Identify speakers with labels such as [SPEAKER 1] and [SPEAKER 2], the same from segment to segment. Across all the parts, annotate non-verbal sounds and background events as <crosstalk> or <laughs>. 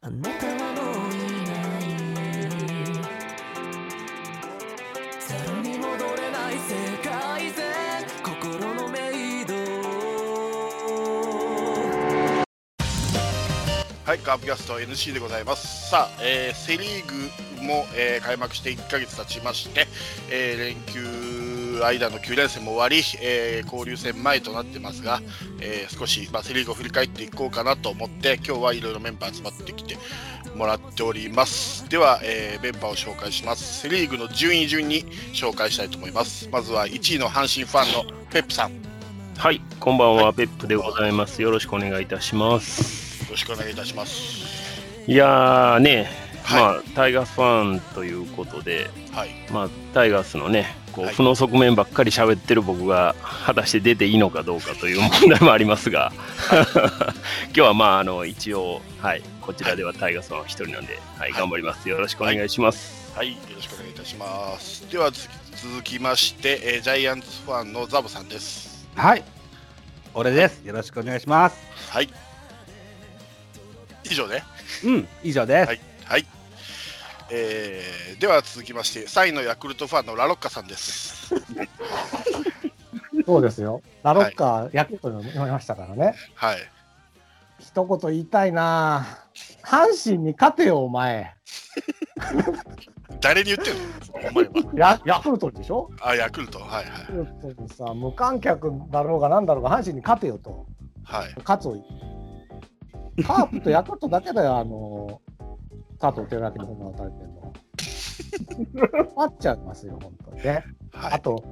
[SPEAKER 1] あなたはもういない猿に戻れない世界線心のメイド
[SPEAKER 2] はい、カープキャスト NC でございます。さあ、えーセ・リーグも、えー開幕して1ヶ月経ちまして、えー連休間の9連戦も終わり、えー交流戦前となってますが、えー少し、まあ、セ・リーグを振り返っていこうかなと思って、今日はいろいろメンバー集まってきてもらっております。では、えーメンバーを紹介します。セ・リーグの順位順に紹介したいと思います。まずは1位の阪神ファンのペップさん、よ
[SPEAKER 3] はい、こんばんは、ペップでございます。よろしくお願いいたします。
[SPEAKER 2] ろしくお願いいたします。
[SPEAKER 3] いやーね、
[SPEAKER 2] はい
[SPEAKER 3] まあ、タイガースファンということで、
[SPEAKER 2] はい、
[SPEAKER 3] まあ、タイガースのね、こう
[SPEAKER 2] はい
[SPEAKER 3] 負の側面ばっかり喋ってる僕が、果たして出ていいのかどうかという問題もありま
[SPEAKER 2] <laughs>
[SPEAKER 3] すが、今日はまあ、あの一応、はい、こちらではタイガースファンは一人なんで、はい、
[SPEAKER 2] い
[SPEAKER 3] 頑張ります。よろしくお願いします。
[SPEAKER 2] はい、よろしくお願いいたします。ではつ続きまして、えージャイアンツファンのザボさんです。
[SPEAKER 4] はい。俺です。よろしくお願いします。
[SPEAKER 2] はい。以上ね。
[SPEAKER 4] うん、以上です。
[SPEAKER 2] はい。はい。えーでは続きまして、3位のヤクルトファンのラロッカさん
[SPEAKER 4] <laughs>
[SPEAKER 2] です。
[SPEAKER 5] そうですよ。ラロッカ、ヤクルトに読みましたからね。
[SPEAKER 2] はい。
[SPEAKER 5] 一言言いたいなぁ阪神に勝てよ、お前。
[SPEAKER 2] 誰に言ってんのお前は。
[SPEAKER 5] ヤヤクルトにでしょ
[SPEAKER 2] あ、ヤクルト。はいはい
[SPEAKER 5] ヤク。ルトにさ、無観客だろうがなんだろうが、阪神に勝てよと。
[SPEAKER 2] はい。
[SPEAKER 5] 勝つを言うカープとヤクルトだけだよ、あの佐藤輝明にホームラン打たれてるの。待っちゃいますよ、本当にね。
[SPEAKER 2] は
[SPEAKER 5] あ
[SPEAKER 2] い。
[SPEAKER 5] と、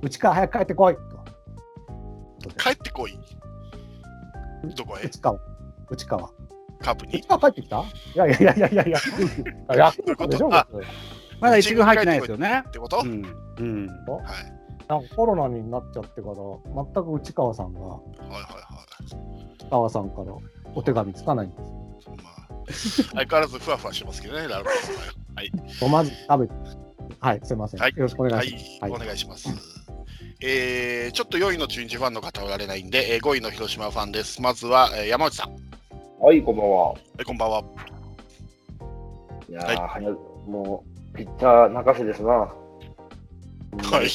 [SPEAKER 5] うちから早く帰ってこいと。
[SPEAKER 2] 帰ってこい。どこへ
[SPEAKER 5] 内川、内川。
[SPEAKER 2] カープに
[SPEAKER 5] 内川帰ってきたいやいやいやいや <laughs> いや、ヤクルトでしょ、
[SPEAKER 2] あ
[SPEAKER 5] 僕
[SPEAKER 4] まだ一軍入ってないですよね
[SPEAKER 2] っ。てこと、
[SPEAKER 4] うん。うん。
[SPEAKER 2] はい。
[SPEAKER 5] なんかコロナになっちゃってから、全く内川さんが、
[SPEAKER 2] はいはいはい。
[SPEAKER 5] 内川さんからお手紙つかないんです。
[SPEAKER 2] まあ、相変わらずふわふわしてますけどね、ラロッカさんは。はい。
[SPEAKER 5] 飲まず食べて。はい、すいません。
[SPEAKER 2] はい
[SPEAKER 5] よろしくお願いし
[SPEAKER 2] はい、お願いします。えーちょっと4位の中日ファンの方はおられないんで、えー5位の広島ファンです。まずは、えー山内さん、
[SPEAKER 6] はい、こんばんは。
[SPEAKER 2] えーこんばんは。
[SPEAKER 6] いやー、
[SPEAKER 2] はい
[SPEAKER 6] はやもう、ピッチャー泣かせですな。は
[SPEAKER 2] はい、はい、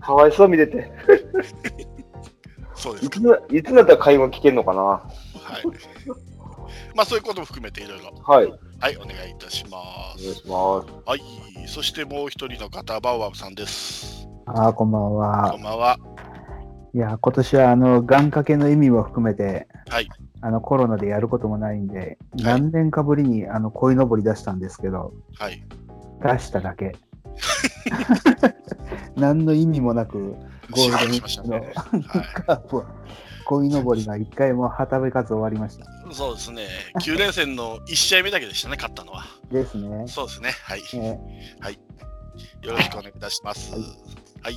[SPEAKER 6] かわいそう見てて。
[SPEAKER 2] そうで
[SPEAKER 6] い
[SPEAKER 2] すか。
[SPEAKER 6] つ、いつだったら会話聞けんのかな
[SPEAKER 2] はい。まあ、そういうことも含めていろいろ、
[SPEAKER 6] はい。お
[SPEAKER 2] はい、お願いいたしま
[SPEAKER 6] 願い
[SPEAKER 2] す。
[SPEAKER 6] します。
[SPEAKER 2] はい、そしてもう一人の方、バウアブさんです。
[SPEAKER 7] ああ、こんばん
[SPEAKER 2] こ
[SPEAKER 7] は
[SPEAKER 2] ん。ばんは。
[SPEAKER 7] いや、今年はあの、願掛けの意味も含めて、
[SPEAKER 2] はい、
[SPEAKER 7] あの、コロナでやることもないんで、何年かぶりに、あの、鯉のぼり出したんですけど、
[SPEAKER 2] はい、
[SPEAKER 7] 出しただけ。何の意味もなく、ゴールデ
[SPEAKER 2] 失礼し
[SPEAKER 7] ンウィークの
[SPEAKER 2] ましたね。は
[SPEAKER 7] カープは鯉のぼりが一回も旗べかず終わりました。
[SPEAKER 2] い、そうですね。9連戦の1試合目だけでしたね、勝ったのは。
[SPEAKER 7] ですね。
[SPEAKER 2] そうですね。はい。
[SPEAKER 7] ね
[SPEAKER 2] よろしくお願いいたします。はい。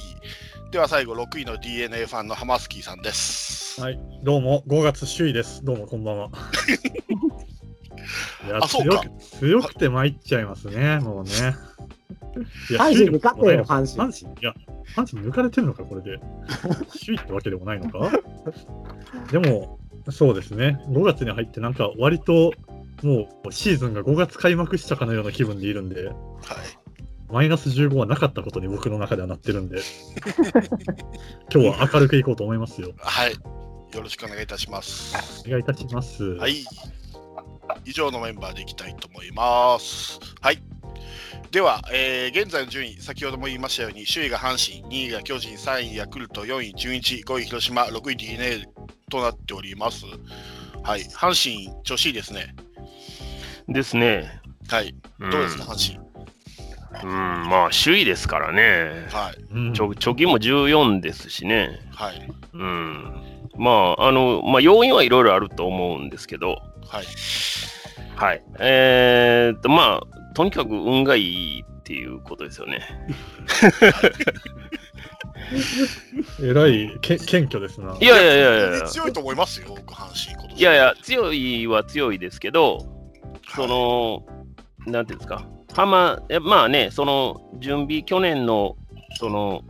[SPEAKER 2] では最後6位の DNA ファンのハマスキーさんです。
[SPEAKER 8] はい、どうも、5月首位です。どうも、こん
[SPEAKER 2] <laughs>
[SPEAKER 8] ばんは。いや
[SPEAKER 2] あそうか
[SPEAKER 8] 強く強くて参っちゃいますね、もうね。
[SPEAKER 5] <laughs>
[SPEAKER 8] いや
[SPEAKER 5] 阪神抜かってよ
[SPEAKER 8] 首位でも
[SPEAKER 5] 阪神
[SPEAKER 8] 阪神、いや、阪神抜かれてるのか、これで。首位ってわけでもない
[SPEAKER 5] <laughs>
[SPEAKER 8] のかでも、そうですね、5月に入って、なんか、割と、もう、シーズンが5月開幕したかのような気分でいるんで、
[SPEAKER 2] はい。
[SPEAKER 8] マイナス15はなかったことに僕の中ではなっ
[SPEAKER 2] <laughs>
[SPEAKER 8] てるんで、今日は明るくいこうと思いますよ。
[SPEAKER 2] はい。よろしくお願いいたします。
[SPEAKER 8] お願いいたします。
[SPEAKER 2] は。い。以上のメンバーでいきたいと思います。はい。では、えー現在の順位、先ほども言いましたように、首位が阪神、2位が巨人、3位ヤクルト、4位中日、5位広島、6位 DNA となっております。はい。阪神、調子いいですね。
[SPEAKER 3] ですね。
[SPEAKER 2] はい。
[SPEAKER 3] ど
[SPEAKER 2] どうですか、阪神。
[SPEAKER 3] うん、まあ、首位ですからね。
[SPEAKER 2] はい。
[SPEAKER 8] うん
[SPEAKER 3] ちょ貯金も14ですしね。
[SPEAKER 2] はい。
[SPEAKER 3] うんまあ、あの、まあ、要因はいろいろあると思うんですけど、
[SPEAKER 2] はい。
[SPEAKER 3] はい。えー、っと、まあ、とにかく運がいいっていうことですよね。
[SPEAKER 8] えらいけ謙虚ですな。
[SPEAKER 3] いやいやいやいや、
[SPEAKER 2] 強いと思いますよ、僕、阪神、今年。
[SPEAKER 3] いやいや、強いは強いですけど、
[SPEAKER 2] はい、
[SPEAKER 3] その、なんていうんですか、浜、えまあね、その、準備、去年の、その、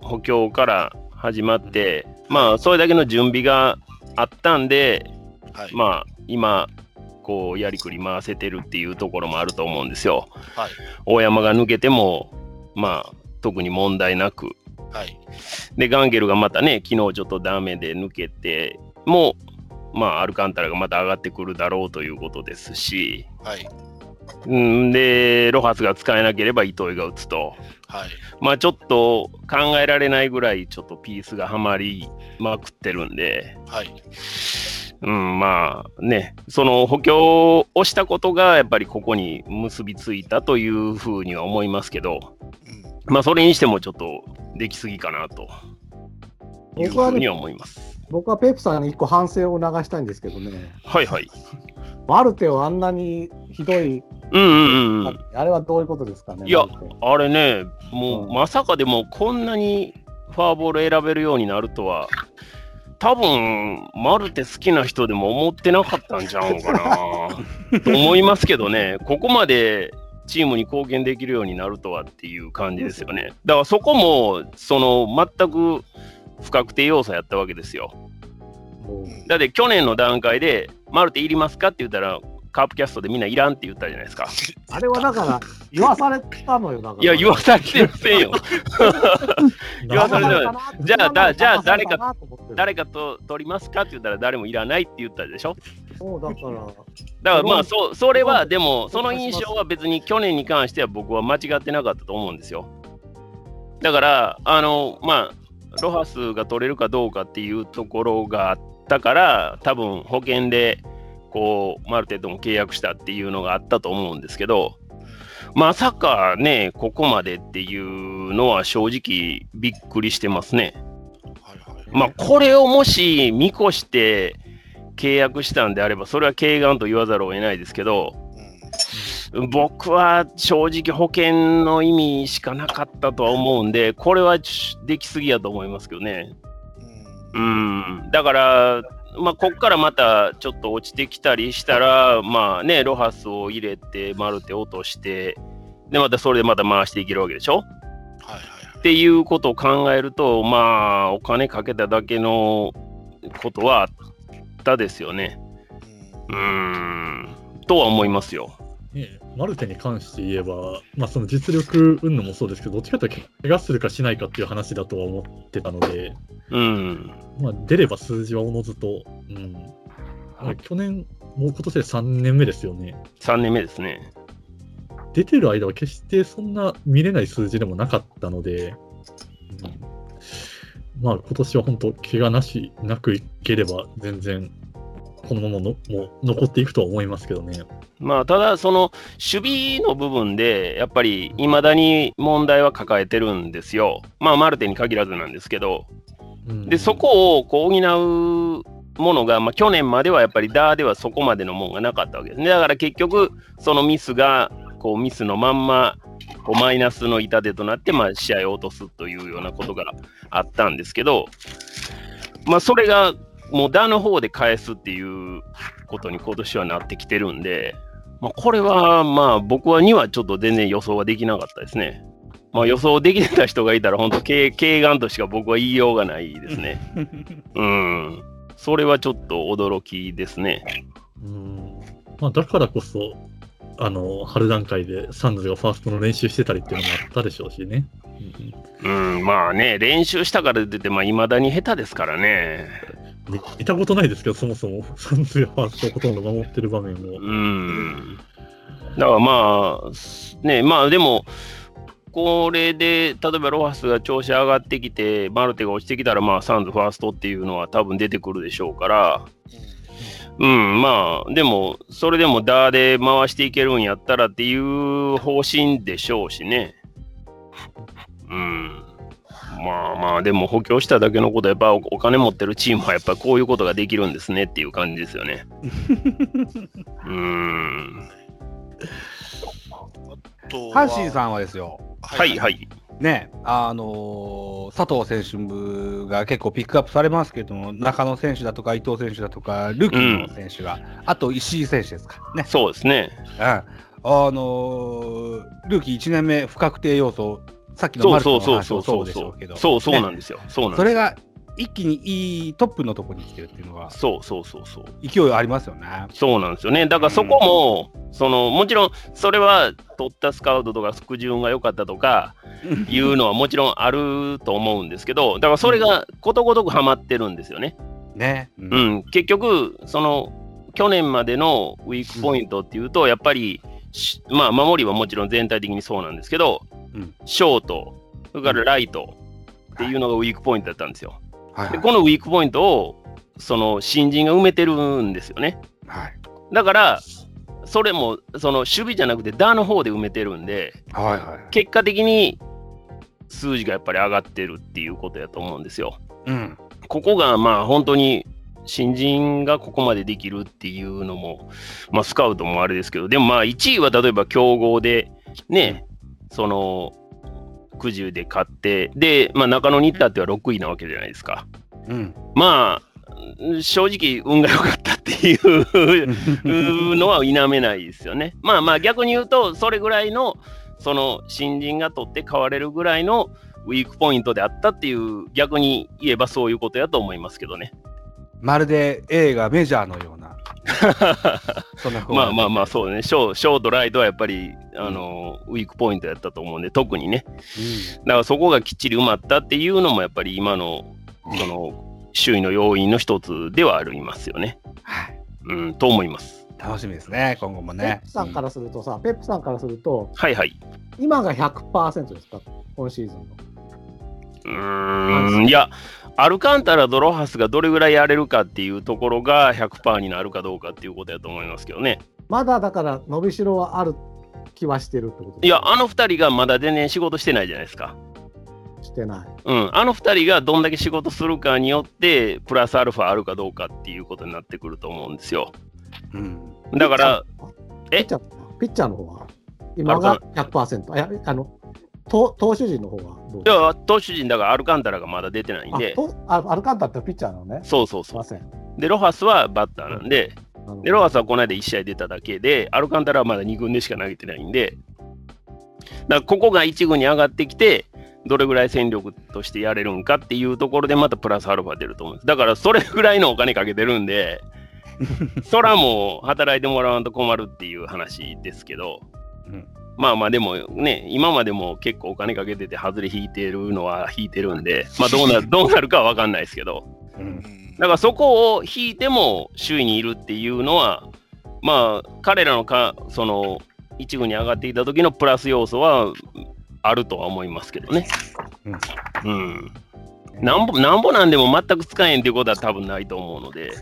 [SPEAKER 3] 補強から始まって、まあ、それだけの準備があったんで、
[SPEAKER 2] はい。
[SPEAKER 3] まあ、今、こう、やりくり回せてるっていうところもあると思うんですよ。
[SPEAKER 2] はい
[SPEAKER 3] 大山が抜けても、まあ、特に問題なく。
[SPEAKER 2] はい。
[SPEAKER 3] で、ガンゲルがまたね、昨日ちょっとダメで抜けても、まあ、アルカンタラがまた上がってくるだろうということですし、
[SPEAKER 2] はい。
[SPEAKER 3] うん、で、ロハスが使えなければ糸井が打つと。
[SPEAKER 2] はい。
[SPEAKER 3] まあちょっと考えられないぐらいちょっとピースがはまりまくってるんで、
[SPEAKER 2] はい。
[SPEAKER 3] うん、まあね、その補強をしたことがやっぱりここに結びついたというふうには思いますけど、
[SPEAKER 2] うん。
[SPEAKER 3] まあそれにしてもちょっとできすぎかなという
[SPEAKER 5] 僕
[SPEAKER 3] ふ
[SPEAKER 5] は
[SPEAKER 3] うに
[SPEAKER 5] ね
[SPEAKER 3] は思います。
[SPEAKER 5] 僕はペープさんに一個反省を流したいんですけどね、
[SPEAKER 3] はいはい。
[SPEAKER 5] マルテをあんなにひどい、
[SPEAKER 3] うんうんうんうん。
[SPEAKER 5] あれはどういうことですかね。
[SPEAKER 3] いや
[SPEAKER 5] マルテ
[SPEAKER 3] あれね、も
[SPEAKER 5] う
[SPEAKER 3] うんまさかでもこんなにフォアボール選べるようになるとは、多分マルテ好きな人でも思ってなかったんちゃうんかなと思いますけどね、ここまでチームに貢献できるようになるとはっていう感じですよね。だからそこも、その全く不確定要素やったわけですよ。
[SPEAKER 5] もう
[SPEAKER 3] だって去年の段階で、マルテいりますかって言ったら、カープキャストでみんないらんって言ったじゃないですか。
[SPEAKER 5] あれはだから、言わされたのよ、だから。
[SPEAKER 3] いや、言わされてませんよ。言わされてないじゃあだじゃあ誰か
[SPEAKER 5] か、
[SPEAKER 3] 誰かと取りますかって言ったら誰もいらないって言ったでしょ
[SPEAKER 5] そう、だから、
[SPEAKER 3] だからまあ
[SPEAKER 5] す
[SPEAKER 3] そそれは
[SPEAKER 5] すごい
[SPEAKER 3] でもその印象は別に去年に関しては僕は間違ってなかったと思うんですよだからあのまあロハスが取れるかどうかっていうところがあったから多分保険でこうマルテとも契約したっていうのがあったと思うんですけどまさかねここまでっていうのは正直びっくりしてますね
[SPEAKER 2] はいはい。
[SPEAKER 3] まあ、これをもし見越して契約したんであれば、それは軽眼と言わざるを得ないですけど、
[SPEAKER 2] うん
[SPEAKER 3] 僕は正直保険の意味しかなかったとは思うんで、これはちょできすぎやと思いますけどね。
[SPEAKER 2] うん
[SPEAKER 3] うん、だから、まあ、こっからまたちょっと落ちてきたりしたら、まあね、ロハスを入れて、マルテ落として、で、またそれでまた回していけるわけでしょ
[SPEAKER 2] はいはいはい。
[SPEAKER 3] っていうことを考えると、まあ、お金かけただけのことはあったですよね。うーん、とは思いますよ。
[SPEAKER 8] ねえマルテに関して言えば、まあ、その実力云々もそうですけど、どっちかというと怪我するかしないかっていう話だとは思ってたので、
[SPEAKER 3] うん、
[SPEAKER 8] まあ、出れば数字はおのずと、うん、まあ去年、もう今年で3年目ですよね。
[SPEAKER 3] 3年目ですね。
[SPEAKER 8] 出てる間は決してそんな見れない数字でもなかったので、うんまあ今年は本当、怪我なし、なくいければ、全然、このままのもう残っていくとは思いますけどね。
[SPEAKER 3] まあ、ただ、その守備の部分で、やっぱり未だに問題は抱えてるんですよ。まあ、マルテに限らずなんですけど、
[SPEAKER 8] うん
[SPEAKER 3] でそこをこう補うものが、まあ、去年まではやっぱりダーではそこまでのもんがなかったわけですねだから結局そのミスがこうミスのまんまこうマイナスの痛手となって、まあ、試合を落とすというようなことがあったんですけど、まあ、それがもうダーの方で返すっていうことに今年はなってきてるんで、まあ、これはまあ僕はにはちょっと全然予想はできなかったですね。まあ、予想できてた人がいたら、本当、軽軽眼としか僕は言いようがないですね。うん。それはちょっと驚きですね。
[SPEAKER 8] うんまあ、だからこそ、あの春段階でサンズがファーストの練習してたりっていうのもあったでしょうしね。
[SPEAKER 3] うん、まあね、練習したから出て、まあ、未だに下手ですからね。
[SPEAKER 8] 見見たことないですけど、そもそもサンズがファーストをほとんど守ってる場面も。
[SPEAKER 3] うん。だからまあ、ね、まあでも、これで、例えばロハスが調子上がってきて、マルテが落ちてきたら、まあ、サンズファーストっていうのは多分出てくるでしょうから、うん、まあ、でも、それでもダーで回していけるんやったらっていう方針でしょうしね。うん。まあまあ、でも補強しただけのこと、やっぱおお金持ってるチームはやっぱこういうことができるんですねっていう感じですよね。うん。
[SPEAKER 2] あとは
[SPEAKER 4] 阪神さんはですよ、
[SPEAKER 3] はいはい。
[SPEAKER 4] ね、あのー佐藤選手が結構ピックアップされますけども、中野選手だとか伊藤選手だとか、ルーキーの選手が、あと石井選手ですか、ね、
[SPEAKER 3] そうですね。
[SPEAKER 4] うんあのールーキー1年目、不確定要素、さっきの
[SPEAKER 3] そ
[SPEAKER 4] マ
[SPEAKER 3] う
[SPEAKER 4] ルチ
[SPEAKER 3] そ
[SPEAKER 4] の
[SPEAKER 3] うそう
[SPEAKER 4] 話
[SPEAKER 3] そ
[SPEAKER 4] も
[SPEAKER 3] うそうう
[SPEAKER 4] そでし
[SPEAKER 3] そ
[SPEAKER 4] ょうけ
[SPEAKER 3] う。
[SPEAKER 4] ど、
[SPEAKER 3] そうそうな
[SPEAKER 4] ね
[SPEAKER 3] んですよ。そうなん
[SPEAKER 4] そ
[SPEAKER 3] です。
[SPEAKER 4] れが一気にいいトップのとこに来てるっていうのが
[SPEAKER 3] そうそうそうそう。
[SPEAKER 4] 勢いありますよね。
[SPEAKER 3] そうなんですよね。だからそこも、そのもちろんそれは取ったスカウトとか副順が良かったとかいうのはもちろんあると思うんですけど、だからそれがことごとくハマってるんですよね。
[SPEAKER 4] ね。う
[SPEAKER 3] う。ん、結局その去年までのウィークポイントっていうとやっぱりしまあ守りはもちろん全体的にそうなんですけど、
[SPEAKER 4] うん
[SPEAKER 3] ショートそれからライトっていうのがウィークポイントだったんですよ。
[SPEAKER 4] はいは
[SPEAKER 3] で
[SPEAKER 4] い。
[SPEAKER 3] このウィークポイントをその新人が埋めてるんですよね。
[SPEAKER 4] はい。
[SPEAKER 3] だから、それもその守備じゃなくて、打の方で埋めてるんで、
[SPEAKER 4] はいはい。
[SPEAKER 3] 結果的に数字がやっぱり上がってるっていうことやと思うんですよ。
[SPEAKER 4] うん。
[SPEAKER 3] ここがまあ本当に新人がここまでできるっていうのも、まあ、スカウトもあれですけど、でもまあ1位は例えば強豪で、ね、その九十で勝って、で、まあ、中野に行ったっては6位なわけじゃないですか。
[SPEAKER 4] うん。
[SPEAKER 3] まあ、正直、運が良かったって <laughs> いうのは否めないですよね。 <laughs> まあまあ逆に言うとそれぐらいのその新人が取って代われるぐらいのウィークポイントであったっていう逆に言えばそういうことやと思いますけどね。
[SPEAKER 4] <laughs> まるで映画メジャーのよ
[SPEAKER 3] <laughs>
[SPEAKER 4] うな。そんな
[SPEAKER 3] まあまあまあそうねショーショートライトはやっぱりあの、ウィークポイントやったと思うんで特にねだからそこがきっちり埋まったっていうのもやっぱり今のそ
[SPEAKER 4] <laughs>
[SPEAKER 3] の周囲の要因の一つではありますよね。
[SPEAKER 4] はい。
[SPEAKER 3] うん、と思います。
[SPEAKER 4] 楽しみですね。今後も
[SPEAKER 5] ペッ
[SPEAKER 4] ね
[SPEAKER 5] プ。さんからするとさ、ペップさんからすると、
[SPEAKER 3] はいはい。
[SPEAKER 5] 今が100%ですか、今シーズンの。
[SPEAKER 3] うーんいや、アルカンタラ、ドロハスがどれぐらいやれるかっていうところが100%になるかどうかっていうことやと思いますけどね。
[SPEAKER 5] まだだから、伸びしろはある気はしてるってこと
[SPEAKER 3] いや、あの2人がまだ全然仕事してないじゃないですか。
[SPEAKER 5] してない。
[SPEAKER 3] うん、あの2人がどんだけ仕事するかによって、プラスアルファあるかどうかっていうことになってくると思うんですよ。
[SPEAKER 4] うん。
[SPEAKER 3] だから、
[SPEAKER 5] ピ
[SPEAKER 3] え
[SPEAKER 5] ッチャーの方はピッチャーの方は、今が100%。いや、あの、投投手陣の方はどう
[SPEAKER 3] いや投手陣だからアルカンタラがまだ出てないん
[SPEAKER 5] あ
[SPEAKER 3] で、
[SPEAKER 5] とあアルカンタってピッチャーなのね。
[SPEAKER 3] そうそう
[SPEAKER 5] すい
[SPEAKER 3] そ
[SPEAKER 5] ません。
[SPEAKER 3] う。で、ロハスはバッターなんで、
[SPEAKER 5] あの
[SPEAKER 3] でロハスはこの間1試合出ただけで、アルカンタラはまだ2軍でしか投げてないんで、だからここが1軍に上がってきて、どれぐらい戦力としてやれるんかっていうところで、またプラスアルファ出ると思うんです。だからそれぐらいのお金かけてるんで、そらもう働いてもらわんと困るっていう話ですけど、
[SPEAKER 4] うん
[SPEAKER 3] まあまあでもね、今までも結構お金かけてて、外れ引いてるのは引いてるんで、まあどうなどうなるかは分かんないですけど。
[SPEAKER 4] うん。
[SPEAKER 3] だからそこを引いても周囲にいるっていうのは、まあ、彼らのかその一軍に上がっていた時のプラス要素はあるとは思いますけどね。うん、なんぼなんぼなんでも全く使えんっていうことは多分ないと思うので。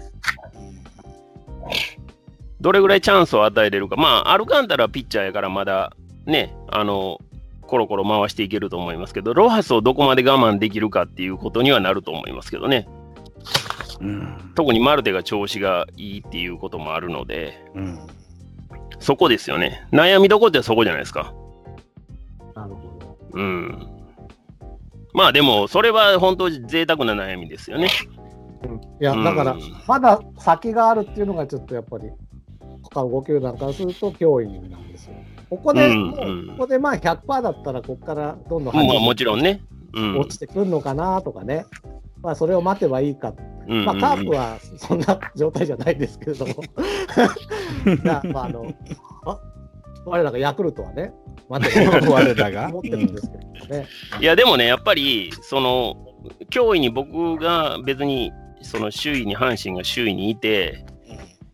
[SPEAKER 3] どれぐらいチャンスを与えれるか、まあ、アルカンタラはピッチャーやから、まだね、あの、コロコロ回していけると思いますけど、ロハスをどこまで我慢できるかっていうことにはなると思いますけどね。
[SPEAKER 4] うん。
[SPEAKER 3] 特にマルテが調子がいいっていうこともあるので、
[SPEAKER 4] うん。
[SPEAKER 3] そこですよね。悩みどころってそこじゃないですか。
[SPEAKER 5] なるほど。
[SPEAKER 3] うん。まあでも、それは本当に贅沢な悩みですよね。
[SPEAKER 5] いや、
[SPEAKER 3] うん
[SPEAKER 5] だから、まだ先があるっていうのが、ちょっとやっぱり、他の5球団からすると脅威なんですよ。ここで、
[SPEAKER 3] うん
[SPEAKER 5] もう
[SPEAKER 3] うん
[SPEAKER 5] ここでまあ100%だったら、ここからどんど
[SPEAKER 3] まあ
[SPEAKER 5] ん入って
[SPEAKER 3] もちろんね。うん。
[SPEAKER 5] 落ちてくるのかなとかね、まあ、それを待てばいいか、
[SPEAKER 3] うん
[SPEAKER 5] まあ、カープはそんな状態じゃないですけれど <laughs> も、なまああのあ我らがヤクルトはね、待
[SPEAKER 3] <laughs>
[SPEAKER 5] てばいい
[SPEAKER 4] 我ら
[SPEAKER 5] と
[SPEAKER 4] が
[SPEAKER 5] 思。ってるんですけどね、
[SPEAKER 3] いやでもね、やっぱり、その、脅威に僕が別に、その周囲に、阪神が周囲にいて、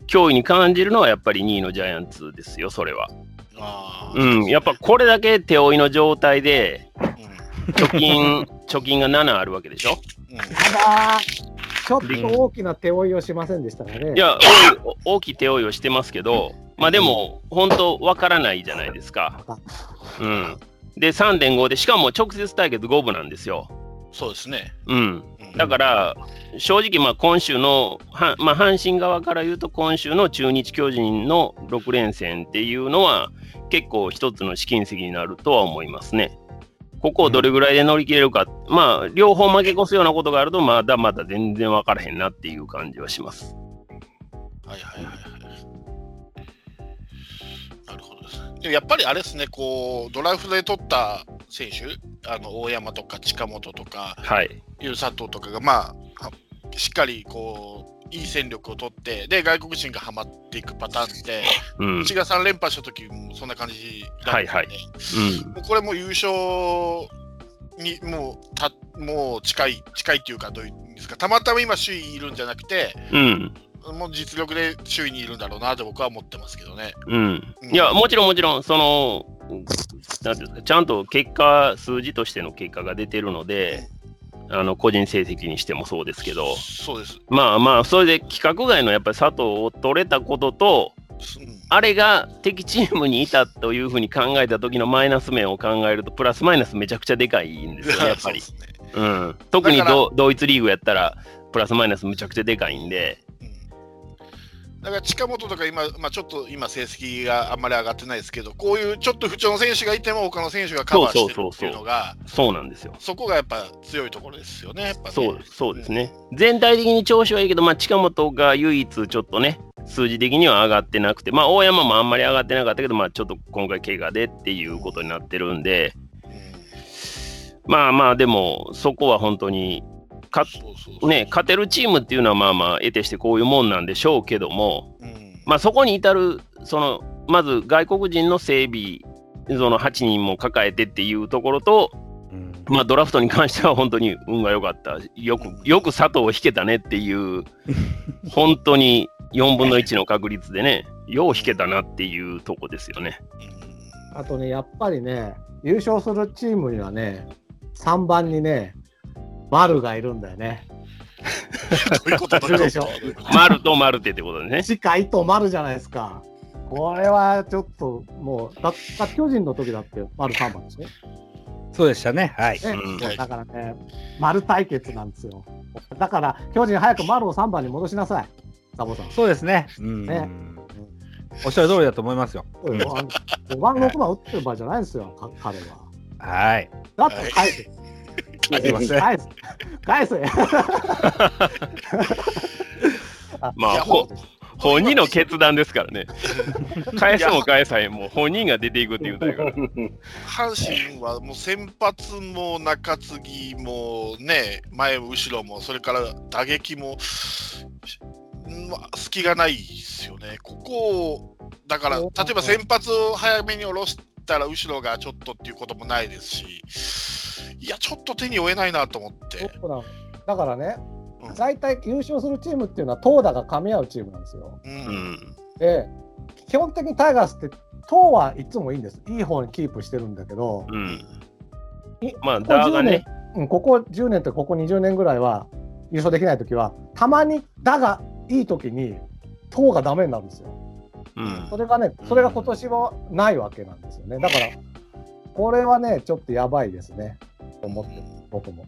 [SPEAKER 3] 脅威に感じるのはやっぱり2位のジャイアンツですよ、それは。
[SPEAKER 2] あー
[SPEAKER 3] うん、やっぱこれだけ手負いの状態で、貯金、貯金が7あるわけでしょ。
[SPEAKER 2] うん
[SPEAKER 5] ただ、ちょっと大きな手負いをしませんでしたからね、
[SPEAKER 3] いや、大い大きい手負いをしてますけど、まあでも、本当、わからないじゃないですか。うん、で、3.5で、しかも直接対決5分なんですよ。
[SPEAKER 2] そうですね。
[SPEAKER 3] うん、
[SPEAKER 2] うん
[SPEAKER 3] だから、正直、まあ今週の、はまあ、阪神側から言うと、今週の中日巨人の6連戦っていうのは、結構一つの試金石になるとは思いますね。ここをどれぐらいで乗り切れるか、まあ、両方負け越すようなことがあると、まだまだ全然分からへんなっていう感じはします。
[SPEAKER 2] はいはいはいはい。なるほどですね。でもやっぱりあれですね、こうドラフトで取った選手、あの大山とか近本とか、
[SPEAKER 3] はい。
[SPEAKER 2] いう佐藤とかが、まあ、しっかりこういい戦力を取ってで外国人がハマっていくパターンで、
[SPEAKER 3] <laughs> うん。う
[SPEAKER 2] うんち。が3連覇した時もそんな感じだった
[SPEAKER 3] は
[SPEAKER 2] の
[SPEAKER 3] い
[SPEAKER 2] で、もうこれもう優勝にもうたもう近い近いっていうかどういうんですかたまたま今首位にいるんじゃなくて
[SPEAKER 3] うん。
[SPEAKER 2] もう実力で首位にいるんだろうなと僕は思ってますけどね。
[SPEAKER 3] うん。いや、もちろんもちろん、その、なんていうんですかちゃんと結果、数字としての結果が出てるので、あの個人成績にしてもそうですけど、
[SPEAKER 2] そうです。
[SPEAKER 3] まあまあ、それで規格外のやっぱり佐藤を取れたことと、
[SPEAKER 2] うん
[SPEAKER 3] あれが敵チームにいたというふうに考えた時のマイナス面を考えると、プラスマイナスめちゃくちゃでかいんです
[SPEAKER 2] <laughs>
[SPEAKER 3] よね、やっぱり。
[SPEAKER 2] そうですね
[SPEAKER 3] うん、特に
[SPEAKER 2] だから
[SPEAKER 3] ドドイツリーグやったら、プラスマイナスむちゃくちゃでかいんで、
[SPEAKER 2] うんだから近本とか今、まあ、ちょっと今成績があんまり上がってないですけどこういうちょっと不調の選手がいても他の選手がカバーしてるっていうのが
[SPEAKER 3] そうなんですよ。
[SPEAKER 2] そこがやっぱ強いところですよね。やっぱね
[SPEAKER 3] そうそうですね。全体的に調子はいいけど、まあ、近本が唯一ちょっとね、数字的には上がってなくて、まあ、大山もあんまり上がってなかったけど、まあ、ちょっと今回、怪我でっていうことになってるんで、
[SPEAKER 2] うん
[SPEAKER 3] まあまあ、でも、そこは本当に、か
[SPEAKER 2] そうそうそう
[SPEAKER 3] ね、勝てるチームっていうのは、まあまあ、得てしてこういうもんなんでしょうけども、
[SPEAKER 2] うん
[SPEAKER 3] まあ、そこに至るそのまず外国人の整備その8人も抱えてっていうところと、
[SPEAKER 4] うん
[SPEAKER 3] まあ、ドラフトに関しては本当に運が良かったよくよく佐藤を引けたねっていう
[SPEAKER 5] <laughs>
[SPEAKER 3] 本当に4分の1の確率でねよう引けたなっていうとこですよね。
[SPEAKER 2] うん <laughs>
[SPEAKER 5] あとね、やっぱりね、優勝するチームにはね、3番にね、丸がいるんだよね。
[SPEAKER 2] どういうことだろう
[SPEAKER 5] でしょ
[SPEAKER 3] マルとマルテってことですね。
[SPEAKER 5] しか糸丸じゃないですか。これはちょっともう、だだ巨人の時だって丸3番でしょ。
[SPEAKER 4] そうでしたね。はい。
[SPEAKER 5] ね
[SPEAKER 3] うん
[SPEAKER 5] そうだからね、丸対決なんですよ。だから、巨人早く丸を3番に戻しなさい、サボさん。
[SPEAKER 4] そうですね。うん
[SPEAKER 5] ね
[SPEAKER 4] おっしゃる通りだと思いますよ。
[SPEAKER 5] そうよあの5番、6番打ってる場合じゃないんですよ、か彼は。
[SPEAKER 4] はい。
[SPEAKER 5] だって返せ。
[SPEAKER 4] はいすいません
[SPEAKER 5] 返せ。返せ。 <laughs>
[SPEAKER 3] まあほ本人の決断ですから
[SPEAKER 5] <laughs>
[SPEAKER 3] ね。返すも返さへんもう本人が出ていくっていうだけだから。
[SPEAKER 2] 阪神はもう先発も中継ぎもね前も後ろもそれから打撃も、うんまあ、隙がないですよね。ここをだから例
[SPEAKER 5] そう
[SPEAKER 2] えば先発を早めに下ろしたら後ろがちょっとっていうこともないですしいやちょっと手に負えないなと思って。
[SPEAKER 5] ほらだからね
[SPEAKER 2] うん、
[SPEAKER 5] 大体優勝するチームっていうのは投打が噛み合うチームなんですよ。
[SPEAKER 2] う
[SPEAKER 3] うんん
[SPEAKER 5] で、基本的にタイガースって投はいつもいいんです。いい方にキープしてるんだけど、
[SPEAKER 3] うん
[SPEAKER 5] え、
[SPEAKER 3] まあ
[SPEAKER 5] ここ
[SPEAKER 3] ダーが
[SPEAKER 5] 10
[SPEAKER 3] ね
[SPEAKER 5] 年、うんここ10年とここ20年ぐらいは優勝できない時は、たまに打がいい時に投がダメになるんですよ。
[SPEAKER 3] うん
[SPEAKER 5] それがね、それが今年はないわけなんですよね。だから、これはね、ちょっとやばいですね。と思って、僕も。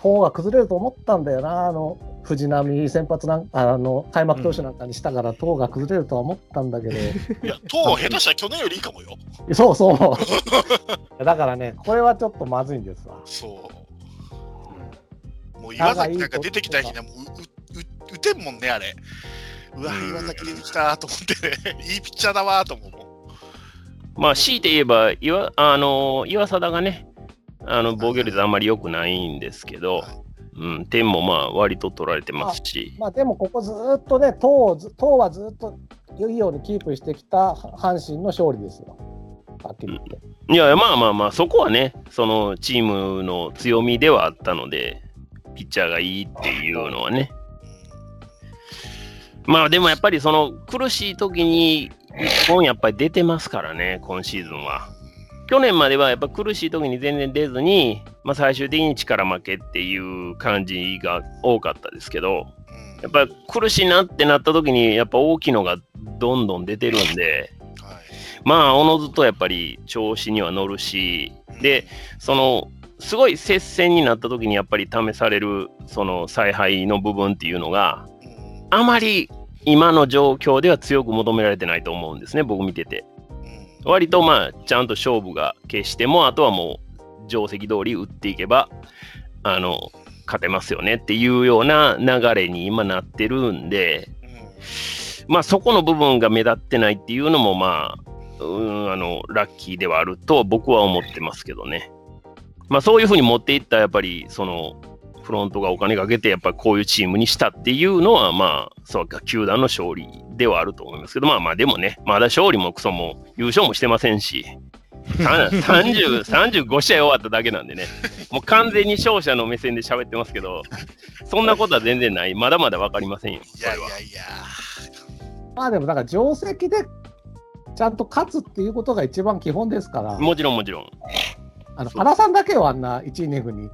[SPEAKER 5] 方が崩れると思ったんだよな、あの、藤浪先発なんあの、開幕投手なんかにしたから、党が崩れるとは思ったんだけど、 <laughs>
[SPEAKER 2] いや、党下手したら去年よりいいかもよ。
[SPEAKER 5] そう
[SPEAKER 3] <laughs>
[SPEAKER 5] そう。だからね、これはちょっとまずいんですわ。
[SPEAKER 2] そう。もう岩崎なんか出てきた日にはもうううう打てんもんね、あれ。うわ、岩崎出てきたと思って、ね、い <laughs> いピッチャーだわと思うもん。
[SPEAKER 3] まあ、強いて言えば、岩あの岩貞がね、あの防御率あんまり良くないんですけど、うん、点もまあ割と取られてますし、
[SPEAKER 5] まあでも、ここずーっとね、党をず、党はずーっといいようにキープしてきた阪神の勝利ですよ。はっきり言って。
[SPEAKER 3] いや、まあまあまあ、そこはね、そのチームの強みではあったので、ピッチャーがいいっていうのはね。まあでもやっぱりその苦しい時に一本やっぱり出てますからね、今シーズンは。去年まではやっぱ苦しい時に全然出ずに、まあ、最終的に力負けっていう感じが多かったですけど、
[SPEAKER 2] うん
[SPEAKER 3] やっぱり苦しいなってなった時にやっぱ大きいのがどんどん出てるんで
[SPEAKER 2] は
[SPEAKER 3] まあおのずとやっぱり調子には乗るし
[SPEAKER 2] い
[SPEAKER 3] で、そのすごい接戦になった時にやっぱり試されるその采配の部分っていうのが
[SPEAKER 2] うん
[SPEAKER 3] あまり今の状況では強く求められてないと思うんですね僕見てて
[SPEAKER 2] うん
[SPEAKER 3] 割とまあちゃんと勝負が決してもあとはもう定石通り打っていけばあの勝てますよねっていうような流れに今なってるんでまあそこの部分が目立ってないっていうのもまあ、うーん、あの、ラッキーではあると僕は思ってますけどね。まあそういうふうに持っていったやっぱりそのフロントがお金かけて、やっぱりこういうチームにしたっていうのは、まあ、そうか、球団の勝利ではあると思いますけど、まあまあ、でもね、まだ勝利もクソも優勝もしてませんし、さん30 35試合終わっただけなんでね、もう完全に勝者の目線で喋ってますけど、そんなことは全然ない、まだまだ分かりませんよ、
[SPEAKER 2] い
[SPEAKER 3] こ
[SPEAKER 2] や
[SPEAKER 3] れ
[SPEAKER 2] い
[SPEAKER 3] は。
[SPEAKER 2] やいや、
[SPEAKER 5] まあでもなんか定石でちゃんと勝つっていうことが一番基本ですから、
[SPEAKER 3] もちろん、もちろん。
[SPEAKER 5] あの
[SPEAKER 3] そう
[SPEAKER 5] 原さんだけはあんな1イニングに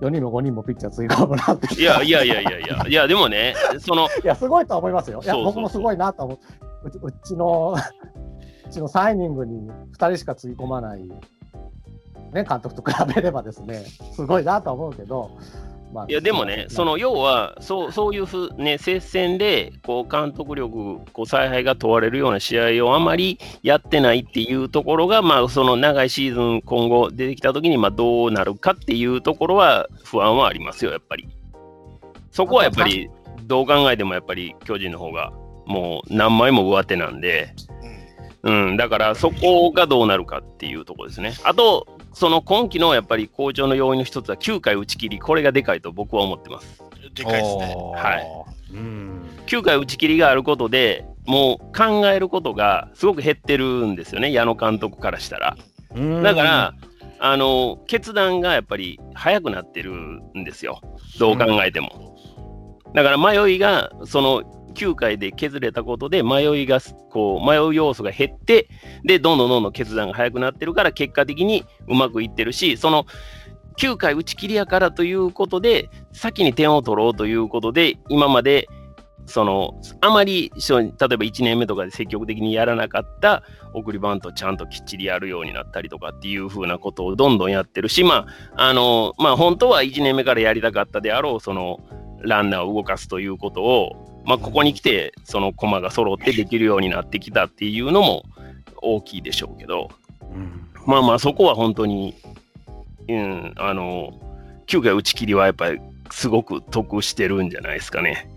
[SPEAKER 5] 4人も5人もピッチャー追加もらって
[SPEAKER 3] <laughs> いやいやいやいやいや、いや、でもね、その、
[SPEAKER 5] いや、すごいとは思いますよ。いや、
[SPEAKER 3] そうそうそう
[SPEAKER 5] 僕もすごいなと思う。うちうちの、 <laughs> うちの3イニングに2人しかつぎ込まない、ね、監督と比べればですね、すごいなとは思うけど、まあ
[SPEAKER 3] いやでもね、そ、
[SPEAKER 5] ま
[SPEAKER 3] の要はそうそういうふう、ね、接戦でこう監督力、こう采配が問われるような試合をあまりやってないっていうところが、まあ、その長いシーズン、今後出てきたときにまあどうなるかっていうところは不安はありますよ、やっぱり。そこはやっぱり、どう考えてもやっぱり巨人の方がもう何枚も上手なんで、うん、だからそこがどうなるかっていうところですね。あと、その今季のやっぱり好調の要因の一つは9回打ち切り、これがでかいと僕は思ってます。
[SPEAKER 2] うん、でかいですね。
[SPEAKER 3] はい
[SPEAKER 8] うん。
[SPEAKER 3] 9回打ち切りがあることでもう考えることがすごく減ってるんですよね矢野監督からしたら。だから、あの決断がやっぱり早くなってるんですよどう考えても。だから迷いがその9回で削れたことで迷いがすこう迷う要素が減ってでどんどんどんどん決断が早くなってるから結果的にうまくいってるしその9回打ち切りやからということで先に点を取ろうということで今までそのあまりそう例えば1年目とかで積極的にやらなかった送りバントちゃんときっちりやるようになったりとかっていう風なことをどんどんやってるしまああのまあ本当は1年目からやりたかったであろうそのランナーを動かすということを、まあ、ここに来てその駒が揃ってできるようになってきたっていうのも大きいでしょうけど、まあまあそこは本当に、うん、あの9回打ち切りはやっぱりすごく得してるんじゃないですかね。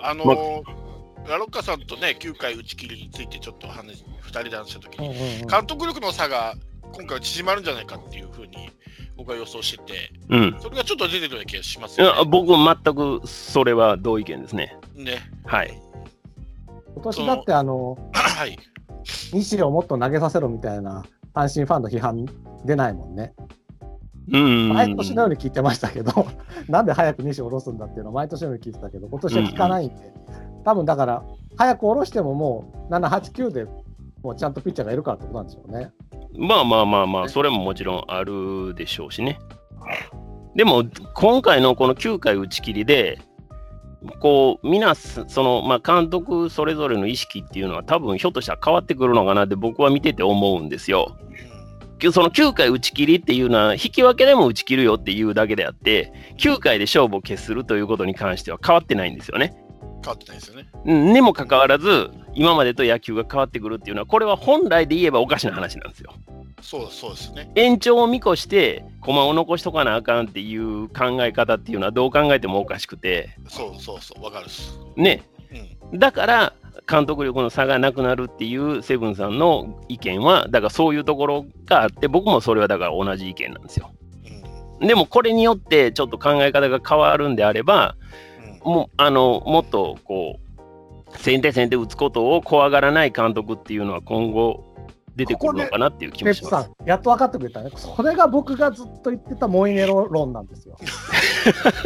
[SPEAKER 2] あのーラロッカさんとね、9回打ち切りについてちょっと話、2人で話したとき
[SPEAKER 5] うんう
[SPEAKER 2] に、
[SPEAKER 5] んうん
[SPEAKER 2] 監督力の差が今回は縮まるんじゃないかっていうふうに僕は予想してて、
[SPEAKER 3] うん
[SPEAKER 2] それがちょっと出てるような気がします
[SPEAKER 3] いや
[SPEAKER 2] よね。
[SPEAKER 3] 僕、全くそれは同意見ですね。
[SPEAKER 2] ね
[SPEAKER 3] <laughs> はい。
[SPEAKER 5] 今年だって、あの、
[SPEAKER 2] はい。
[SPEAKER 5] 西をもっと投げさせろみたいな、阪神ファンの批判出ないもんね。
[SPEAKER 3] うん。
[SPEAKER 5] 毎年のように聞いてましたけど、 <laughs> なんで早く西を下ろすんだっていうのを毎年のように聞いてたけど、今年は聞かないんで、多分だから、早く下ろしてももう7、8、9でもうちゃんとピッチャーがいるからってことなんでしょうね。
[SPEAKER 3] まあまあまあまあ、それももちろんあるでしょうしね。でも、今回のこの9回打ち切りで、こう、皆す、その、まあ、監督それぞれの意識っていうのは、多分ひょっとしたら変わってくるのかなって、僕は見てて思うんですよ。その9回打ち切りっていうのは、引き分けでも打ち切るよっていうだけであって、9回で勝負を決するということに関しては変わってないんですよね。
[SPEAKER 2] 変わってないですよね。
[SPEAKER 3] うんにもかかわらず、今までと野球が変わってくるっていうのは、これは本来で言えばおかしな話なんですよ。
[SPEAKER 2] そうだそうですね。
[SPEAKER 3] 延長を見越して、駒を残しとかなあかんっていう考え方っていうのは、どう考えてもおかしくて、
[SPEAKER 2] そうそうそう、わかるっす。
[SPEAKER 3] ね、
[SPEAKER 2] うん。
[SPEAKER 3] だから、監督力の差がなくなるっていうセブンさんの意見は、だからそういうところがあって、僕もそれはだから同じ意見なんですよ。
[SPEAKER 2] うん。
[SPEAKER 3] でも、これによって、ちょっと考え方が変わるんであれば、
[SPEAKER 2] うん
[SPEAKER 3] もうあのもっとこう先手先手打つことを怖がらない監督っていうのは今後出てくるのかなっていう気
[SPEAKER 5] ペ
[SPEAKER 3] も
[SPEAKER 5] ッ
[SPEAKER 3] し
[SPEAKER 5] プ
[SPEAKER 3] ま
[SPEAKER 5] さ
[SPEAKER 3] す。
[SPEAKER 5] ん、やっと分かってくれたね。それが僕がずっと言ってたモイネロ論な
[SPEAKER 3] <laughs>
[SPEAKER 5] んですよ。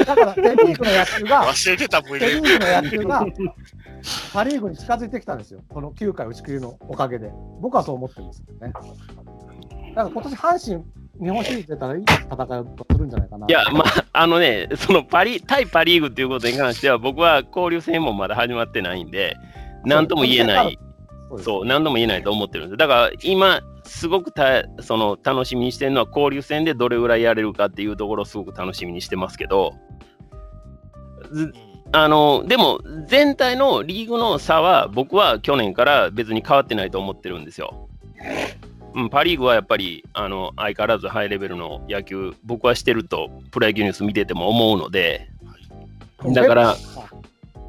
[SPEAKER 5] だから、セ・リーグの野球が、
[SPEAKER 2] 忘れてたもん
[SPEAKER 5] セ・リ
[SPEAKER 3] <laughs>
[SPEAKER 2] ね
[SPEAKER 5] ー。グの野球が、パ・リーグに近づいてきたんですよ。この9回打ち切りのおかげで。僕はそう思ってるんですよね。だから今年、阪神、日本シリーズ出たらいい戦いをするんじゃないかな。
[SPEAKER 3] いや、まあ、あのね、そのパリ、対パ・リーグっていうことに関しては、僕は交流戦もまだ始まってないんで、なんとも言えない、
[SPEAKER 5] そうです
[SPEAKER 3] そう、なんとも言えないと思ってるんです。だから今、すごくたその楽しみにしてるのは、交流戦でどれぐらいやれるかっていうところをすごく楽しみにしてますけど、ずあのでも全体のリーグの差は僕は去年から別に変わってないと思ってるんですよ。うん、パ・リーグはやっぱりあの相変わらずハイレベルの野球僕はしてるとプロ野球ニュース見てても思うのでだから、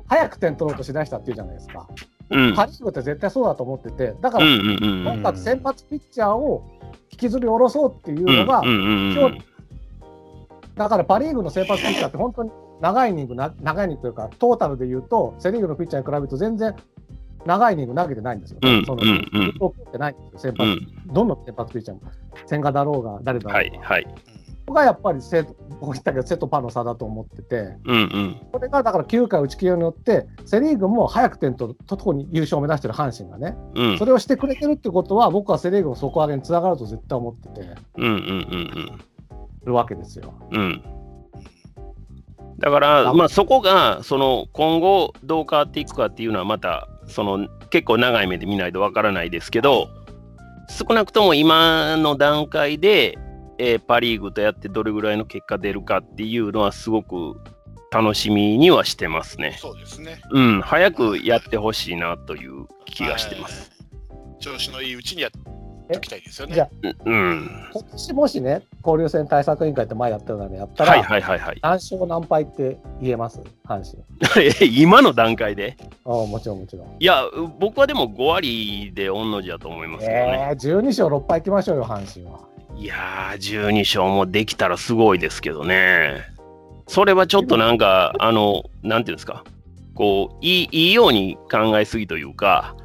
[SPEAKER 5] 早く点取ろうとしない人って言うじゃないですか。
[SPEAKER 3] うん
[SPEAKER 5] パ・リーグって絶対そうだと思ってて、だか
[SPEAKER 3] うん
[SPEAKER 5] ら、
[SPEAKER 3] うんうんうん
[SPEAKER 5] 今回先発ピッチャーを引きずり下ろそうっていうのが、
[SPEAKER 3] うんうんうんうん
[SPEAKER 5] 今日だからパ・リーグの先発ピッチャーって本当に長いイニングな、長いイニングというか、トータルで言うと、セ・リーグのピッチャーに比べると全然長いイニング投げてないんですよ。
[SPEAKER 3] うん
[SPEAKER 5] その
[SPEAKER 3] うんうん
[SPEAKER 5] 多くってないんですよ、先
[SPEAKER 3] うん、
[SPEAKER 5] 発、どんな先発ピッチャーも、千賀だろうが、誰だろうが、
[SPEAKER 3] はいはい。
[SPEAKER 5] ここがやっぱりセ、僕言ったけど、セとパの差だと思ってて、
[SPEAKER 3] うんうん。
[SPEAKER 5] これがだから9回打ち切りによって、セ・リーグも早く点取るとこに優勝を目指してる阪神がね、
[SPEAKER 3] うん
[SPEAKER 5] それをしてくれてるってことは、僕はセ・リーグの底上げにつながると絶対思ってて
[SPEAKER 3] うんうん
[SPEAKER 5] るわけですよ。
[SPEAKER 3] うんうんうん。だから、まあ、そこがその今後どう変わっていくかっていうのはまたその結構長い目で見ないとわからないですけど少なくとも今の段階で、えーパ・リーグとやってどれぐらいの結果出るかっていうのはすごく楽しみにはしてますね。
[SPEAKER 2] そうですね。
[SPEAKER 3] うん、早くやってほしいなという気がしてます。
[SPEAKER 2] はい。調子のいいうちにやっておきたいですよね。
[SPEAKER 5] じゃ
[SPEAKER 3] うん。
[SPEAKER 5] 今年もしね、交流戦対策委員会って前やったようなのやったら、
[SPEAKER 3] はいはいはいはい。 <laughs>
[SPEAKER 5] 何勝何敗って言えます、阪神。
[SPEAKER 3] 今の段階で
[SPEAKER 5] ああもちろんもちろん。
[SPEAKER 3] いや、僕はでも5割で御の字だと思いますけどね。
[SPEAKER 5] えー、12勝6敗いきましょうよ、阪神は。
[SPEAKER 3] いやー、12勝もできたらすごいですけどね。それはちょっとなんか、あの、なんていうんですか、こう、いいいいように考えすぎというか、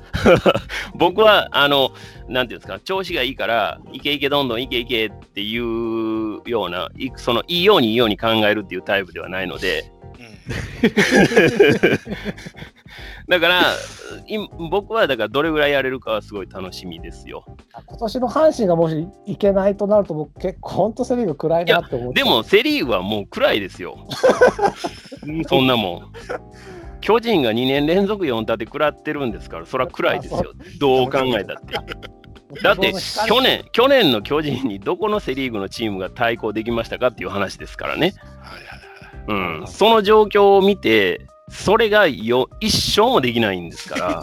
[SPEAKER 3] <laughs> 僕は、あの、なんていうんですか、調子がいいから、いけいけどんどんいけいけっていうような、いその、いいようにいいように考えるっていうタイプではないので、だから、い僕はだからどれぐらいやれるかはすごい楽しみですよ。
[SPEAKER 5] 今年の阪神がもしいけないとなると、僕、結構本当セ・リーグ暗いなって思って。
[SPEAKER 3] でもセ・リーグはもう暗いですよ。そんなもん。巨人が2年連続4打で食らってるんですから、それは暗いですよ。どう考えたって。だって去年、去年の巨人にどこのセ・リーグのチームが対抗できましたかっていう話ですからね。
[SPEAKER 2] うんはいはい
[SPEAKER 3] うん、その状況を見て、それがよ一生もできないんです <laughs> から、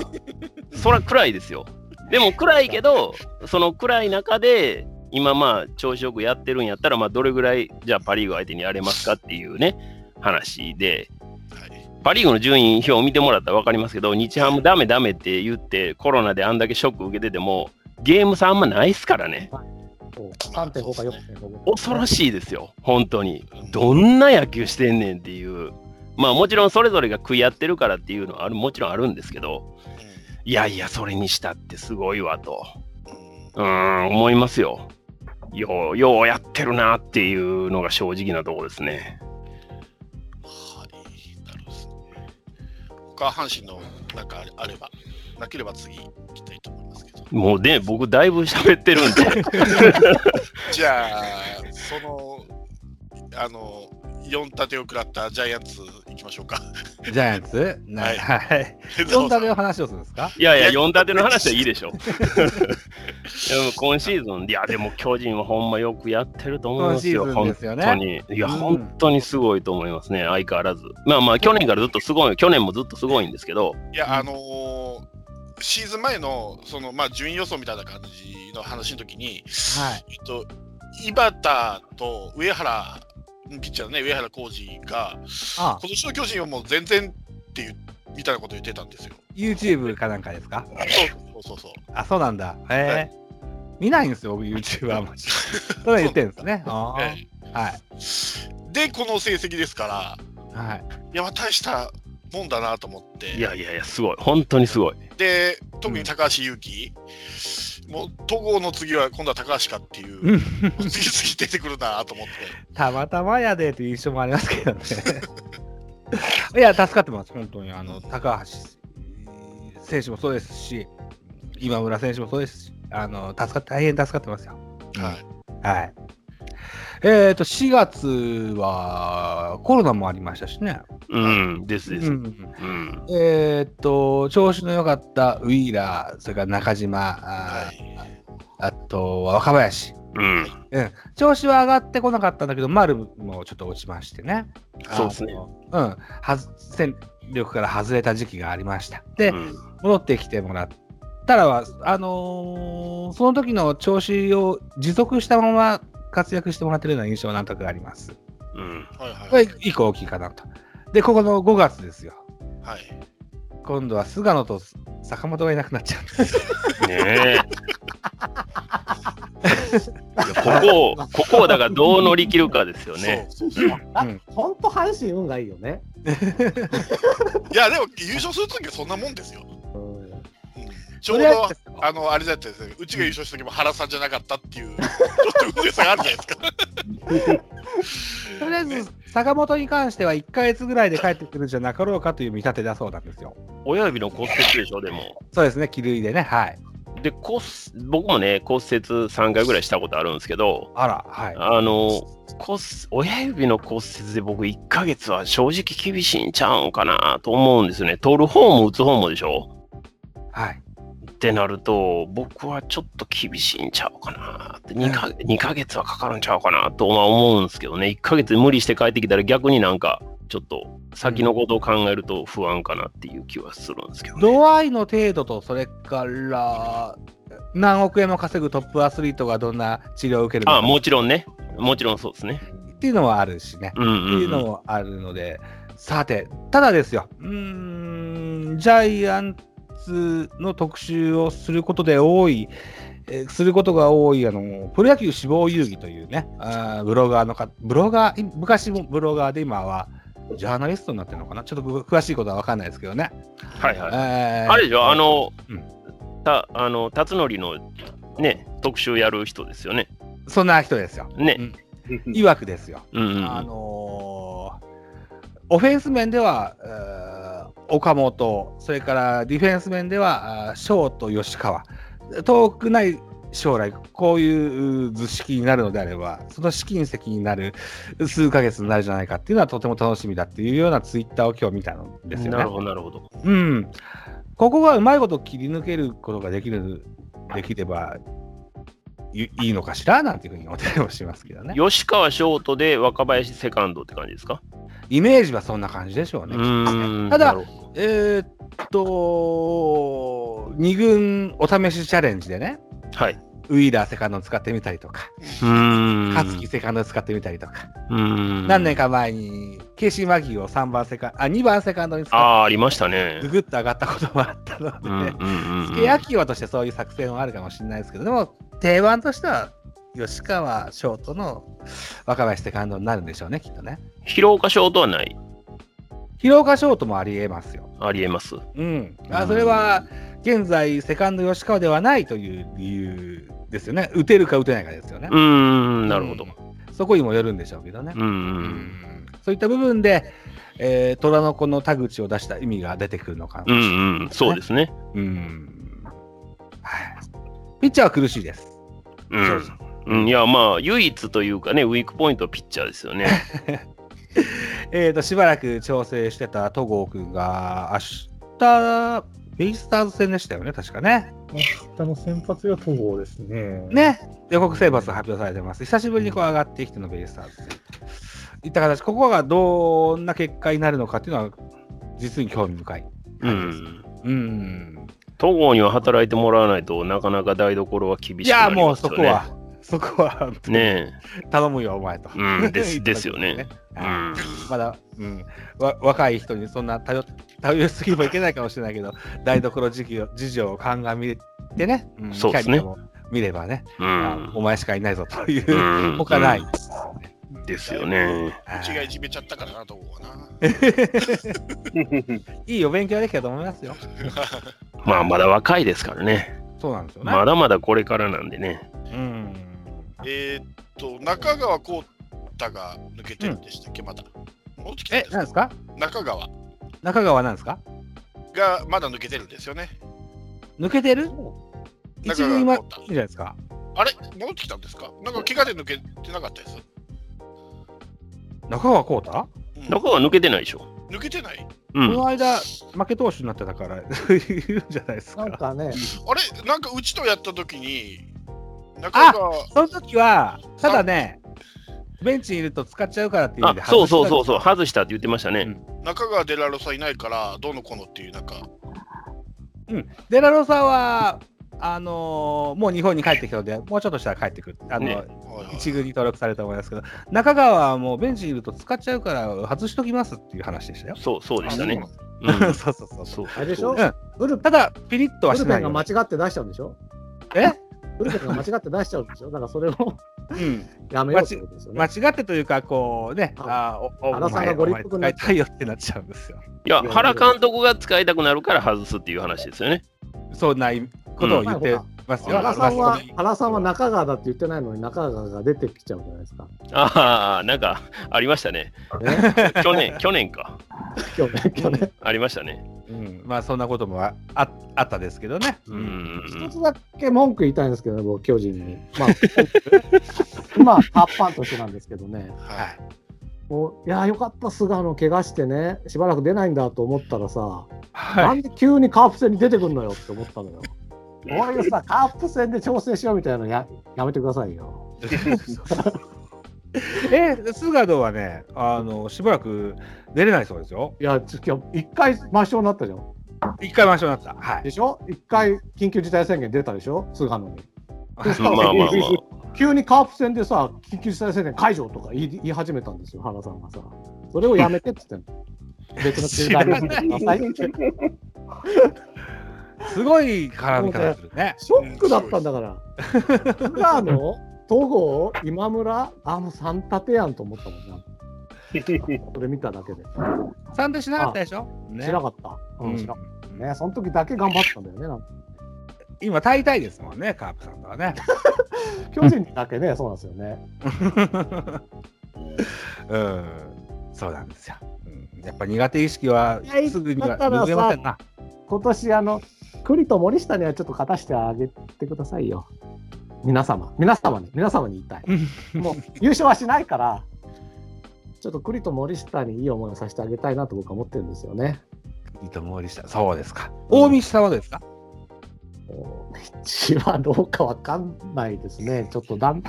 [SPEAKER 3] そら暗いですよ。でも暗いけど、その暗い中で、今まあ調子よくやってるんやったら、まあどれぐらい、じゃあパ・リーグ相手にやれますかっていうね、話で、
[SPEAKER 2] はいはい。
[SPEAKER 3] パ・リーグの順位表を見てもらったら分かりますけど、日ハムダメダメって言って、コロナであんだけショック受けてても、ゲーム差あんまないっすからね。
[SPEAKER 5] そう3.5か4.5。
[SPEAKER 3] 恐ろ
[SPEAKER 5] しい。
[SPEAKER 3] しいですよ、本当に。どんな野球してんねんっていう。まあもちろんそれぞれが食い合ってるからっていうのはあるもちろんあるんですけど、いやいや、それにしたってすごいわと、
[SPEAKER 2] うん
[SPEAKER 3] うーん、思いますよ。よう、ようやってるなっていうのが正直なところですね。
[SPEAKER 2] はい、なるほどですね。他阪神のなんかあれあれば、なければ次行きたいと思いますけど。
[SPEAKER 3] もうね、僕だいぶ喋ってるん
[SPEAKER 4] <laughs>
[SPEAKER 3] で、
[SPEAKER 2] じゃあ、その、あの、4立てを食らったジャイアンツ行きましょうか。
[SPEAKER 4] ジャイアンツな
[SPEAKER 2] はい
[SPEAKER 4] はい。
[SPEAKER 2] ど
[SPEAKER 4] 4
[SPEAKER 2] うぞ
[SPEAKER 4] 打目の話をするんですか
[SPEAKER 3] いやいや、4立ての話はいいでしょ。 <laughs> でも今シーズン、いや、でも巨人はほんまよくやってると思いますよ、
[SPEAKER 4] 今シーズン
[SPEAKER 3] 本
[SPEAKER 4] ですよね
[SPEAKER 3] 当に。いや、
[SPEAKER 4] うん
[SPEAKER 3] 本当にすごいと思いますね、相変わらず。まあまあ、去年からずっとすごい、去年もずっとすごいんですけど、
[SPEAKER 2] いや、あのーシーズン前の、その、まあ、順位予想みたいな感じの話の時に、
[SPEAKER 4] はい。
[SPEAKER 2] えっと、井端と上原、ピッチャーのね、上原浩二が、
[SPEAKER 4] ああ
[SPEAKER 2] 今年の巨人はもう全然っていう、みたいなこと言ってたんですよ。
[SPEAKER 4] YouTube かなんかですか
[SPEAKER 2] そうそうそう。
[SPEAKER 4] あ、そうなんだ。へえ。見ないんですよ、僕 YouTube <laughs> あんまり。それは言ってるんですね。あ
[SPEAKER 2] ええ
[SPEAKER 4] あはい。
[SPEAKER 2] で、この成績ですから、
[SPEAKER 4] はい。
[SPEAKER 2] いや、大したもんだなと思って、
[SPEAKER 3] いやいやいや、すごい、本当にすごい。
[SPEAKER 2] で、特に高橋優輝、もう戸郷の次は今度は高橋かっていう、
[SPEAKER 4] うん
[SPEAKER 2] もう次々出てくるなと思って、
[SPEAKER 4] たまたまやでという印象もありますけどね。 <laughs> いや、助かってます、本当に。あの高橋選手もそうですし、今村選手もそうですし、あの助かって大変助かってますよ。
[SPEAKER 2] はい、
[SPEAKER 4] はい。えっ、と、4月はコロナもありましたしね。
[SPEAKER 3] うん、ですです。
[SPEAKER 4] う
[SPEAKER 3] うん。
[SPEAKER 4] んえっ、と、調子の良かったウィーラー、それから中島、あ,、
[SPEAKER 2] はい
[SPEAKER 4] あとは若林。
[SPEAKER 3] うん。
[SPEAKER 4] 調子は上がってこなかったんだけど、丸もちょっと落ちましてね。
[SPEAKER 3] そうですね
[SPEAKER 4] あの。うん、はず戦力から外れた時期がありました。で、
[SPEAKER 3] うん
[SPEAKER 4] 戻ってきてもらったらは、あのーその時の調子を持続したまま活躍してもらってるような印象はなんとなくあります。
[SPEAKER 3] うん。
[SPEAKER 2] はいはい
[SPEAKER 4] これ、一個大きいかなと。で、ここの5月ですよ。
[SPEAKER 2] はい
[SPEAKER 4] 今度は菅野と坂本がいなくなっちゃうんです。
[SPEAKER 3] ねえ。
[SPEAKER 4] <laughs>
[SPEAKER 3] ここを、ここをだからどう乗り切るかですよね。
[SPEAKER 2] そう
[SPEAKER 5] あ
[SPEAKER 4] うん
[SPEAKER 5] 本当阪神運がいいよね。
[SPEAKER 2] いやでも優勝する時はそんなもんですよ。
[SPEAKER 5] うん
[SPEAKER 2] ちょう
[SPEAKER 5] とりあえず
[SPEAKER 2] どあのあれだったですね。うちが優勝した時も原さんじゃなかったっていうちょっと運勢があるじゃないですか。
[SPEAKER 4] とりあえず、坂本に関しては1ヶ月ぐらいで帰ってくるんじゃなかろうかという見立てだそうなんですよ。
[SPEAKER 3] 親指の骨折でしょ、でも。
[SPEAKER 4] そうですね、気類でね、はい。
[SPEAKER 3] で骨僕もね骨折3回ぐらいしたことあるんですけど
[SPEAKER 4] あら、はい。
[SPEAKER 3] あの骨親指の骨折で僕1ヶ月は正直厳しいんちゃうんかなと思うんですよね取る方も打つ方もでしょ
[SPEAKER 4] はい。
[SPEAKER 3] ってなると僕はちょっと厳しいんちゃうかなって2か2ヶ月はかかるんちゃうかなとまあ思うんですけどね1ヶ月無理して帰ってきたら逆になんかちょっと先のことを考えると不安かなっていう気はするんですけどね、
[SPEAKER 4] 度合いの程度と、それから、何億円も稼ぐトップアスリートがどんな治療を受けるの
[SPEAKER 3] あ
[SPEAKER 4] か
[SPEAKER 3] もちろんねもちろんそうですね
[SPEAKER 4] っていうのはあるしね。
[SPEAKER 3] うんう、
[SPEAKER 4] っていうんの
[SPEAKER 3] うん、
[SPEAKER 4] もあるので、さて、ただですよ、うーん、ジャイアンツの特集をすることで多い、えーすることが多い、あの、プロ野球志望遊戯というね、あーブロガーのか、ブロガー、い昔もブロガーで今は、ジャーナリストになってるのかなちょっとぶ詳しいことは分かんないですけどね。
[SPEAKER 3] はいはい
[SPEAKER 4] えー
[SPEAKER 3] あれでしょ、あ、の、
[SPEAKER 4] うん
[SPEAKER 3] たあの辰徳のね、特集やる人ですよね。
[SPEAKER 4] そんな人ですよ。
[SPEAKER 3] ね。
[SPEAKER 4] いわくですよ。
[SPEAKER 3] うんうん
[SPEAKER 4] あのーオフェンス面では、えー岡本、それからディフェンス面では、あーショート、吉川、遠くない将来、こういうう図式になるのであれば、その試金石になる数ヶ月になるじゃないかっていうのは、とても楽しみだっていうようなツイッターを今日見たんですよね。
[SPEAKER 3] なるほど、なるほど。
[SPEAKER 4] うん、ここがうまいこと切り抜けることができるできればいいいのかしらなんていうふうにお手をしますけどね。
[SPEAKER 3] 吉川ショートで若林セカンドって感じですか
[SPEAKER 4] イメージはそんな感じでしょう
[SPEAKER 3] う
[SPEAKER 4] ね。
[SPEAKER 3] ーん。
[SPEAKER 4] た
[SPEAKER 3] な
[SPEAKER 4] だ
[SPEAKER 3] るほ
[SPEAKER 4] えーっと、2軍お試しチャレンジでね、
[SPEAKER 3] どはい。
[SPEAKER 4] ウィーラーセカンド使ってみたりとか、
[SPEAKER 3] うーん。
[SPEAKER 4] 勝木セカンド使ってみたりとか、
[SPEAKER 3] うーん。
[SPEAKER 4] 何年か前に、ケーシー・マギーを3番セカンド、あ、2番セカンドに
[SPEAKER 3] あ
[SPEAKER 4] 使っ
[SPEAKER 3] あ、ありましたね
[SPEAKER 4] て、ぐ。ぐっと上がったこともあったの
[SPEAKER 3] うんうん
[SPEAKER 4] で、
[SPEAKER 3] うん
[SPEAKER 4] 付け焼き場としてそういう作戦はあるかもしれないですけど、でも、定番としては、吉川ショートの若林セカンドになるんでしょうね、きっとね。
[SPEAKER 3] 広岡ショートはない。
[SPEAKER 4] 広岡ショートもありえますよ。
[SPEAKER 3] ありえます。
[SPEAKER 4] うん、
[SPEAKER 3] う
[SPEAKER 4] あ
[SPEAKER 3] ん
[SPEAKER 4] それは現在、セカンド吉川ではないという理由ですよね、打てるか打てないかですよね
[SPEAKER 3] う。ーん、なるほど。
[SPEAKER 4] うんそこにもよるんでしょうけどね
[SPEAKER 3] う。ん
[SPEAKER 4] う
[SPEAKER 3] うん。
[SPEAKER 4] んそういった部分で、えー虎の子の田口を出した意味が出てくるのか
[SPEAKER 3] う
[SPEAKER 4] もしれない、
[SPEAKER 3] んうん、そうですね。
[SPEAKER 4] うんはいピッチャーは苦しいです。
[SPEAKER 3] う
[SPEAKER 4] そうんそう
[SPEAKER 3] うん。いや、まあ、唯一というかね、ウィークポイントはピッチャーですよ
[SPEAKER 4] <laughs>
[SPEAKER 3] ね。
[SPEAKER 4] えー、としばらく調整してた戸郷君が、明日ベイスターズ戦でしたよね、確かね。
[SPEAKER 8] 明日の先発が戸郷ですね。
[SPEAKER 4] ね、予告選抜発表されてます。久しぶりにこう上がってきてのベイスターズいった形、ここがどんな結果になるのかっていうのは、実に興味深い。
[SPEAKER 3] うん。
[SPEAKER 4] うん。
[SPEAKER 3] 戸郷には働いてもらわないとなかなか台所は厳し
[SPEAKER 4] い
[SPEAKER 3] くな
[SPEAKER 4] や、
[SPEAKER 3] り
[SPEAKER 4] もう
[SPEAKER 3] ます
[SPEAKER 4] そ
[SPEAKER 3] よね。
[SPEAKER 4] こは、そこは、
[SPEAKER 3] ね
[SPEAKER 4] 頼むよ、お前と。 <laughs>
[SPEAKER 3] うんです
[SPEAKER 4] 言って
[SPEAKER 3] で
[SPEAKER 4] た
[SPEAKER 3] すよねえ。う
[SPEAKER 4] はい
[SPEAKER 3] ん。
[SPEAKER 4] まだ、うん、わ若い人にそんな頼頼りすぎもいけないかもしれないけど、台所事情事情を鑑みてね、ん
[SPEAKER 3] そうですね
[SPEAKER 4] キャリアも見ればね、
[SPEAKER 3] う
[SPEAKER 4] あ
[SPEAKER 3] ん。
[SPEAKER 4] お前しかいないぞというう、
[SPEAKER 3] ん
[SPEAKER 4] 他ない。
[SPEAKER 3] うんですよね。
[SPEAKER 4] はいう
[SPEAKER 2] ちがいじめちゃったからなと思うわな。
[SPEAKER 4] いいお勉強ができたと思いますよ。
[SPEAKER 3] まあ、まだ若いですからね。
[SPEAKER 4] そうなんですよね。
[SPEAKER 3] まだまだこれからなんでね。
[SPEAKER 4] うん。
[SPEAKER 2] えーっと、中川浩太が抜けてるんでしたっけ、まだ。戻ってきて
[SPEAKER 4] え
[SPEAKER 2] るん、です
[SPEAKER 4] なん
[SPEAKER 2] か
[SPEAKER 4] ですか
[SPEAKER 2] 中川
[SPEAKER 4] 中川なんですか
[SPEAKER 2] がまだ抜けてるんですよね。
[SPEAKER 4] 抜けてる一
[SPEAKER 2] 中
[SPEAKER 4] 軍
[SPEAKER 2] 川
[SPEAKER 4] 今、い
[SPEAKER 2] 浩
[SPEAKER 4] い
[SPEAKER 2] 太
[SPEAKER 4] じゃないですか。
[SPEAKER 2] あれ戻ってきたんですかなんか怪我で抜けてなかったです。
[SPEAKER 4] 中川浩太、
[SPEAKER 2] うん
[SPEAKER 3] 中川抜けてないでしょ。
[SPEAKER 2] 抜けてないう
[SPEAKER 4] こ
[SPEAKER 3] ん。
[SPEAKER 4] の間、負け投手になってたから、いるんじゃないです
[SPEAKER 5] なん
[SPEAKER 4] か。
[SPEAKER 5] かね、
[SPEAKER 2] あれなんかうちとやった時に、中川、
[SPEAKER 4] その時は、ただね、ベンチにいると使っちゃうからっていう
[SPEAKER 3] あ
[SPEAKER 4] 意味で、
[SPEAKER 3] そうそうそう
[SPEAKER 4] う。
[SPEAKER 3] そう、外したって言ってましたね。
[SPEAKER 2] 中川デラロサいないから、どうのこうのっていう、なんか、
[SPEAKER 4] デラロさんは、あのーもう日本に帰ってきたので、もうちょっとしたら帰ってくる。あの、
[SPEAKER 3] ね
[SPEAKER 2] はいはい
[SPEAKER 4] 一軍に登録されたと思いますけど、中川はもうベンチにいると使っちゃうから外しときますっていう話でしたよ。
[SPEAKER 3] そう、そうでしたね。う。
[SPEAKER 4] そうん
[SPEAKER 5] <laughs>
[SPEAKER 4] そうそうそう。
[SPEAKER 3] そう
[SPEAKER 5] あれでしょ
[SPEAKER 4] うん
[SPEAKER 5] ブル
[SPEAKER 4] ただ、ピリッと
[SPEAKER 5] ブ
[SPEAKER 4] はし
[SPEAKER 5] ル
[SPEAKER 4] な
[SPEAKER 5] ペ
[SPEAKER 4] い
[SPEAKER 5] ンが
[SPEAKER 4] よ
[SPEAKER 5] 間違って出したんでしょ
[SPEAKER 4] え
[SPEAKER 5] 古田君が間違って出しちゃうんでしょだからそれを <laughs>
[SPEAKER 2] うん。
[SPEAKER 5] やめようってことですよ
[SPEAKER 4] 間
[SPEAKER 5] ね。
[SPEAKER 4] 違ってというか、こうね、
[SPEAKER 5] はい
[SPEAKER 4] あーおお
[SPEAKER 5] 原さんが
[SPEAKER 4] 前
[SPEAKER 5] ご立腹
[SPEAKER 4] お
[SPEAKER 5] に
[SPEAKER 4] 前
[SPEAKER 5] な
[SPEAKER 4] 使いたいよってなっちゃうんですよ。
[SPEAKER 3] いや、原監督が使いたくなるから外すっていう話ですよね。
[SPEAKER 4] そんなことを言ってますよ。
[SPEAKER 5] 原さん
[SPEAKER 4] ま
[SPEAKER 5] は
[SPEAKER 4] あそ、
[SPEAKER 5] 原さんは中川だって言ってないのに中川が出てきちゃうじゃないですか。
[SPEAKER 3] ああ、なんかありましたね。
[SPEAKER 5] ね、
[SPEAKER 3] <laughs> 去年、去年か。
[SPEAKER 5] 今日ね、今日ね。
[SPEAKER 3] ありましたね。
[SPEAKER 4] うん、まあそんなこともあああったですけどね。
[SPEAKER 3] うんうんう
[SPEAKER 5] 一
[SPEAKER 3] ん。
[SPEAKER 5] つだけ文句言いたいんですけどね、僕、巨人に。まあ、 <laughs> 今、パッパンとしてなんですけどね。
[SPEAKER 2] はい。
[SPEAKER 5] もういやー、よかった、菅野、怪我してね、しばらく出ないんだと思ったらさ、な
[SPEAKER 4] は
[SPEAKER 5] んで急にカープ戦に出てくんのよって思ったのよ。こういうさ、カープ戦で調整しようみたいなのややめてくださいよ。
[SPEAKER 4] い、え、菅野はね、あのしばらく出れないそうですよ。
[SPEAKER 5] いや、ちょ今日一回抹消になったじゃん。
[SPEAKER 4] 一回満勝になった。はい。
[SPEAKER 5] でしょ一回緊急事態宣言出たでしょ菅野に。で
[SPEAKER 3] まあまあまあ。
[SPEAKER 5] 急にカープ戦でさ、緊急事態宣言解除とか言い言い始めたんですよ、原さんがさ。それをやめてって言ってんの。 <laughs> 別の球団に行ってくださいって
[SPEAKER 4] すごい絡み方するね。
[SPEAKER 5] ショックだったんだから。菅野、戸郷、今村、あ、もう三立てやんと思ったもんな。これ見ただ <laughs> けで。
[SPEAKER 4] サンドしなかったでしょ。ね
[SPEAKER 5] しなかった。
[SPEAKER 4] う
[SPEAKER 5] うんん、しなかった。ね、その時だけ頑張ったんだよね。なんか
[SPEAKER 4] 今大体ですもんね、カープさんとはね。
[SPEAKER 5] 巨人だけね、そうなんですよね。
[SPEAKER 4] うん、そうなんですよ。うんやっぱ苦手意識はすぐには拭えませんな。
[SPEAKER 5] 今年、あの、栗と森下にはちょっと勝たしてあげてくださいよ。皆様、皆様に、皆様に言いたい。もう優勝はしないから、ちょっと栗と森下にいい思いをさせてあげたいなと僕は思ってるんですよね。
[SPEAKER 4] いいと思いでした。そうですか。大道さんはどうですか。
[SPEAKER 5] 一はどうかわかんないですね。ちょっとだん、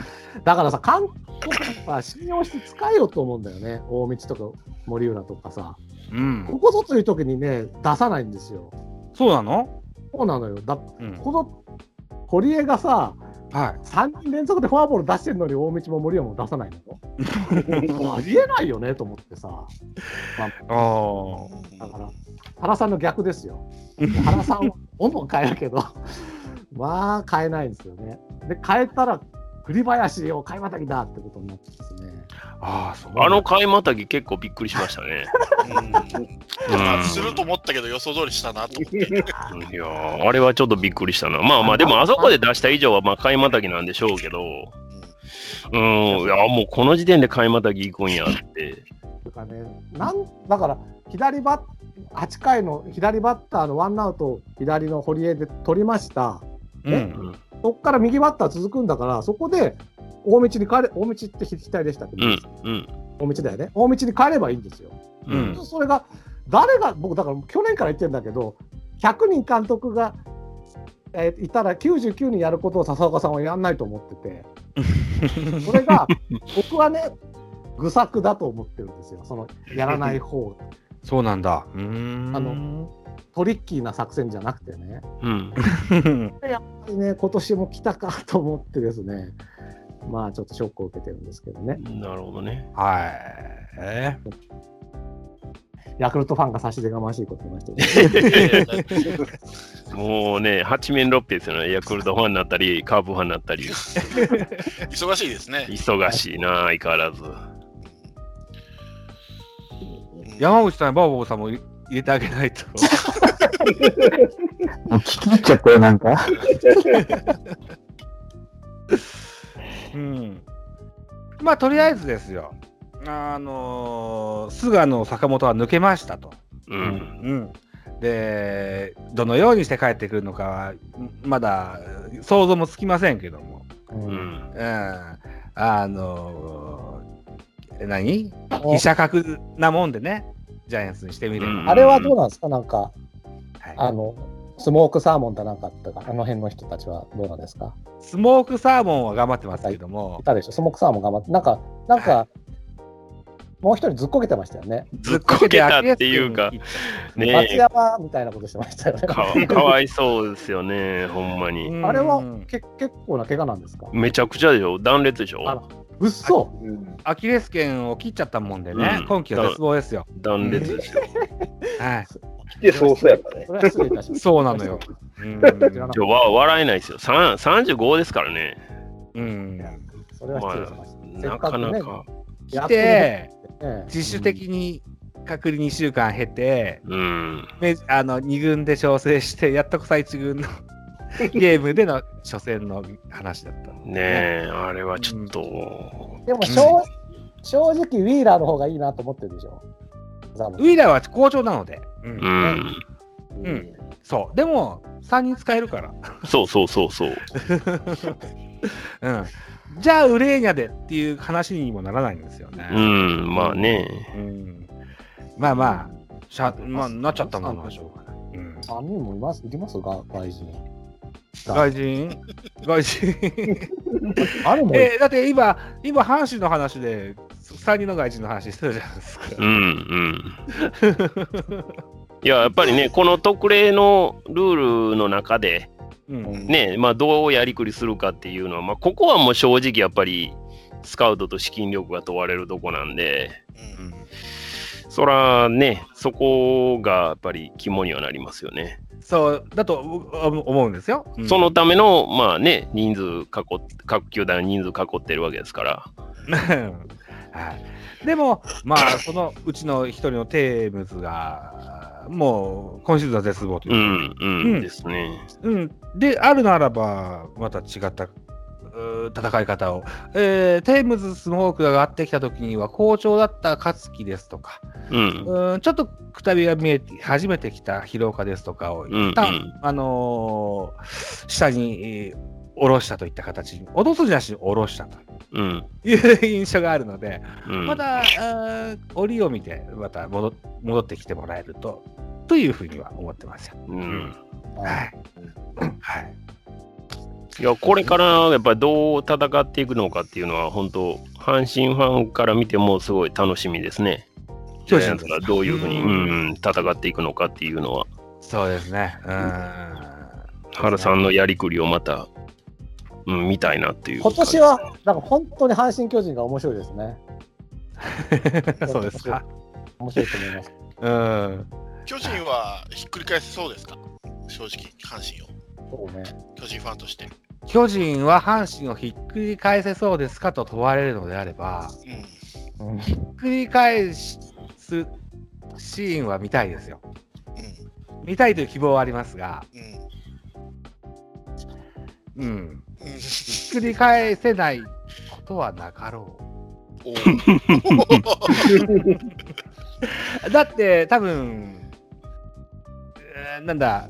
[SPEAKER 5] だからさ、韓国は信用して使えようと思うんだよね。大道とか森浦とかさ。
[SPEAKER 4] うん
[SPEAKER 5] こ。こぞという時にね、出さないんですよ。
[SPEAKER 4] そうなの。
[SPEAKER 5] そうなのよ。だ
[SPEAKER 4] うん。
[SPEAKER 5] この堀江がさ、
[SPEAKER 4] はい。
[SPEAKER 5] 3人連続でフォアボール出してるのに、大道も森山も出さない
[SPEAKER 3] <laughs>
[SPEAKER 5] のありえないよねと思ってさ、
[SPEAKER 4] ああ。
[SPEAKER 5] だから、原さんの逆ですよ。原さんはどんどん変えるけど、まあ変えないんですよね。で、変えたら、栗林を買いまたぎだってことになってですね。
[SPEAKER 4] ああ、そう。
[SPEAKER 3] <laughs> あの買いまたぎ結構びっくりしましたね。
[SPEAKER 2] <laughs> うん。すると思ったけど予想通りしたなと思って。
[SPEAKER 3] いやーあれはちょっとびっくりしたな。まあまあ、でもあそこで出した以上は、まあ、買いまたぎなんでしょうけど、うん、いや、もうこの時点で買いまたぎ行くんやって。
[SPEAKER 5] とかね、なんだから左バッ8回の左バッターのワンアウトを左の堀江で取りました。
[SPEAKER 4] うん。
[SPEAKER 5] そこから右バッター続くんだから、そこで大道に帰れ、大道って左でしたけど、
[SPEAKER 3] うん、うん、
[SPEAKER 5] 大道だよね。大道に帰ればいいんですよ。
[SPEAKER 3] うん、
[SPEAKER 5] それが、誰が、僕、だから去年から言ってるんだけど、100人監督が、えーいたら99人やることを笹岡さんはやんないと思ってて、それが、僕はね、愚策だと思ってるんですよ。その、やらない方、
[SPEAKER 4] そうなんだ。うーん。
[SPEAKER 5] あのトリッキーな作戦じゃなくてね。
[SPEAKER 3] うん。
[SPEAKER 4] <laughs>
[SPEAKER 5] やっぱりね、今年も来たかと思ってですね、まあ、ちょっとショックを受けてるんですけどね。
[SPEAKER 3] なるほど <laughs> ね。
[SPEAKER 4] はい。えー
[SPEAKER 5] ヤクルトファンが差し出がましいこと言いましたけど
[SPEAKER 3] もうね、八面六臂ですよね。ヤクルトファンになったり、カープファンになったり、
[SPEAKER 2] 忙しいですね。
[SPEAKER 3] 忙しいな、相変わらず。
[SPEAKER 4] 山口さん、バーボーさんも入れてあげないと。
[SPEAKER 7] もう聞き入っちゃったよ、なんか。
[SPEAKER 4] うん。まあ、とりあえずですよ。あのー菅野、坂本は抜けましたと。
[SPEAKER 3] うん、
[SPEAKER 4] うん、でどのようにして帰ってくるのかはまだ想像もつきませんけども、
[SPEAKER 3] <laughs> う
[SPEAKER 5] うん
[SPEAKER 3] ん、
[SPEAKER 4] うん、あのー何医者格なもんでねジャイアンツにしてみれば、
[SPEAKER 3] うん
[SPEAKER 5] あれはどうなんですか、なんか、あ
[SPEAKER 4] はい、
[SPEAKER 5] の、スモークサーモンだなんかあったか、あの辺の人たちはどうなんですか
[SPEAKER 4] スモークサーモンは頑張ってますけど
[SPEAKER 5] い
[SPEAKER 4] も
[SPEAKER 5] たでしょ、スモークサーモン頑張って、なんか、なんか、もう一人ずっこけてましたよね。
[SPEAKER 3] ずっこけたっていうか、ね
[SPEAKER 5] 松
[SPEAKER 3] え
[SPEAKER 5] 山みたいなことしてましたよね。
[SPEAKER 3] かわ、かわいそうですよね、ほんまに。
[SPEAKER 4] うん
[SPEAKER 5] あれはけ結構な怪我なんですか
[SPEAKER 3] めちゃくちゃでしょ、断裂でしょ
[SPEAKER 5] あ。らうっそ
[SPEAKER 4] アキレス腱を切っちゃったもんでね、
[SPEAKER 3] うん
[SPEAKER 4] 今季は絶望ですよ、
[SPEAKER 3] 断裂ですよ。
[SPEAKER 4] はい、
[SPEAKER 6] 来て早々やったね。
[SPEAKER 5] それは失礼いたしました。
[SPEAKER 4] そうなのようん
[SPEAKER 5] 知らな
[SPEAKER 3] ちょわ笑えないですよ。さん35ですからね。
[SPEAKER 4] うん
[SPEAKER 5] それは失礼しました。せ
[SPEAKER 3] な
[SPEAKER 5] っか
[SPEAKER 3] か
[SPEAKER 5] くね
[SPEAKER 3] なか。
[SPEAKER 5] や
[SPEAKER 4] 来
[SPEAKER 5] ってる
[SPEAKER 4] て、
[SPEAKER 5] ね
[SPEAKER 4] 自主的に隔離2週間経て、
[SPEAKER 3] うん。
[SPEAKER 4] めあの2軍で調整して、やっとこさ1軍
[SPEAKER 5] <laughs>
[SPEAKER 4] のゲームでの初戦の話だった。
[SPEAKER 3] ねえ、あれはちょっと。
[SPEAKER 5] でも正正直、ウィーラーの方がいいなと思ってるでしょ。ザ
[SPEAKER 4] ウィーラーは好調なので、う、
[SPEAKER 3] うんん。
[SPEAKER 4] うんそう、でも3人使えるから、
[SPEAKER 3] そうそうそうそう。
[SPEAKER 4] うん、じゃあウレーニャでっていう話にもならないんですよね。
[SPEAKER 3] うん、まあね。
[SPEAKER 4] うんまあまあ、しゃまあ、なっちゃったものはしょうがない。うん
[SPEAKER 5] 3人もいます、いきますが、外人。
[SPEAKER 4] 外人外 <laughs> 人
[SPEAKER 5] あれも、
[SPEAKER 4] えーだって今、今、阪神の話で、3人の外人の話してるじゃないですか。
[SPEAKER 3] うんうん。
[SPEAKER 5] <laughs>
[SPEAKER 3] いや、やっぱりね、この特例のルールの中で、
[SPEAKER 4] うん
[SPEAKER 3] ね、まあ、どうやりくりするかっていうのは、まあ、ここはもう正直やっぱり、スカウトと資金力が問われるとこなんで、
[SPEAKER 2] うん
[SPEAKER 3] そらね、そこがやっぱり肝にはなりますよね。
[SPEAKER 4] そうだと思思うんですよ。うん
[SPEAKER 3] そのための、まあね、人数囲っ、各球団人数囲ってるわけですから。
[SPEAKER 4] はい、でも、まあ、そのうちの一人のテームズが、もう今シーズンは絶望というう、
[SPEAKER 3] ん、うん、
[SPEAKER 4] うん
[SPEAKER 3] ですね。
[SPEAKER 4] うん、であるならば、また違ったうー戦い方を、えーテームズスモークが上がってきた時には、好調だった勝樹ですとか、
[SPEAKER 3] うん、
[SPEAKER 4] うーん、ちょっとくたびが見えて、初めて来た広岡ですとかを、
[SPEAKER 3] うん
[SPEAKER 4] 一
[SPEAKER 3] う
[SPEAKER 4] 旦、
[SPEAKER 3] ん
[SPEAKER 4] あのー下に、えー下ろしたといった形に、落とすじゃなしに下ろしたと
[SPEAKER 3] うん、
[SPEAKER 4] いう印象があるので、
[SPEAKER 3] うん。
[SPEAKER 4] また、あー折を見て、また戻戻ってきてもらえると、というふうには思ってますよ。
[SPEAKER 3] うん。
[SPEAKER 4] はい。はい。
[SPEAKER 3] いや、これからやっぱりどう戦っていくのかっていうのは、本当阪神ファンから見てもすごい楽しみですね。ジ
[SPEAKER 4] そう
[SPEAKER 3] ャイアンツ
[SPEAKER 4] ですね
[SPEAKER 3] がどういうふうに、
[SPEAKER 4] う
[SPEAKER 3] うんんうん戦っていくのかっていうのは、
[SPEAKER 4] そうですね。うーん。
[SPEAKER 3] 原さんのやりくりをまた、うん、見たいなっていう
[SPEAKER 5] 今
[SPEAKER 3] 感じ。
[SPEAKER 5] 年は、なんか本当に阪神・巨人が面白いですね。
[SPEAKER 4] <laughs> そうですか。
[SPEAKER 5] 面白いと思い
[SPEAKER 3] <laughs>
[SPEAKER 5] ます。
[SPEAKER 4] うん。
[SPEAKER 2] 巨人はひっくり返せそうですか正直、阪神を。
[SPEAKER 5] そうね。
[SPEAKER 2] 巨人ファンとして。
[SPEAKER 4] 巨人は阪神をひっくり返せそうですかと問われるのであれば、
[SPEAKER 2] うん
[SPEAKER 4] ひっくり返すシーンは見たいですよ。見たいという希望はありますが、
[SPEAKER 2] うんうん
[SPEAKER 4] うん。
[SPEAKER 2] うん
[SPEAKER 4] ひっくり返せないことはなかろう。
[SPEAKER 2] おー
[SPEAKER 4] だって多分、えーなんだ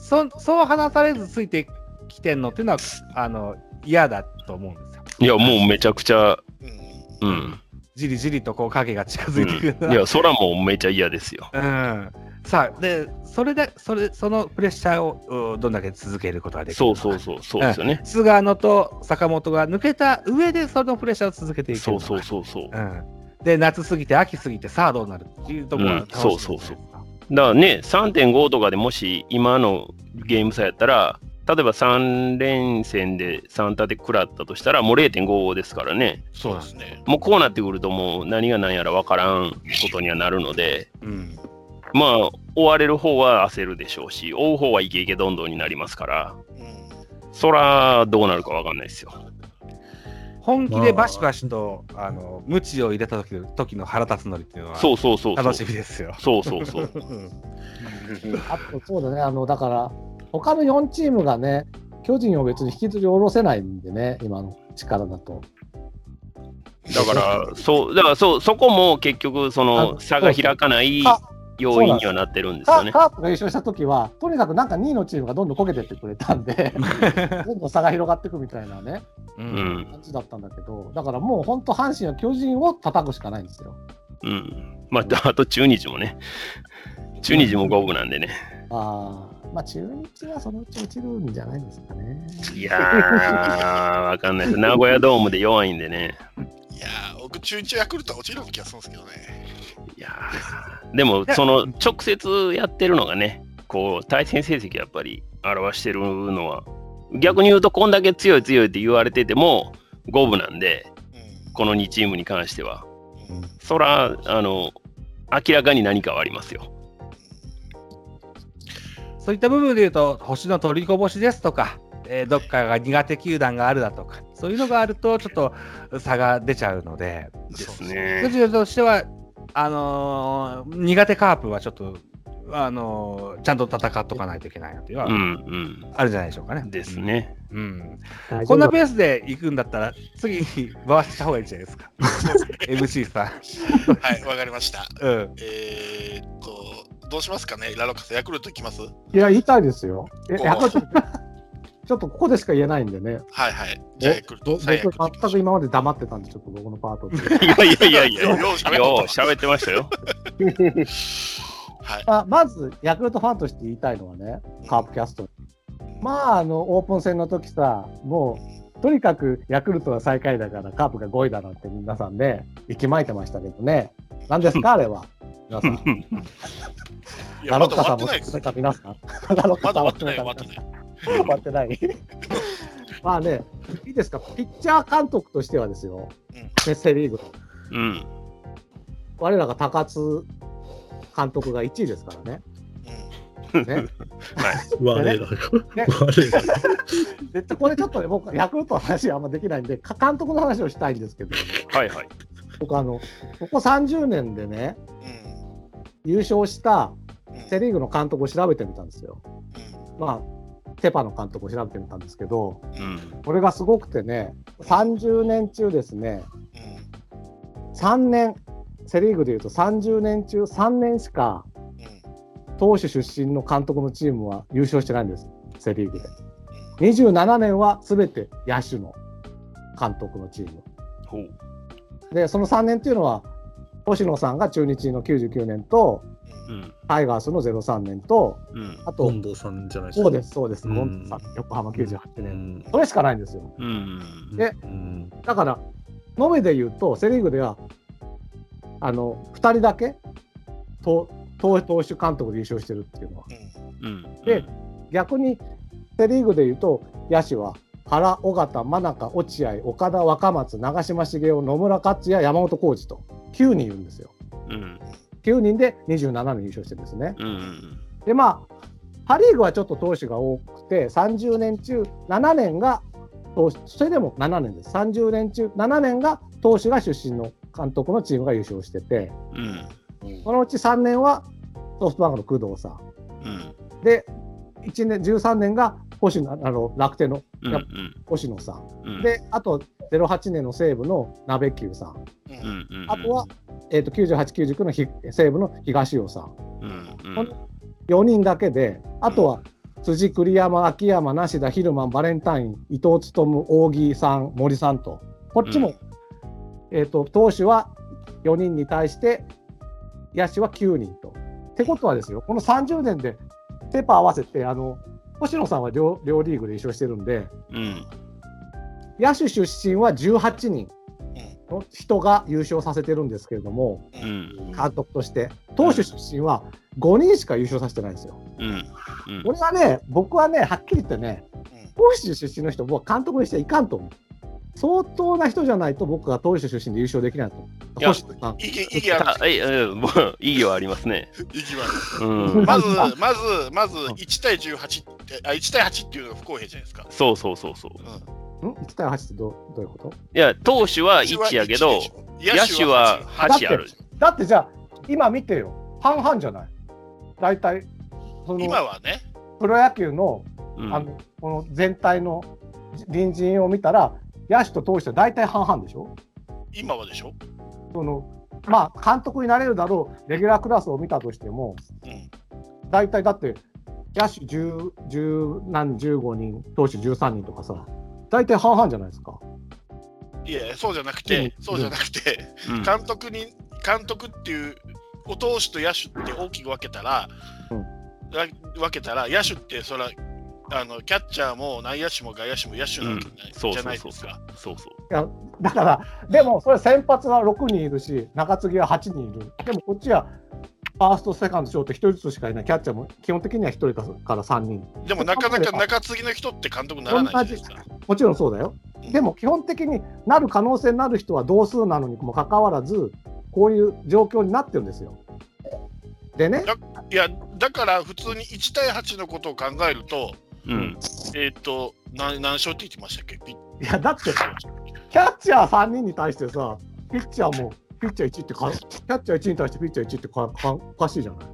[SPEAKER 4] そそう話されずついてきてんのっていうのはあの嫌だと思うんですよ。
[SPEAKER 3] いや、もうめちゃくちゃ、
[SPEAKER 2] うん
[SPEAKER 3] うん。
[SPEAKER 4] じりじりとこう影が近
[SPEAKER 3] う
[SPEAKER 4] づいてく
[SPEAKER 3] ん、い
[SPEAKER 4] る。
[SPEAKER 3] や、そらもうめちゃ嫌ですよ。
[SPEAKER 4] うん、さあでそれでそれそのプレッシャーをうんどんだけ続けることができる
[SPEAKER 3] そ
[SPEAKER 4] の
[SPEAKER 3] う
[SPEAKER 4] か
[SPEAKER 3] そうそう、そうですよね。
[SPEAKER 4] 菅野と坂本が抜けた上でそのプレッシャーを続けていく
[SPEAKER 3] そ
[SPEAKER 4] の
[SPEAKER 3] う
[SPEAKER 4] か
[SPEAKER 3] そうそうそう。
[SPEAKER 4] うん、で夏過ぎて秋過ぎてさあどうなるっていうところが楽しみですね
[SPEAKER 3] うんそうそうそだからね、3.5とかでもし今のゲーム差やったら、例えば3連戦で3立て食らったとしたら、もう0.5ですからね、
[SPEAKER 4] そうなん
[SPEAKER 2] で
[SPEAKER 4] ですす
[SPEAKER 2] ね。
[SPEAKER 3] もうこうなってくると、もう何が何やら分からんことにはなるので、
[SPEAKER 4] うん
[SPEAKER 3] まあ、追われる方は焦るでしょうし、追う方はイケイケどんどんになりますから、
[SPEAKER 2] うん
[SPEAKER 3] そらどうなるか分かんないですよ。
[SPEAKER 4] 本気でバシバシと、あの、無知を入れた時の時の腹立つのりっていうのは、
[SPEAKER 3] そうそうそうそう。
[SPEAKER 4] 楽しみですよ。
[SPEAKER 3] そうそうそう。
[SPEAKER 5] あと、そうだね。あの、だから、他の4チームがね、巨人を別に引きずり下ろせないんでね、今の力だと。
[SPEAKER 3] だから、そう、だからそうそこも結局、その
[SPEAKER 5] あ
[SPEAKER 3] 差が開かない
[SPEAKER 5] あ
[SPEAKER 3] 要因にはなってるんですよ
[SPEAKER 5] カ
[SPEAKER 3] ね。
[SPEAKER 5] カープが優勝したときは、とにかくなんか2位のチームがどんどんこけてってくれた
[SPEAKER 3] <laughs>
[SPEAKER 5] んで、どんどん差が広がっていくみたいなね、
[SPEAKER 4] う
[SPEAKER 3] う。ん。
[SPEAKER 5] 感じだったんだけど、だからもう本当、阪神は巨人を叩くしかないんですよ。
[SPEAKER 3] うん。まあ、あと中日もね。中日も五分なんでね。
[SPEAKER 5] あーまあ、中日はそのうち落ちるんじゃないですかね。
[SPEAKER 3] いやー、わかんないです。名古屋ドームで弱いんでね。
[SPEAKER 2] <laughs> いやー、僕、中日ヤクルトは落ちるような気がするんですけどね。
[SPEAKER 3] いやーでも、その、直接やってるのがね、こう、対戦成績やっぱり表してるのは、逆に言うと、こんだけ強い強いって言われてても、五分なんで、この2チームに関しては。
[SPEAKER 2] うんうん
[SPEAKER 3] そら、あの、明らかに何かはありますよ。
[SPEAKER 4] そそういった部分で言うと、星の取りこぼしですとか、えーどっかが苦手球団があるだとか、そういうのがあると、ちょっと差が出ちゃうので、
[SPEAKER 3] です
[SPEAKER 4] 個
[SPEAKER 3] ね。
[SPEAKER 4] 人としては、あのー苦手カープはちょっと、あのーちゃんと戦っとかないといけないなというのは、
[SPEAKER 3] うん
[SPEAKER 4] あるんじゃないでしょうかね
[SPEAKER 3] う。ん。ですね。
[SPEAKER 4] うん。
[SPEAKER 5] 大丈夫
[SPEAKER 4] こんなペースで行くんだったら、次に回した方がいいじゃないで
[SPEAKER 3] <laughs>
[SPEAKER 4] すか。MC さん。
[SPEAKER 2] はい、わかりました。 <laughs>
[SPEAKER 4] うん。
[SPEAKER 2] えー、っと、どうしますかね、ラロカさん、ヤクルトいきます
[SPEAKER 5] いや、言いたいですよ。え、
[SPEAKER 2] こう
[SPEAKER 5] ヤクルトちょっとここでしか言えないんでね。
[SPEAKER 2] はいはい。じゃあ、ヤクル
[SPEAKER 5] ど
[SPEAKER 2] ト、
[SPEAKER 5] 僕
[SPEAKER 2] さあヤクルトいきま
[SPEAKER 5] 全
[SPEAKER 2] しょ
[SPEAKER 5] く
[SPEAKER 2] う。
[SPEAKER 5] 今まで黙ってたんで、ちょっと僕のパートで。
[SPEAKER 2] <laughs>
[SPEAKER 3] いやいやいやいや、
[SPEAKER 2] よう
[SPEAKER 3] よ
[SPEAKER 2] よう喋っ
[SPEAKER 3] う
[SPEAKER 2] とった
[SPEAKER 3] 喋ってましたよ。
[SPEAKER 2] はい。
[SPEAKER 5] まあ、まず、ヤクルトファンとして言いたいのはね、カープキャスト。まあ、あの、オープン戦の時さ、もう、とにかくヤクルトは最下位だから、カープが5位だなんて皆さんね、息巻いてましたけどね。何です
[SPEAKER 2] <laughs>
[SPEAKER 5] か、あれは。皆さん。
[SPEAKER 2] いや、
[SPEAKER 5] ラ
[SPEAKER 2] ま
[SPEAKER 5] ロ
[SPEAKER 2] だ終わっ
[SPEAKER 5] ッカさん
[SPEAKER 2] て
[SPEAKER 5] も
[SPEAKER 2] ないです
[SPEAKER 5] 含。めた皆さん。ラロッ
[SPEAKER 2] ま
[SPEAKER 5] カ
[SPEAKER 2] だ
[SPEAKER 5] さん
[SPEAKER 2] 終
[SPEAKER 5] も
[SPEAKER 2] わってな
[SPEAKER 5] 含め
[SPEAKER 2] い、
[SPEAKER 5] た
[SPEAKER 2] 終わ
[SPEAKER 5] 皆
[SPEAKER 2] っ
[SPEAKER 5] さ
[SPEAKER 2] て
[SPEAKER 5] ん
[SPEAKER 2] ない。
[SPEAKER 5] 終わってない。 <laughs> まあね、いいですか、ピッチャー監督としてはですよ
[SPEAKER 2] うん、
[SPEAKER 5] メッセリーグの、
[SPEAKER 3] うん。
[SPEAKER 5] 我らが高津監督が1位ですからね。ね
[SPEAKER 8] 我らが。
[SPEAKER 5] ね
[SPEAKER 8] 我らが。
[SPEAKER 5] でこれちょっとね、僕、ヤクルトの話はあんまできないんで、か監督の話をしたいんですけど、
[SPEAKER 3] はいはい。
[SPEAKER 5] 僕、あの、ここ30年でね、
[SPEAKER 2] うん。
[SPEAKER 5] 優勝した
[SPEAKER 2] うん。
[SPEAKER 5] セ・リーグの監督を調べてみたんですよ。
[SPEAKER 2] う
[SPEAKER 5] まあ、テパの監督を調べてみたんですけど、
[SPEAKER 2] ん。うん。
[SPEAKER 5] これがすごくてね、30年中ですね、3年、セ・リーグでいうと30年中3年しか
[SPEAKER 2] うん。
[SPEAKER 5] 投手出身の監督のチームは優勝してないんです、セ・リーグで。27年はすべて野手の監督のチーム。
[SPEAKER 3] ほう。
[SPEAKER 5] で、その3年っていうのは、星野さんが中日の99年と、
[SPEAKER 2] う。
[SPEAKER 3] うんん。
[SPEAKER 5] タイガースの03年と、
[SPEAKER 3] うん。
[SPEAKER 5] あと
[SPEAKER 8] 近、藤さんじゃないですか。
[SPEAKER 5] そうです、そうです、
[SPEAKER 8] うん
[SPEAKER 5] ゴンさん横浜98年。
[SPEAKER 8] ん。
[SPEAKER 5] それしかないんですよ。
[SPEAKER 3] うん。
[SPEAKER 5] で
[SPEAKER 8] うん
[SPEAKER 5] だから、のみで言うと、セ・リーグでは、あの、2人だけ、投投投手監督で優勝してるっていうのは。
[SPEAKER 3] うん。
[SPEAKER 5] で逆にセ・リーグでいうと野手は原、尾形、真中、落合、岡田、若松、長嶋茂雄、野村克也、山本浩二と9人いるんですよ。
[SPEAKER 3] うん。
[SPEAKER 5] 9人で27年優勝してるんですね。
[SPEAKER 3] うん。
[SPEAKER 5] でまあパ・リーグはちょっと投手が多くて30年中7年が投手それでも7年です30年中7年が投手が出身の監督のチームが優勝してて
[SPEAKER 3] うん。
[SPEAKER 5] そのうち3年はソフトバンクの工藤さん
[SPEAKER 3] うん。
[SPEAKER 5] で1年13年が星野あの楽天の
[SPEAKER 3] うん。うん。
[SPEAKER 5] 星野さん、
[SPEAKER 3] うん。
[SPEAKER 5] であと08年の西武の鍋久さん、
[SPEAKER 3] うん。うん。
[SPEAKER 5] あとは、えー、と98、99のひ西武の東尾さん、
[SPEAKER 3] うん。うん。
[SPEAKER 5] 4人だけで、あとは辻、栗山、秋山、梨田、ヒルマン、バレンタイン、伊藤勉、扇さん、森さんと、こっちも、えー、と投手は4人に対して、野手は9人と。ってことはですよ、この30年で、ペーパー合わせて、あの星野さんは両両リーグで優勝してるんで、
[SPEAKER 3] うん。
[SPEAKER 5] 野手出身は18人の人が優勝させてるんですけれども、
[SPEAKER 3] うん。
[SPEAKER 5] 監督として、投手出身は5人しか優勝させてないんですよ。
[SPEAKER 3] うん。
[SPEAKER 5] 俺はね、僕はね、はっきり言ってね、投手出身の人、僕は監督にしてはいかんと思う。相当な人じゃないと、僕は投手出身で優勝できないと思う。
[SPEAKER 3] いや
[SPEAKER 5] 星野さん
[SPEAKER 2] 意義、意義ある
[SPEAKER 3] あ、い、うん、もう、意義はありますね。
[SPEAKER 2] 意義はある
[SPEAKER 3] うん。
[SPEAKER 2] まず、まず、まず、1対18って、あ、1対8っていうのが不公平じゃないですか。
[SPEAKER 3] そうそうそうそう。
[SPEAKER 5] ん ?1 対8ってどどういうこと
[SPEAKER 3] いや、投手は1やけど、野手は8ある。
[SPEAKER 5] だってじゃあ、今見てよ、半々じゃない大体、そ
[SPEAKER 2] 今
[SPEAKER 5] の
[SPEAKER 2] はね、
[SPEAKER 5] プロ野球の,、
[SPEAKER 3] うん
[SPEAKER 5] あのこの全体の隣人を見たら、野手と投手は大体半々でしょ
[SPEAKER 2] 今はでしょ
[SPEAKER 5] そのまあ、監督になれるだろう、レギュラークラスを見たとしても、
[SPEAKER 2] うん。
[SPEAKER 5] 大体だって野手10 10何15人投手13人とかさ大体半々じゃないですか
[SPEAKER 2] いや、そうじゃなくて、そうじゃなくて、
[SPEAKER 3] うん
[SPEAKER 2] 監督に、監督っていう、お投手と野手って大きく分けたら、ら分けたら、野手って、そら、あのキャッチャーも内野手も外野手も野手なわけじゃない,、
[SPEAKER 3] そう
[SPEAKER 2] じ
[SPEAKER 3] そ
[SPEAKER 2] ゃな
[SPEAKER 3] う
[SPEAKER 2] い
[SPEAKER 3] そ
[SPEAKER 2] で
[SPEAKER 3] う
[SPEAKER 2] す
[SPEAKER 3] そ
[SPEAKER 2] か
[SPEAKER 3] う。。そうそう。
[SPEAKER 5] だからでもそれ先発は6人いるし中継ぎは8人いるでもこっちはファーストセカンドショート1人ずつしかいないキャッチャーも基本的には1人から3人
[SPEAKER 2] でもなかなか中継ぎの人って監督にならないじゃないですか。
[SPEAKER 5] もちろんそうだよ
[SPEAKER 2] うん
[SPEAKER 5] でも基本的になる可能性になる人は同数なのにもかかわらずこういう状況になってるんですよでね
[SPEAKER 2] だいやだから普通に1対8のことを考えると
[SPEAKER 3] うん。
[SPEAKER 2] えっ、とな何勝って言ってましたっけピッ
[SPEAKER 5] いや、だって、キャッチャー3人に対してさ、ピッチャーも、ピッチャー1ってか、キャッチャー1に対してピッチャー1ってかかおかしいじゃない。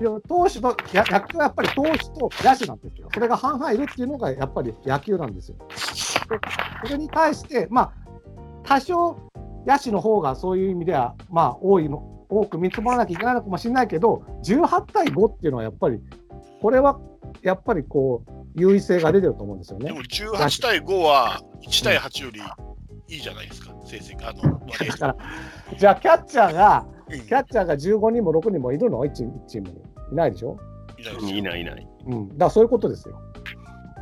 [SPEAKER 5] いや、投手と、や野球はやっぱり投手と野手なんですよ。それが半々いるっていうのがやっぱり野球なんですよ。でそれに対して、まあ、多少野手の方がそういう意味では、まあ、多いの、多く見積もらなきゃいけないのかもしれないけど、18対5っていうのはやっぱり、これはやっぱりこう、優位性が出てると思うんですよね
[SPEAKER 2] で。も18対5は1対8よりいいじゃないですか成績
[SPEAKER 5] <laughs>
[SPEAKER 2] あの割合
[SPEAKER 5] だから、じゃあキャッチャーが、
[SPEAKER 2] うん
[SPEAKER 5] キャッチャーが15人も6人もいるの、1チームチームに。いないでしょ。
[SPEAKER 2] いないですよ
[SPEAKER 3] いないいない。
[SPEAKER 5] うん、だからそういうことですよ。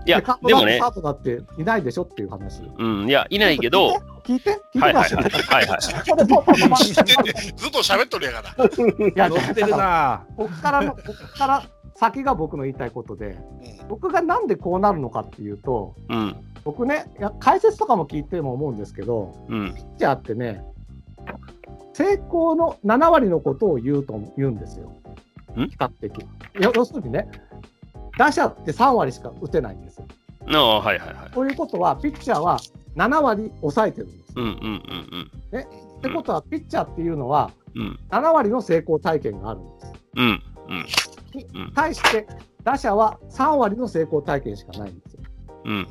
[SPEAKER 3] いや
[SPEAKER 5] でカー、プ
[SPEAKER 3] でもね
[SPEAKER 5] カ、ープだっていないでしょっていう話。
[SPEAKER 3] うん、いや、いないけど、
[SPEAKER 5] 聞いて、聞い
[SPEAKER 3] は
[SPEAKER 5] て
[SPEAKER 3] い
[SPEAKER 5] ま
[SPEAKER 3] はい
[SPEAKER 5] すよ。
[SPEAKER 3] はいはい。
[SPEAKER 5] それポンポンポンポン
[SPEAKER 2] 知っててずっと喋っとるやから、
[SPEAKER 5] いや
[SPEAKER 4] <laughs> 乗ってるな
[SPEAKER 5] こっからの、こっから先が僕の言いたいことで、
[SPEAKER 2] うん
[SPEAKER 5] 僕がなんでこうなるのかっていうと、
[SPEAKER 3] うん、
[SPEAKER 5] 僕ね、いや解説とかも聞いても思うんですけど、
[SPEAKER 3] うん、
[SPEAKER 5] ピッチャーってね、成功の7割のことを言うと言うんですよ。
[SPEAKER 3] ん
[SPEAKER 5] 比較的。要要するにね、打者って3割しか打てないんですよ。
[SPEAKER 3] ああはいはいはい。
[SPEAKER 5] ということは、ピッチャーは7割抑えてるんです。
[SPEAKER 3] うんうん
[SPEAKER 5] ってことは、ピッチャーっていうのは、
[SPEAKER 3] うんうん
[SPEAKER 5] 7割の成功体験があるんです。
[SPEAKER 3] うんうんうん
[SPEAKER 5] 対して、打者は3割の成功体験しかないんですよ。
[SPEAKER 3] うん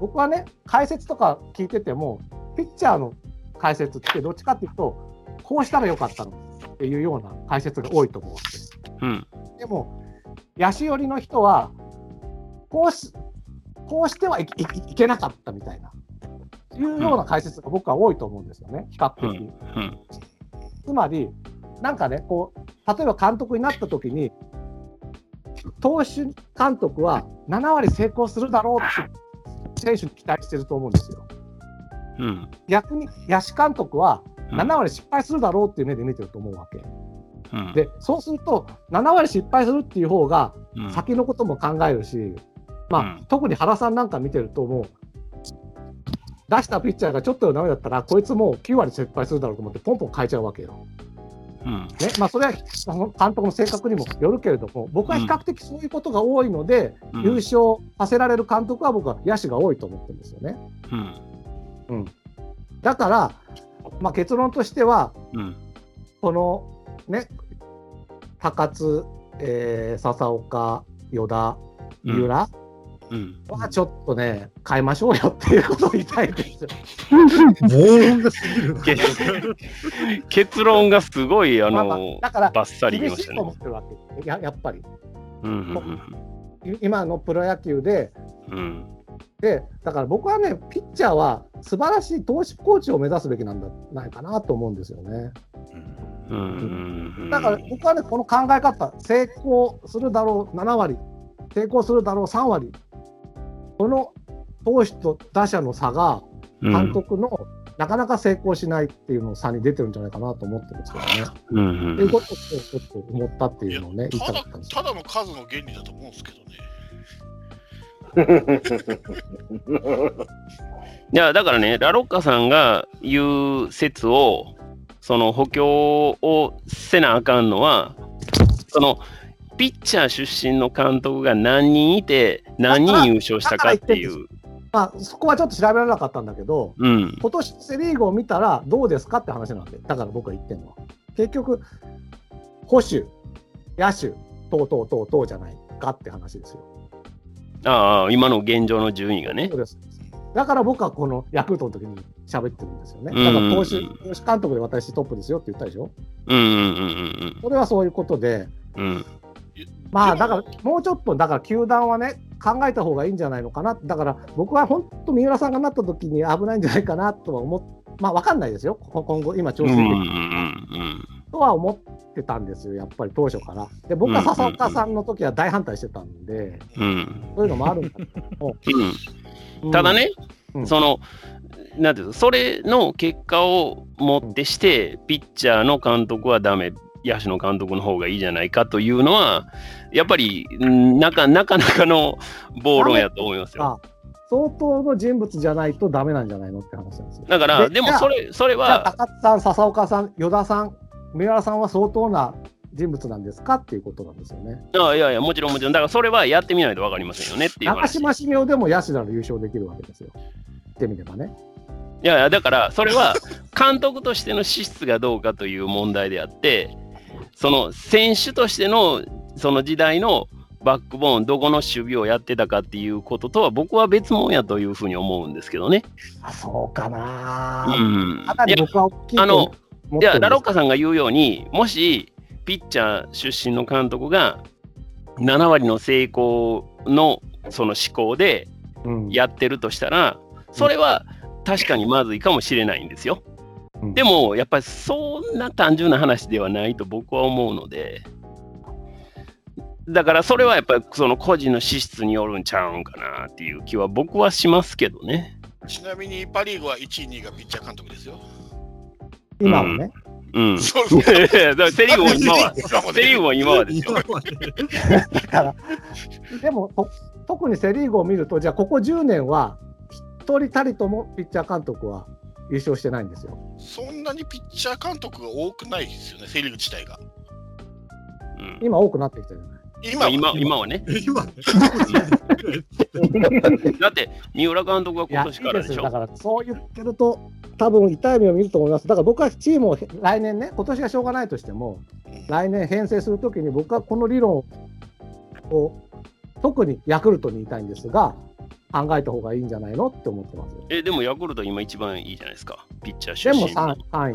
[SPEAKER 5] 僕はね、解説とか聞いてても、ピッチャーの解説って、どっちかっていうと、こうしたらよかったのっていうような解説が多いと思うんです。
[SPEAKER 3] うん
[SPEAKER 5] でも、野手寄りの人は、こうしこうしてはいけいいけなかったみたいな、いうような解説が僕は多いと思うんですよね、比較的。
[SPEAKER 3] うん
[SPEAKER 5] つまり、なんかね、こう、例えば監督になった時に、投手監督は7割成功するだろうって、選手に期待してると思うんですよ。
[SPEAKER 3] うん
[SPEAKER 5] 逆に、野手監督は
[SPEAKER 3] うん
[SPEAKER 5] 7割失敗するだろうっていう目で見てると思うわけ。
[SPEAKER 3] うん
[SPEAKER 5] で、そうすると、7割失敗するっていう方が、
[SPEAKER 3] うん
[SPEAKER 5] 先のことも考えるし、まあ
[SPEAKER 3] うん
[SPEAKER 5] 特に原さんなんか見てると、もう出したピッチャーがちょっとでもダメだったら、こいつもう9割失敗するだろうと思って、ポンポン変えちゃうわけよ。
[SPEAKER 3] うん
[SPEAKER 5] ねまあ、それはその監督の性格にもよるけれども、僕は比較的そういうことが多いので、
[SPEAKER 3] うん
[SPEAKER 5] 優勝させられる監督は僕は野手が多いと思ってるんですよね。
[SPEAKER 3] うん
[SPEAKER 5] だから、まあ、結論としては、
[SPEAKER 3] うん
[SPEAKER 5] このね、高津、えー笹岡、与田、三浦、
[SPEAKER 3] うん
[SPEAKER 5] はちょっとね、変えましょうよっていうことを言いたいんですよ。
[SPEAKER 8] 暴論が過ぎる。
[SPEAKER 3] け結論がすご <laughs> いあ
[SPEAKER 5] まあまあ
[SPEAKER 3] の
[SPEAKER 5] だから、
[SPEAKER 3] バッサリ言い
[SPEAKER 5] 厳
[SPEAKER 3] ま
[SPEAKER 5] し
[SPEAKER 3] した
[SPEAKER 5] いと思っ
[SPEAKER 3] ね。
[SPEAKER 5] てるわけ。ややっぱり、
[SPEAKER 3] うん
[SPEAKER 5] い今のプロ野球で、
[SPEAKER 3] うんうん
[SPEAKER 5] で、だから僕はね、ピッチャーは素晴らしい投手コーチを目指すべきなんだないかなと思うんですよね。
[SPEAKER 3] うんうん
[SPEAKER 5] だから僕はね、この考え方、成功するだろう7割、成功するだろう3割、この投手と打者の差が、監督の、なかなか成功しないっていうのを差に出てるんじゃないかなと思ってるんですけどね。
[SPEAKER 3] うんう
[SPEAKER 5] っていうんことをちょっと思ったっていうのをね、 <laughs> 言い
[SPEAKER 2] た
[SPEAKER 5] たか
[SPEAKER 2] だ
[SPEAKER 5] ったんですよ。
[SPEAKER 2] ただの数の原理だと思うんですけどね
[SPEAKER 3] いやだからねラロッカさんが言う説をその補強をせなあかんのはそのピッチャー出身の監督が何人いて何人優勝したかっていう。
[SPEAKER 5] まあ、そこはちょっと調べられなかったんだけど、
[SPEAKER 3] うん、
[SPEAKER 5] 今年セ・リーグを見たらどうですかって話なんで、だから僕が言ってるのは。結局、保守、野手、等々等々じゃないかって話ですよ。
[SPEAKER 3] ああ今の現状の順位がね
[SPEAKER 5] そ。うですだから僕はこのヤクルトの時に喋ってるんですよね。
[SPEAKER 3] うん
[SPEAKER 5] だから投手
[SPEAKER 3] うん
[SPEAKER 5] 投手監督で私トップですよって言ったでしょ。
[SPEAKER 3] うんうんうん
[SPEAKER 5] それはそういうことで、
[SPEAKER 3] うんうん
[SPEAKER 5] まあ
[SPEAKER 2] で
[SPEAKER 5] だ
[SPEAKER 2] も
[SPEAKER 5] からもうちょっとだから球団はね考えた方がいいんじゃないのかなだから僕は本当三浦さんがなった時に危ないんじゃないかなとは思っまあわかんないですよこ今後今調
[SPEAKER 3] うん
[SPEAKER 5] 子
[SPEAKER 3] う
[SPEAKER 5] い
[SPEAKER 3] ん
[SPEAKER 5] い
[SPEAKER 3] うん
[SPEAKER 5] とは思ってたんですよやっぱり当初からで僕は笹岡さんの時は大反対してたんで
[SPEAKER 3] うん
[SPEAKER 5] そういうのもあるんだけ
[SPEAKER 3] うん
[SPEAKER 5] ど
[SPEAKER 3] ただね、
[SPEAKER 5] うん
[SPEAKER 3] その、なんていうの、それの結果をもってして、ピッチャーの監督はダメ、野手の監督の方がいいじゃないかというのは、やっぱり、んなかなかなかの暴論やと思いますよ。
[SPEAKER 5] あ相当の人物じゃないとダメなんじゃないのって話なんですよ
[SPEAKER 3] だから、
[SPEAKER 5] で
[SPEAKER 3] でも
[SPEAKER 5] じゃあ
[SPEAKER 3] それ、それ
[SPEAKER 5] じゃあ
[SPEAKER 3] は、
[SPEAKER 5] 高津さん笹岡さん与田さん三浦さんは相当な人物なんですかっていうことなんですよね。
[SPEAKER 3] ああいやいや、もちろんもちろん。だからそれはやってみないと分かりませんよねっていう
[SPEAKER 5] 中
[SPEAKER 3] 話。い
[SPEAKER 5] 島茂雄でもヤシダの優勝できるわけですよ。ってみればね。
[SPEAKER 3] やいや、だからそれは <laughs> 監督としての資質がどうかという問題であって、その選手としてのその時代のバックボーン、どこの守備をやってたかっていうこととは僕は別物やというふうに思うんですけどね。
[SPEAKER 5] あ、そうかな
[SPEAKER 3] う、ん。
[SPEAKER 5] かないり
[SPEAKER 3] や
[SPEAKER 5] 僕は大きい
[SPEAKER 3] あの
[SPEAKER 5] と思っ
[SPEAKER 3] い
[SPEAKER 5] てる
[SPEAKER 3] や
[SPEAKER 5] んで
[SPEAKER 3] ラ
[SPEAKER 5] す
[SPEAKER 3] ロッカさんが言うようにもしピッチャー出身の監督が7割の成功のその思考で
[SPEAKER 5] うん
[SPEAKER 3] やってるとしたらそれは確かにまずいかもしれないんですよ
[SPEAKER 5] うん
[SPEAKER 3] でもやっぱりそんな単純な話ではないと僕は思うのでだからそれはやっぱりその個人の資質によるんちゃうんかなっていう気は僕はしますけどね
[SPEAKER 2] ちなみにパ・リーグは1位、2位がピッチャー監督ですよ。
[SPEAKER 5] 今はね、
[SPEAKER 3] うん
[SPEAKER 2] <laughs>
[SPEAKER 5] <laughs>
[SPEAKER 2] そう
[SPEAKER 3] だからセ・リーグも今は
[SPEAKER 2] 今は
[SPEAKER 3] セ・リーグも今はですよ
[SPEAKER 8] 今まで
[SPEAKER 5] だから、でもと特にセ・リーグを見ると、じゃあここ10年は、一人たりともピッチャー監督は優勝してないんですよ。
[SPEAKER 2] そんなにピッチャー監督が多くないですよね、セ・リーグ自体が。
[SPEAKER 3] うん
[SPEAKER 5] 今多くなってきたじゃない。
[SPEAKER 2] 今は
[SPEAKER 3] 今今はね
[SPEAKER 8] 今ね
[SPEAKER 3] だって三浦監督は今年からでし
[SPEAKER 5] よ。
[SPEAKER 3] ょ
[SPEAKER 5] だからそう言ってると、多分痛い目を見ると思います。だから僕はチームをへ来年ね、今年がしょうがないとしても、来年編成するときに、僕はこの理論を、特にヤクルトに言いたいんですが、考えた方がいいんじゃないのって思ってます。
[SPEAKER 3] えでもヤクルト今一番いいじゃないですかピッチャー
[SPEAKER 5] で
[SPEAKER 3] 出
[SPEAKER 5] も
[SPEAKER 3] 身
[SPEAKER 5] 3位。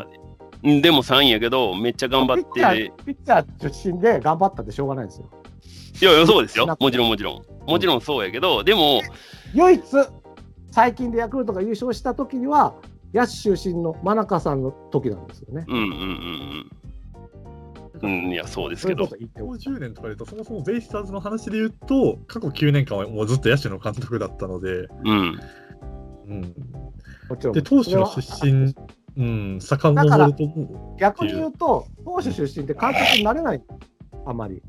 [SPEAKER 3] うんでも3位やけどめっちゃ頑張って
[SPEAKER 5] ピッチャーピッチャー出身で頑張ったってしょうがないですよ。
[SPEAKER 3] いやいやそうですよ
[SPEAKER 5] なくて
[SPEAKER 3] もちろんもちろんもちろんそうやけどでも
[SPEAKER 5] 唯一、最近でヤクルトが優勝した時には、野手出身の真中さんの時なんですよね。
[SPEAKER 3] うんうんうんうんうんいやそうです
[SPEAKER 5] そうい
[SPEAKER 3] け
[SPEAKER 5] う
[SPEAKER 3] ど
[SPEAKER 5] こと言っておく
[SPEAKER 8] 50年とかで言うと、そもそもベイスターズの話で言うと、過去9年間はもうずっと野手の監督だったので、
[SPEAKER 3] うん
[SPEAKER 8] うん、
[SPEAKER 5] もちろん。
[SPEAKER 8] で、投手の出
[SPEAKER 5] それは
[SPEAKER 8] 身、うん、遡るとも
[SPEAKER 5] 逆に言うと、投手出身って監督になれない、あまり。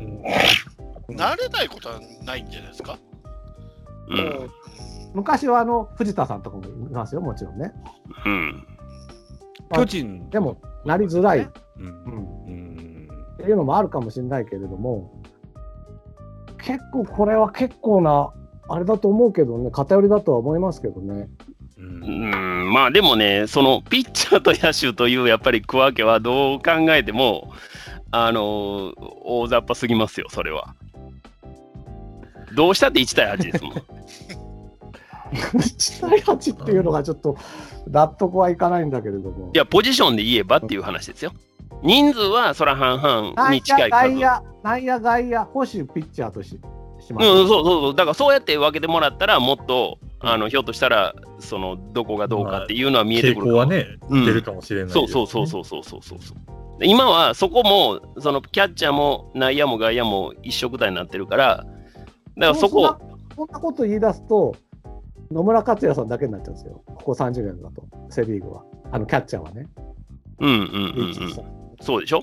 [SPEAKER 8] う、うん、
[SPEAKER 2] 慣れないことはないんじゃないですか。
[SPEAKER 3] うん
[SPEAKER 5] 昔はあの藤田さんとかもいますよ、もちろんね。
[SPEAKER 3] うん
[SPEAKER 4] 巨人
[SPEAKER 5] でも、なりづらい、
[SPEAKER 4] う
[SPEAKER 5] うんん、っ
[SPEAKER 4] うん
[SPEAKER 5] ていうのもあるかもしれないけれども、結構、これは結構な、あれだと思うけどね、偏りだとは思いますけどね。
[SPEAKER 4] う
[SPEAKER 3] うんんまあでもねそのピッチャーと野手というやっぱり区分けはどう考えてもあの大雑把すぎますよそれはどうしたって1対8ですもん <laughs>
[SPEAKER 5] 1対8っていうのがちょっと納得はいかないんだけれども。
[SPEAKER 3] いや、ポジションで言えばっていう話ですよ。人数はそら半々に近い数。う
[SPEAKER 5] 内
[SPEAKER 3] ん、
[SPEAKER 5] 野、内野、外野、保守、ピッチャーとしします。
[SPEAKER 3] そうそうそう。だからそうやって分けてもらったら、もっと、あの、ひょっとしたら、その、どこがどうかっていうのは見えて
[SPEAKER 8] 傾
[SPEAKER 3] く
[SPEAKER 8] 向
[SPEAKER 3] る。
[SPEAKER 8] はね、
[SPEAKER 3] うん
[SPEAKER 8] 出るかもしれないです
[SPEAKER 3] そ
[SPEAKER 8] ね、
[SPEAKER 3] うそうそうそうそうそうそうそう。で今はそこも、その、キャッチャーも内野も外野も一緒くたになってるから、だからそ
[SPEAKER 5] んな
[SPEAKER 3] こ、
[SPEAKER 5] こんなこと言い出すと、野村克也さんだけになっちゃうんですよ、ここ30年だと、セ・リーグは。あのキャッチャーはね。
[SPEAKER 3] うんうんうんうん。そうでしょ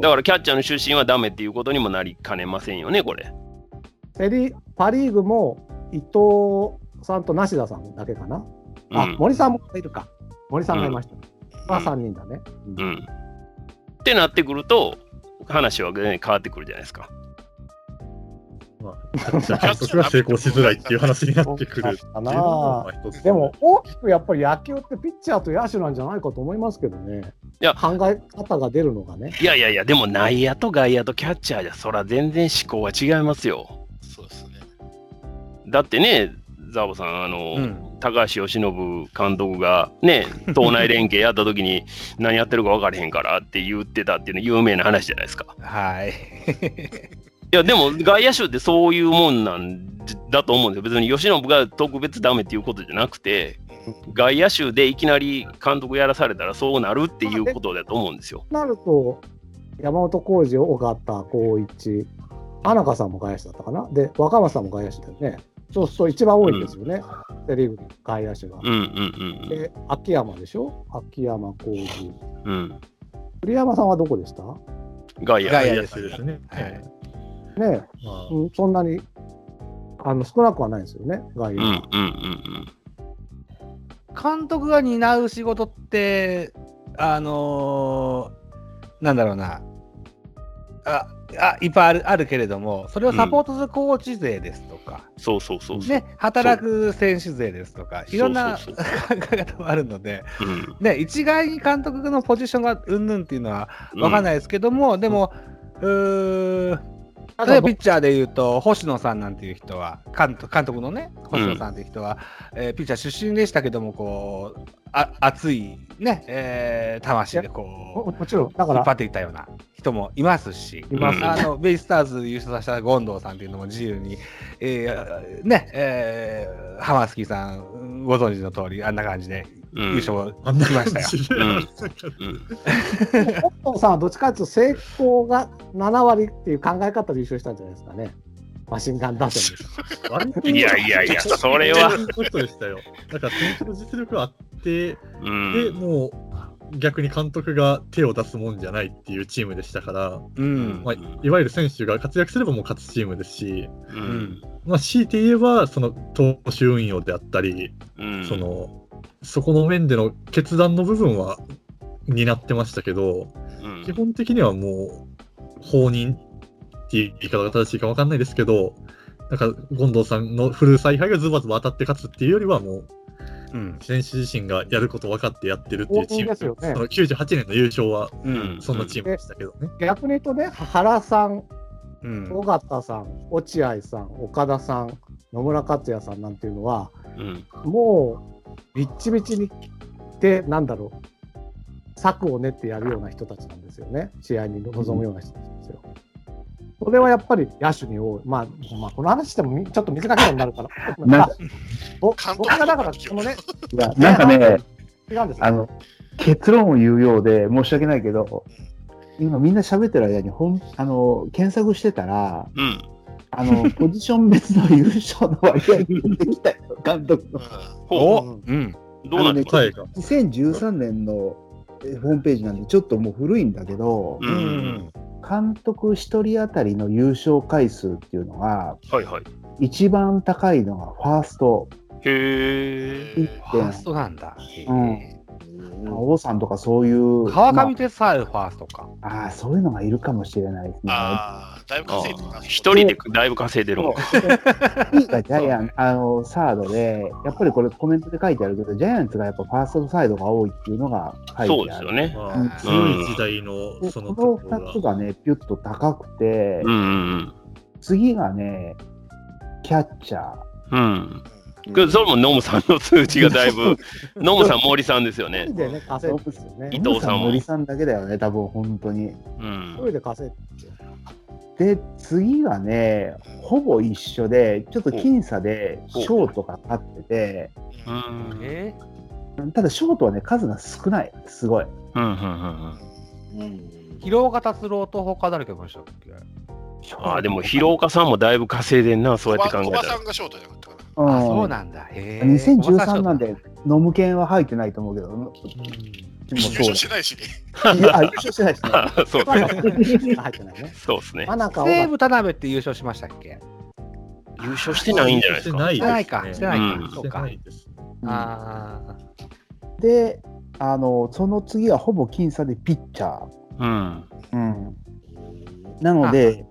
[SPEAKER 3] だからキャッチャーの出身はダメっていうことにもなりかねませんよね、これ。
[SPEAKER 5] セリパ・リーグも伊藤さんと梨田さんだけかな。
[SPEAKER 3] う
[SPEAKER 5] あ
[SPEAKER 3] ん、
[SPEAKER 5] 森さんもいるか。森さんがいました。まあ3人だね。
[SPEAKER 3] うん。ってなってくると、話は全然変わってくるじゃないですか。
[SPEAKER 8] まあ、じゃあ監督が成功しづらいっていう話になってくるっていうの
[SPEAKER 5] <laughs>
[SPEAKER 8] がまあ一つ
[SPEAKER 5] でも大きくやっぱり野球ってピッチャーと野手なんじゃないかと思いますけどね。
[SPEAKER 3] いや
[SPEAKER 5] 考え方が出るのがね。
[SPEAKER 3] いやいやいや、でも内野と外野とキャッチャーじゃ、そら全然思考は違いますよ。
[SPEAKER 2] そうですね。
[SPEAKER 3] だってね、ザボさん、あの、
[SPEAKER 4] うん
[SPEAKER 3] 高橋由伸監督がね、党内連携やった時に、 <laughs> 何やってるか分からへんからって言ってたっていうの有名な話じゃないですか。
[SPEAKER 4] は
[SPEAKER 3] い
[SPEAKER 4] い。
[SPEAKER 3] や、でも外野手ってそういうもんなんじだと思うんですよ。別に由伸が特別ダメっていうことじゃなくて、外野手でいきなり監督やらされたらそうなるっていうことだと思うんですよ。
[SPEAKER 5] なると山本浩二、尾形、光一、真中さんも外野手だったかな。で、若松さんも外野手だよね。そうすると一番多いんですよね。セ・リーグの外野手が。
[SPEAKER 3] うんうん
[SPEAKER 5] で、秋山でしょ秋山浩二。
[SPEAKER 3] うんうん。うん、
[SPEAKER 5] 栗山さんはどこでした
[SPEAKER 3] 外野。
[SPEAKER 4] 外野
[SPEAKER 8] 野
[SPEAKER 4] で。
[SPEAKER 8] 手ですすね。
[SPEAKER 4] はい
[SPEAKER 5] ねえ、
[SPEAKER 8] まあ
[SPEAKER 5] うん、そんなにあの少なくはないですよね、外
[SPEAKER 3] う
[SPEAKER 5] 野
[SPEAKER 3] んうんう
[SPEAKER 5] は。
[SPEAKER 3] ん
[SPEAKER 4] 監督が担う仕事って、あのーなんだろうな、ああいっぱいあるあるけれども、それをサポートするコーチ勢ですとか、
[SPEAKER 3] そうそうそうそう。
[SPEAKER 4] ね、働く選手勢ですとか、いろんな
[SPEAKER 3] そ
[SPEAKER 4] 考
[SPEAKER 3] うそう
[SPEAKER 4] え方もあるので、
[SPEAKER 3] うん
[SPEAKER 4] ね、一概に監督のポジションがうんぬんっていうのは
[SPEAKER 3] うん
[SPEAKER 4] 分かんないですけども、でも、うーん例えばピッチャーでいうと、星野さんなんていう人は、監督監督のね、星野さんっていう人は、えーピッチャー出身でしたけども、こうあ熱い、ねえー魂で
[SPEAKER 5] も
[SPEAKER 4] こう
[SPEAKER 5] もちろん、だか
[SPEAKER 4] 引っ張
[SPEAKER 5] ら、
[SPEAKER 4] っていったような人もいますし。
[SPEAKER 5] います
[SPEAKER 3] うん
[SPEAKER 4] あのベイスターズ優勝させた権藤さんっていうのも自由に、えーねえー、ハマスキーさんご存知の通りあんな感じで
[SPEAKER 3] う
[SPEAKER 4] 優
[SPEAKER 3] ん
[SPEAKER 4] 勝
[SPEAKER 8] あんな
[SPEAKER 4] しま
[SPEAKER 8] 感
[SPEAKER 4] したよ。
[SPEAKER 8] じで。
[SPEAKER 3] うん
[SPEAKER 8] なんか
[SPEAKER 3] うん
[SPEAKER 5] 本藤さんはどっちかというと、成功が7割っていう考え方で優勝したんじゃないですかね。マシンガン打線で。
[SPEAKER 8] 割と
[SPEAKER 3] いやいやいや、それは。
[SPEAKER 8] いいことでしたよ。だから選手の実力があって、
[SPEAKER 3] う
[SPEAKER 8] で、
[SPEAKER 3] ん。
[SPEAKER 8] もう逆に監督が手を出すもんじゃないっていうチームでしたから、
[SPEAKER 4] うん
[SPEAKER 8] まあ、いわゆる選手が活躍すればもう勝つチームですし、
[SPEAKER 3] う
[SPEAKER 4] うんん。
[SPEAKER 8] まあ、強いて言えば、その投手運用であったり、
[SPEAKER 3] うん。
[SPEAKER 8] そのそこの面での決断の部分は担ってましたけど、
[SPEAKER 3] うん
[SPEAKER 8] 基本的にはもう、放任っていう言い方が正しいか分かんないですけど、なんか権藤さんのフル采配がズバズバ当たって勝つっていうよりは、もう
[SPEAKER 4] うん
[SPEAKER 8] 選手自身がやること分かってやってるっていうチ
[SPEAKER 5] 大きい
[SPEAKER 8] ーム
[SPEAKER 5] ですよね
[SPEAKER 8] その98年の優勝は
[SPEAKER 4] うん
[SPEAKER 8] そんなチームでしたけどね。
[SPEAKER 5] 逆に言うとね、原さん、
[SPEAKER 4] うん
[SPEAKER 5] 尾形さん、落合さん、岡田さん、野村克也さんなんていうのは、
[SPEAKER 3] うん。
[SPEAKER 5] もう、びっちびちにで、なんだろう、策を練ってやるような人たちなんですよね、試合に臨むような人たちなんですよ。それはやっぱり野手に多い、まあ、まあ、この話してもみちょっと短くになるから、
[SPEAKER 7] なんか
[SPEAKER 5] ぼ
[SPEAKER 2] 監督
[SPEAKER 5] 僕がだから、このね、
[SPEAKER 7] いやなんかね、
[SPEAKER 5] 違うんです
[SPEAKER 7] あ
[SPEAKER 5] よ。
[SPEAKER 7] の、結論を言うようで申し訳ないけど、今みんな喋ってる間にほんあの検索してたら、
[SPEAKER 3] うん。
[SPEAKER 7] あの <laughs> ポジション別の優勝の割合に出てきたよ、監督の。
[SPEAKER 3] ほ
[SPEAKER 4] うん
[SPEAKER 3] う。どうな
[SPEAKER 7] あの
[SPEAKER 3] ん
[SPEAKER 7] ね
[SPEAKER 3] ですか
[SPEAKER 8] はい。
[SPEAKER 7] 2013年のえホームページなんで、ちょっともう古いんだけど、
[SPEAKER 3] う。
[SPEAKER 4] うんん
[SPEAKER 7] 監督1人当たりの優勝回数っていうのが、
[SPEAKER 3] はいはい。
[SPEAKER 7] 一番高いのがファースト、
[SPEAKER 3] へえ。
[SPEAKER 4] ファーストなんだ。
[SPEAKER 7] うん王さんとかそういう、
[SPEAKER 4] 川上
[SPEAKER 7] ま
[SPEAKER 4] 哲也ファーストか。
[SPEAKER 7] ああーそういうのがいるかもしれないですね。
[SPEAKER 2] ああ、だいぶ稼いでるな。
[SPEAKER 3] 一人でだいぶ稼いでるもん。
[SPEAKER 7] 2位がジャイアンあのサードで、やっぱりこれコメントで書いてあるけど、ジャイアンツがやっぱファーストとサイドが多いっていうのが書いてある。
[SPEAKER 3] そうですよね。
[SPEAKER 8] ま
[SPEAKER 7] う
[SPEAKER 8] あ
[SPEAKER 7] ん、
[SPEAKER 8] 強い時代の
[SPEAKER 7] で
[SPEAKER 8] そ
[SPEAKER 7] こ
[SPEAKER 8] の
[SPEAKER 7] の
[SPEAKER 8] とこ
[SPEAKER 7] 2つ
[SPEAKER 8] ろが。
[SPEAKER 7] がね、ピュッと高くて、
[SPEAKER 3] うんうん
[SPEAKER 7] 次がね、キャッチャー。
[SPEAKER 3] うん。うん。けどそれもノムさんの数値がだいぶ、 <laughs> ノムさん、森さんですよ
[SPEAKER 5] 一
[SPEAKER 3] ね
[SPEAKER 5] 人。でね、稼いでるんですよ
[SPEAKER 3] 伊
[SPEAKER 5] ね。
[SPEAKER 3] 藤さんも
[SPEAKER 7] 森さんだけだよね、多分本当に。
[SPEAKER 3] う
[SPEAKER 5] 一
[SPEAKER 3] ん。
[SPEAKER 5] 人で稼いでるんですよ。
[SPEAKER 7] で、次がね、ほぼ一緒で、ちょっと僅差でショートが勝ってて、
[SPEAKER 3] う
[SPEAKER 2] うん
[SPEAKER 3] ん。うん
[SPEAKER 4] え
[SPEAKER 7] ただショートはね、数が少ない、すごい。
[SPEAKER 3] うんうんうん。
[SPEAKER 4] 広岡達郎と他誰かいましたっけ
[SPEAKER 3] ああ、でも、広岡さんもだいぶ稼いでんな、そうやって考
[SPEAKER 2] 小
[SPEAKER 3] え
[SPEAKER 2] 葉
[SPEAKER 3] た
[SPEAKER 2] さ
[SPEAKER 3] ら。
[SPEAKER 2] んがショートじゃなかったかな。
[SPEAKER 7] うん
[SPEAKER 4] あ、そうなんだ。へえ。
[SPEAKER 7] 2013なんで、ノム犬は入ってないと思うけど、もう
[SPEAKER 2] 優
[SPEAKER 7] そう
[SPEAKER 2] 勝
[SPEAKER 7] だ
[SPEAKER 2] してないしね。
[SPEAKER 7] いやあ優勝してないですね。
[SPEAKER 3] あ <laughs> そう
[SPEAKER 5] ま
[SPEAKER 3] で
[SPEAKER 5] だ
[SPEAKER 3] すね。
[SPEAKER 5] 入ってないね。
[SPEAKER 3] そうですね。
[SPEAKER 5] 真中
[SPEAKER 4] 西
[SPEAKER 5] を
[SPEAKER 4] 武田辺って優勝しましたっけ
[SPEAKER 3] 優勝してないんじゃないですか。
[SPEAKER 8] してない
[SPEAKER 4] してないか
[SPEAKER 8] で
[SPEAKER 4] し
[SPEAKER 8] す
[SPEAKER 4] て
[SPEAKER 8] ね。
[SPEAKER 4] ない
[SPEAKER 3] うん
[SPEAKER 4] か。
[SPEAKER 8] し
[SPEAKER 4] そ
[SPEAKER 8] て
[SPEAKER 4] う
[SPEAKER 8] な
[SPEAKER 4] か。
[SPEAKER 8] いですね。
[SPEAKER 4] ああ。
[SPEAKER 7] であの、その次はほぼ僅差でピッチャー。
[SPEAKER 3] うん。
[SPEAKER 7] うん、なので、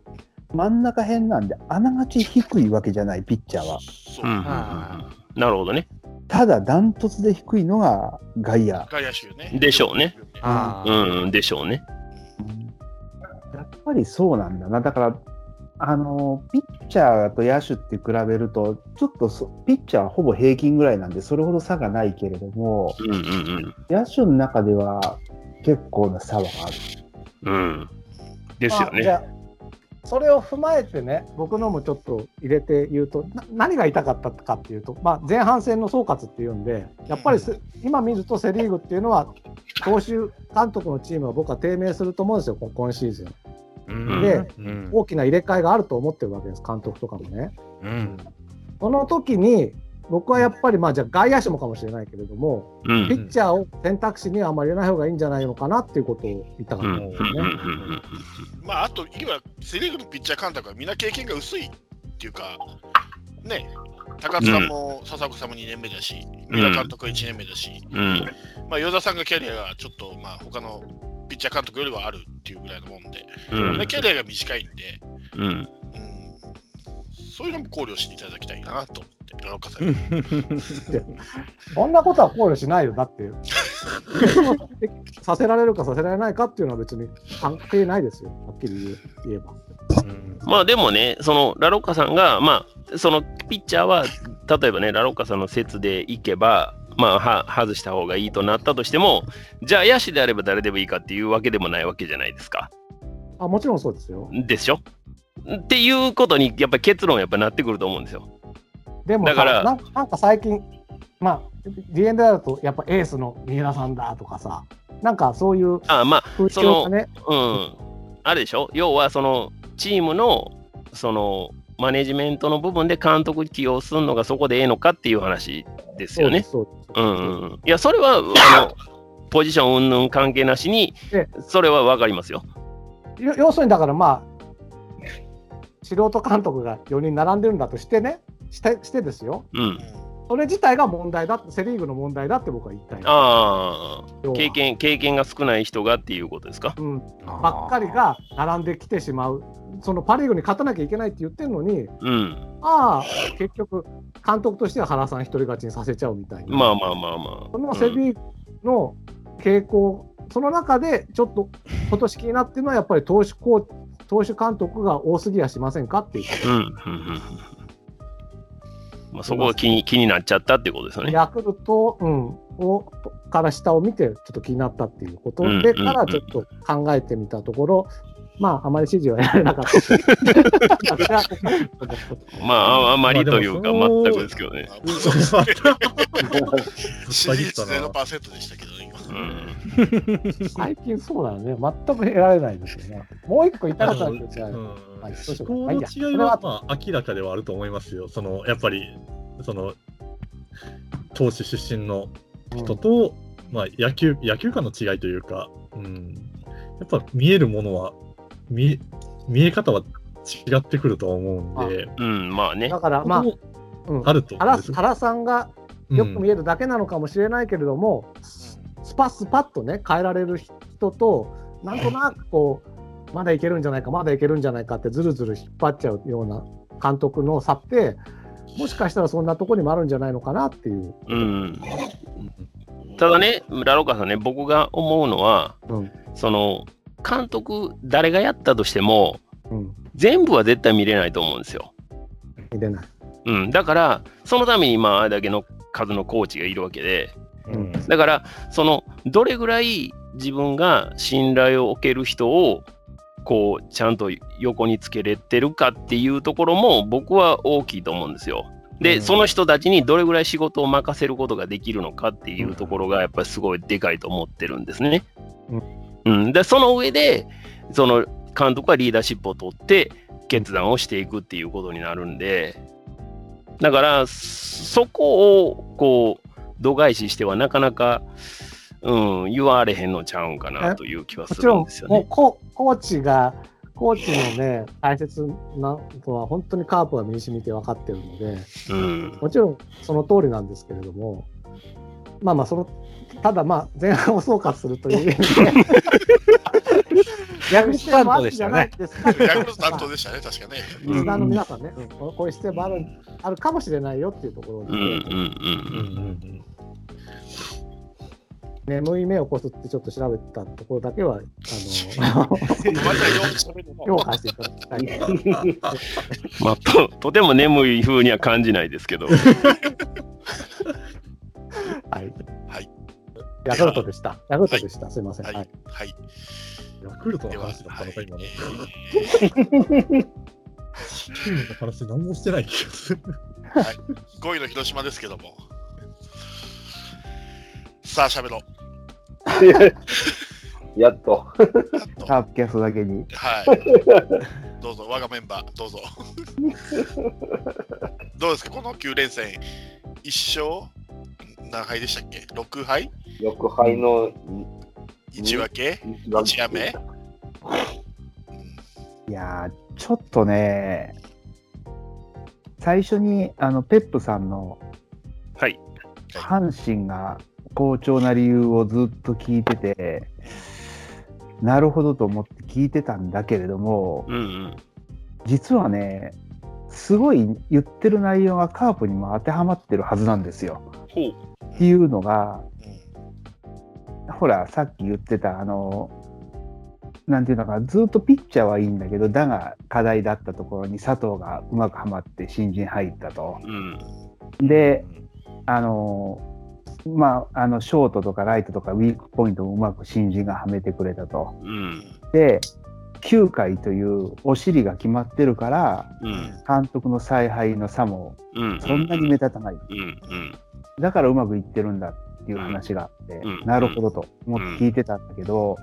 [SPEAKER 7] 真ん中辺なんで、あながち低いわけじゃない、ピッチャーは。
[SPEAKER 2] そうう。
[SPEAKER 3] んうんうん
[SPEAKER 4] あ
[SPEAKER 3] なるほどね。
[SPEAKER 7] ただ、ダントツで低いのが外野。
[SPEAKER 2] 外野手ね。
[SPEAKER 3] でしょうね。
[SPEAKER 4] あ
[SPEAKER 3] う
[SPEAKER 4] あ。
[SPEAKER 3] んうん、でしょうね。
[SPEAKER 7] やっぱりそうなんだな。だから、あのピッチャーと野手って比べると、ちょっとそピッチャーはほぼ平均ぐらいなんで、それほど差がないけれども、
[SPEAKER 3] うんうん
[SPEAKER 7] 野手の中では結構な差はあ
[SPEAKER 3] う
[SPEAKER 7] る。
[SPEAKER 3] ん。うん。ですよ
[SPEAKER 5] まあじ
[SPEAKER 3] ね。
[SPEAKER 5] ゃあそれを踏まえてね、僕のもちょっと入れて言うと、な何が痛かったかっていうと、まあ、前半戦の総括っていうんで、やっぱりせ今見るとセ・リーグっていうのは、投手監督のチームは僕は低迷すると思うんですよ、こ今シーズン。
[SPEAKER 4] うん
[SPEAKER 5] で
[SPEAKER 4] うん
[SPEAKER 5] 大きな入れ替えがあると思ってるわけです、監督とかもね。
[SPEAKER 4] うん。
[SPEAKER 5] その時に、僕はやっぱり、まあ、じゃあ外野手もかもしれないけれども、
[SPEAKER 3] うん。
[SPEAKER 5] ピッチャーを選択肢にはあんまり入れない方がいいんじゃないのかなっていうことを言ったか
[SPEAKER 3] うん
[SPEAKER 5] った
[SPEAKER 3] うんん
[SPEAKER 5] です
[SPEAKER 3] う
[SPEAKER 5] よ
[SPEAKER 3] んう
[SPEAKER 5] ね。
[SPEAKER 3] ん
[SPEAKER 2] まあ、あと、今、セ・リーグのピッチャー監督はみんな経験が薄いっていうか、ね、高津さんも笹岡さんも2年目だし、三浦監督は1年目だし、
[SPEAKER 3] うん。うん
[SPEAKER 2] まあ、与田さんがキャリアがちょっと、まあ、他のピッチャー監督よりはあるっていうぐらいのもんで、
[SPEAKER 3] うん
[SPEAKER 2] キャリアが短いんで、
[SPEAKER 3] うん
[SPEAKER 2] うん、そういうのも考慮していただきたいなと思って、奈良岡さん。
[SPEAKER 5] そんなことは考慮しないよ、だって。 <laughs> させられるかさせられないかっていうのは別に関係ないですよ、はっきり言え言えば。
[SPEAKER 8] うん
[SPEAKER 3] まあでもね、そのラロッカさんが、まあ、そのピッチャーは、例えばね、ラロッカさんの説でいけば、まあ、は外した方がいいとなったとしても、じゃあ、野手であれば誰でもいいかっていうわけでもないわけじゃないですか。
[SPEAKER 5] あもちろんそうですよ。
[SPEAKER 3] でしょっていうことに、やっぱり結論やっぱなってくると思うんですよ。
[SPEAKER 5] でも
[SPEAKER 3] だから
[SPEAKER 5] なんかなんか最近、まあ、DN だとやっぱエースの三浦さんだとかさ、なんかそういう
[SPEAKER 3] ああまあ、
[SPEAKER 5] 風潮がね、
[SPEAKER 3] うん、あれでしょ要はそのチームのそのマネジメントの部分で監督起用するのがそこでええのかっていう話ですよね。
[SPEAKER 5] そうです
[SPEAKER 3] う
[SPEAKER 5] そ
[SPEAKER 3] ん
[SPEAKER 5] うです
[SPEAKER 3] うんうん、いやそれはあ
[SPEAKER 8] <laughs>
[SPEAKER 3] のポジション云々関係なしに
[SPEAKER 5] え
[SPEAKER 3] それは分かりますよ。
[SPEAKER 5] よ要するにだからまあ素人監督が4人並んでるんだとしてねしてしてですよ
[SPEAKER 3] うん、
[SPEAKER 5] それ自体が問題だってセ・リーグの問題だって僕は言いたい
[SPEAKER 3] ああ
[SPEAKER 5] 要は
[SPEAKER 3] 経験経験が少ない人がっていうことですか。
[SPEAKER 5] うん、ばっかりが並んできてしまうそのパ・リーグに勝たなきゃいけないって言ってるのに
[SPEAKER 3] うん、
[SPEAKER 5] ああ結局監督としては原さん一人勝ちにさせちゃうみたいな、
[SPEAKER 3] まあまあまあまあ。
[SPEAKER 5] そのセ・リーグの傾向、その中でちょっと今年気になってるのはやっぱり投手コー投手監督が多すぎやしませんかっていう
[SPEAKER 3] うんうんうんうんまあ、そこが気に気になっちゃったってことですよね。
[SPEAKER 5] ヤクルト、うん、をから下を見て、ちょっと気になったっていうこと
[SPEAKER 3] うん
[SPEAKER 5] で、
[SPEAKER 3] うん
[SPEAKER 5] からちょっと考えてみたところ、まあ、あまり指示はやられなか
[SPEAKER 3] <laughs>
[SPEAKER 5] った。私は
[SPEAKER 3] まあああまりというか
[SPEAKER 8] まあでも
[SPEAKER 3] 全
[SPEAKER 8] そう
[SPEAKER 3] くですけどね。
[SPEAKER 2] 支持率0%でしたけどね、今。
[SPEAKER 3] うん
[SPEAKER 5] 最近そうだよね、全く得られないですよね。もう一個言いたかったんですよ
[SPEAKER 8] う
[SPEAKER 5] ね。
[SPEAKER 8] ん
[SPEAKER 5] はいそうしよ
[SPEAKER 8] 思
[SPEAKER 5] う
[SPEAKER 8] 考
[SPEAKER 5] まあいいや
[SPEAKER 8] の違いは、まあ、明らかではあると思いますよ。そのやっぱり、その、投手出身の人と、まあ、野球、野球観の違いというか、うん、やっぱ見えるものは、見見え方は違ってくると思うんで、
[SPEAKER 3] うん、まあね。
[SPEAKER 5] だから、ま
[SPEAKER 8] ここ
[SPEAKER 5] あ、うん
[SPEAKER 8] もあると思うん
[SPEAKER 5] 原
[SPEAKER 8] です
[SPEAKER 5] 原さんがよく見
[SPEAKER 8] え
[SPEAKER 5] えるだけなのかもしれないけれども、スパスパッとね変えられる人となんとなくこうまだいけるんじゃないかまだいけるんじゃないかってずるずる引っ張っちゃうような監督の差ってもしかしたらそんなとこにもあるんじゃないのかなっていう。
[SPEAKER 3] うん、ただね、ラロカさんね、僕が思うのは、
[SPEAKER 5] うん
[SPEAKER 3] その監督、誰がやったとしても、
[SPEAKER 5] うん、
[SPEAKER 3] 全部は絶対見れないと思うんですよ。
[SPEAKER 5] 見れない。
[SPEAKER 3] うん、だから、そのために、まあ、あれだけの数のコーチがいるわけで、
[SPEAKER 5] うん
[SPEAKER 3] だから、そのどれぐらい自分が信頼を置ける人を、こうちゃんと横につけれてるかっていうところも僕は大きいと思うんですよ。で、
[SPEAKER 8] うん
[SPEAKER 3] その人たちにどれぐらい仕事を任せることができるのかっていうところがやっぱりすごいでかいと思ってるんですね。うん、でその上でその監督はリーダーシップを取って決断をしていくっていうことになるんでだからそこをこう度外視してはなかなか、うん、言われへんのちゃうんかなという気は
[SPEAKER 5] も
[SPEAKER 3] す
[SPEAKER 5] ち
[SPEAKER 3] る
[SPEAKER 5] ろ
[SPEAKER 3] ん
[SPEAKER 5] ん
[SPEAKER 3] ですよ
[SPEAKER 5] もう
[SPEAKER 3] ね。
[SPEAKER 5] ココーチがコーチのね大切なことは本当にカープは身に染みて分かってるので。
[SPEAKER 3] うん
[SPEAKER 5] もちろんその通りなんですけれども、まあまあその、ただまあ前半を総括するという意
[SPEAKER 3] <laughs>
[SPEAKER 5] 味で、
[SPEAKER 4] ヤクルト担当でしたよ
[SPEAKER 2] ヤ
[SPEAKER 4] ね。
[SPEAKER 2] クルト担当でしたね、確かね。
[SPEAKER 5] リスナーの皆さんね、うんこういう姿勢もあるあるかもしれないよっていうところ
[SPEAKER 3] うんう
[SPEAKER 5] で、
[SPEAKER 3] んうんうん
[SPEAKER 5] 眠い目をこすってちょっと調べたところだけは、あの
[SPEAKER 2] 飲まれたように喋るの
[SPEAKER 5] 評
[SPEAKER 2] も
[SPEAKER 5] 価していただきたい。
[SPEAKER 3] まあ、ととても眠い風には感じないですけど、
[SPEAKER 5] はい
[SPEAKER 2] はい
[SPEAKER 5] ヤクルトでした。ヤクルトでした。すみません。
[SPEAKER 2] は
[SPEAKER 5] はいい。
[SPEAKER 2] はい。
[SPEAKER 8] ヤクルト
[SPEAKER 2] で
[SPEAKER 8] の
[SPEAKER 2] は、
[SPEAKER 8] 話だった
[SPEAKER 2] は
[SPEAKER 8] の
[SPEAKER 2] い
[SPEAKER 8] か、今ね。
[SPEAKER 2] えー
[SPEAKER 8] チームの話、何もしてない気がする。
[SPEAKER 2] 5位の広島ですけども。さあ、喋ろう。
[SPEAKER 6] や
[SPEAKER 2] や
[SPEAKER 6] っと。
[SPEAKER 2] っと
[SPEAKER 7] カープキャストだけに。
[SPEAKER 2] はい。どうぞ、我がメンバー、どうぞ。どうですか、この9連戦、1勝何敗でしたっけ ?6 敗
[SPEAKER 6] 欲敗の
[SPEAKER 2] ?1 分け
[SPEAKER 6] 一
[SPEAKER 2] 一夜目うん
[SPEAKER 7] いやー、ちょっとね、最初にあのペップさんの
[SPEAKER 3] はい、
[SPEAKER 7] 阪神が好調な理由をずっと聞いてて、なるほどと思って聞いてたんだけれども、
[SPEAKER 3] うんうん。
[SPEAKER 7] 実はね、すごい言ってる内容がカープにも当てはまってるはずなんですよ。
[SPEAKER 3] ほう。
[SPEAKER 7] っていうのが、
[SPEAKER 2] うん
[SPEAKER 7] ほら、さっき言ってた、あの、なんていうのかな、ずっとピッチャーはいいんだけど、だが課題だったところに佐藤がうまくはまって新人入ったと。
[SPEAKER 3] うん。
[SPEAKER 7] で、あの、まあ、あのショートとかライトとかウィークポイントもうまく新人がはめてくれたと。
[SPEAKER 3] うん。
[SPEAKER 7] で、9回というお尻が決まってるから、
[SPEAKER 3] うん。
[SPEAKER 7] 監督の采配の差も
[SPEAKER 3] うん。
[SPEAKER 7] そんなに目立たない。
[SPEAKER 3] うん。うん。
[SPEAKER 7] だからうまくいってるんだっていう話があって、
[SPEAKER 3] うん
[SPEAKER 7] なるほどと思って聞いてたんだけど、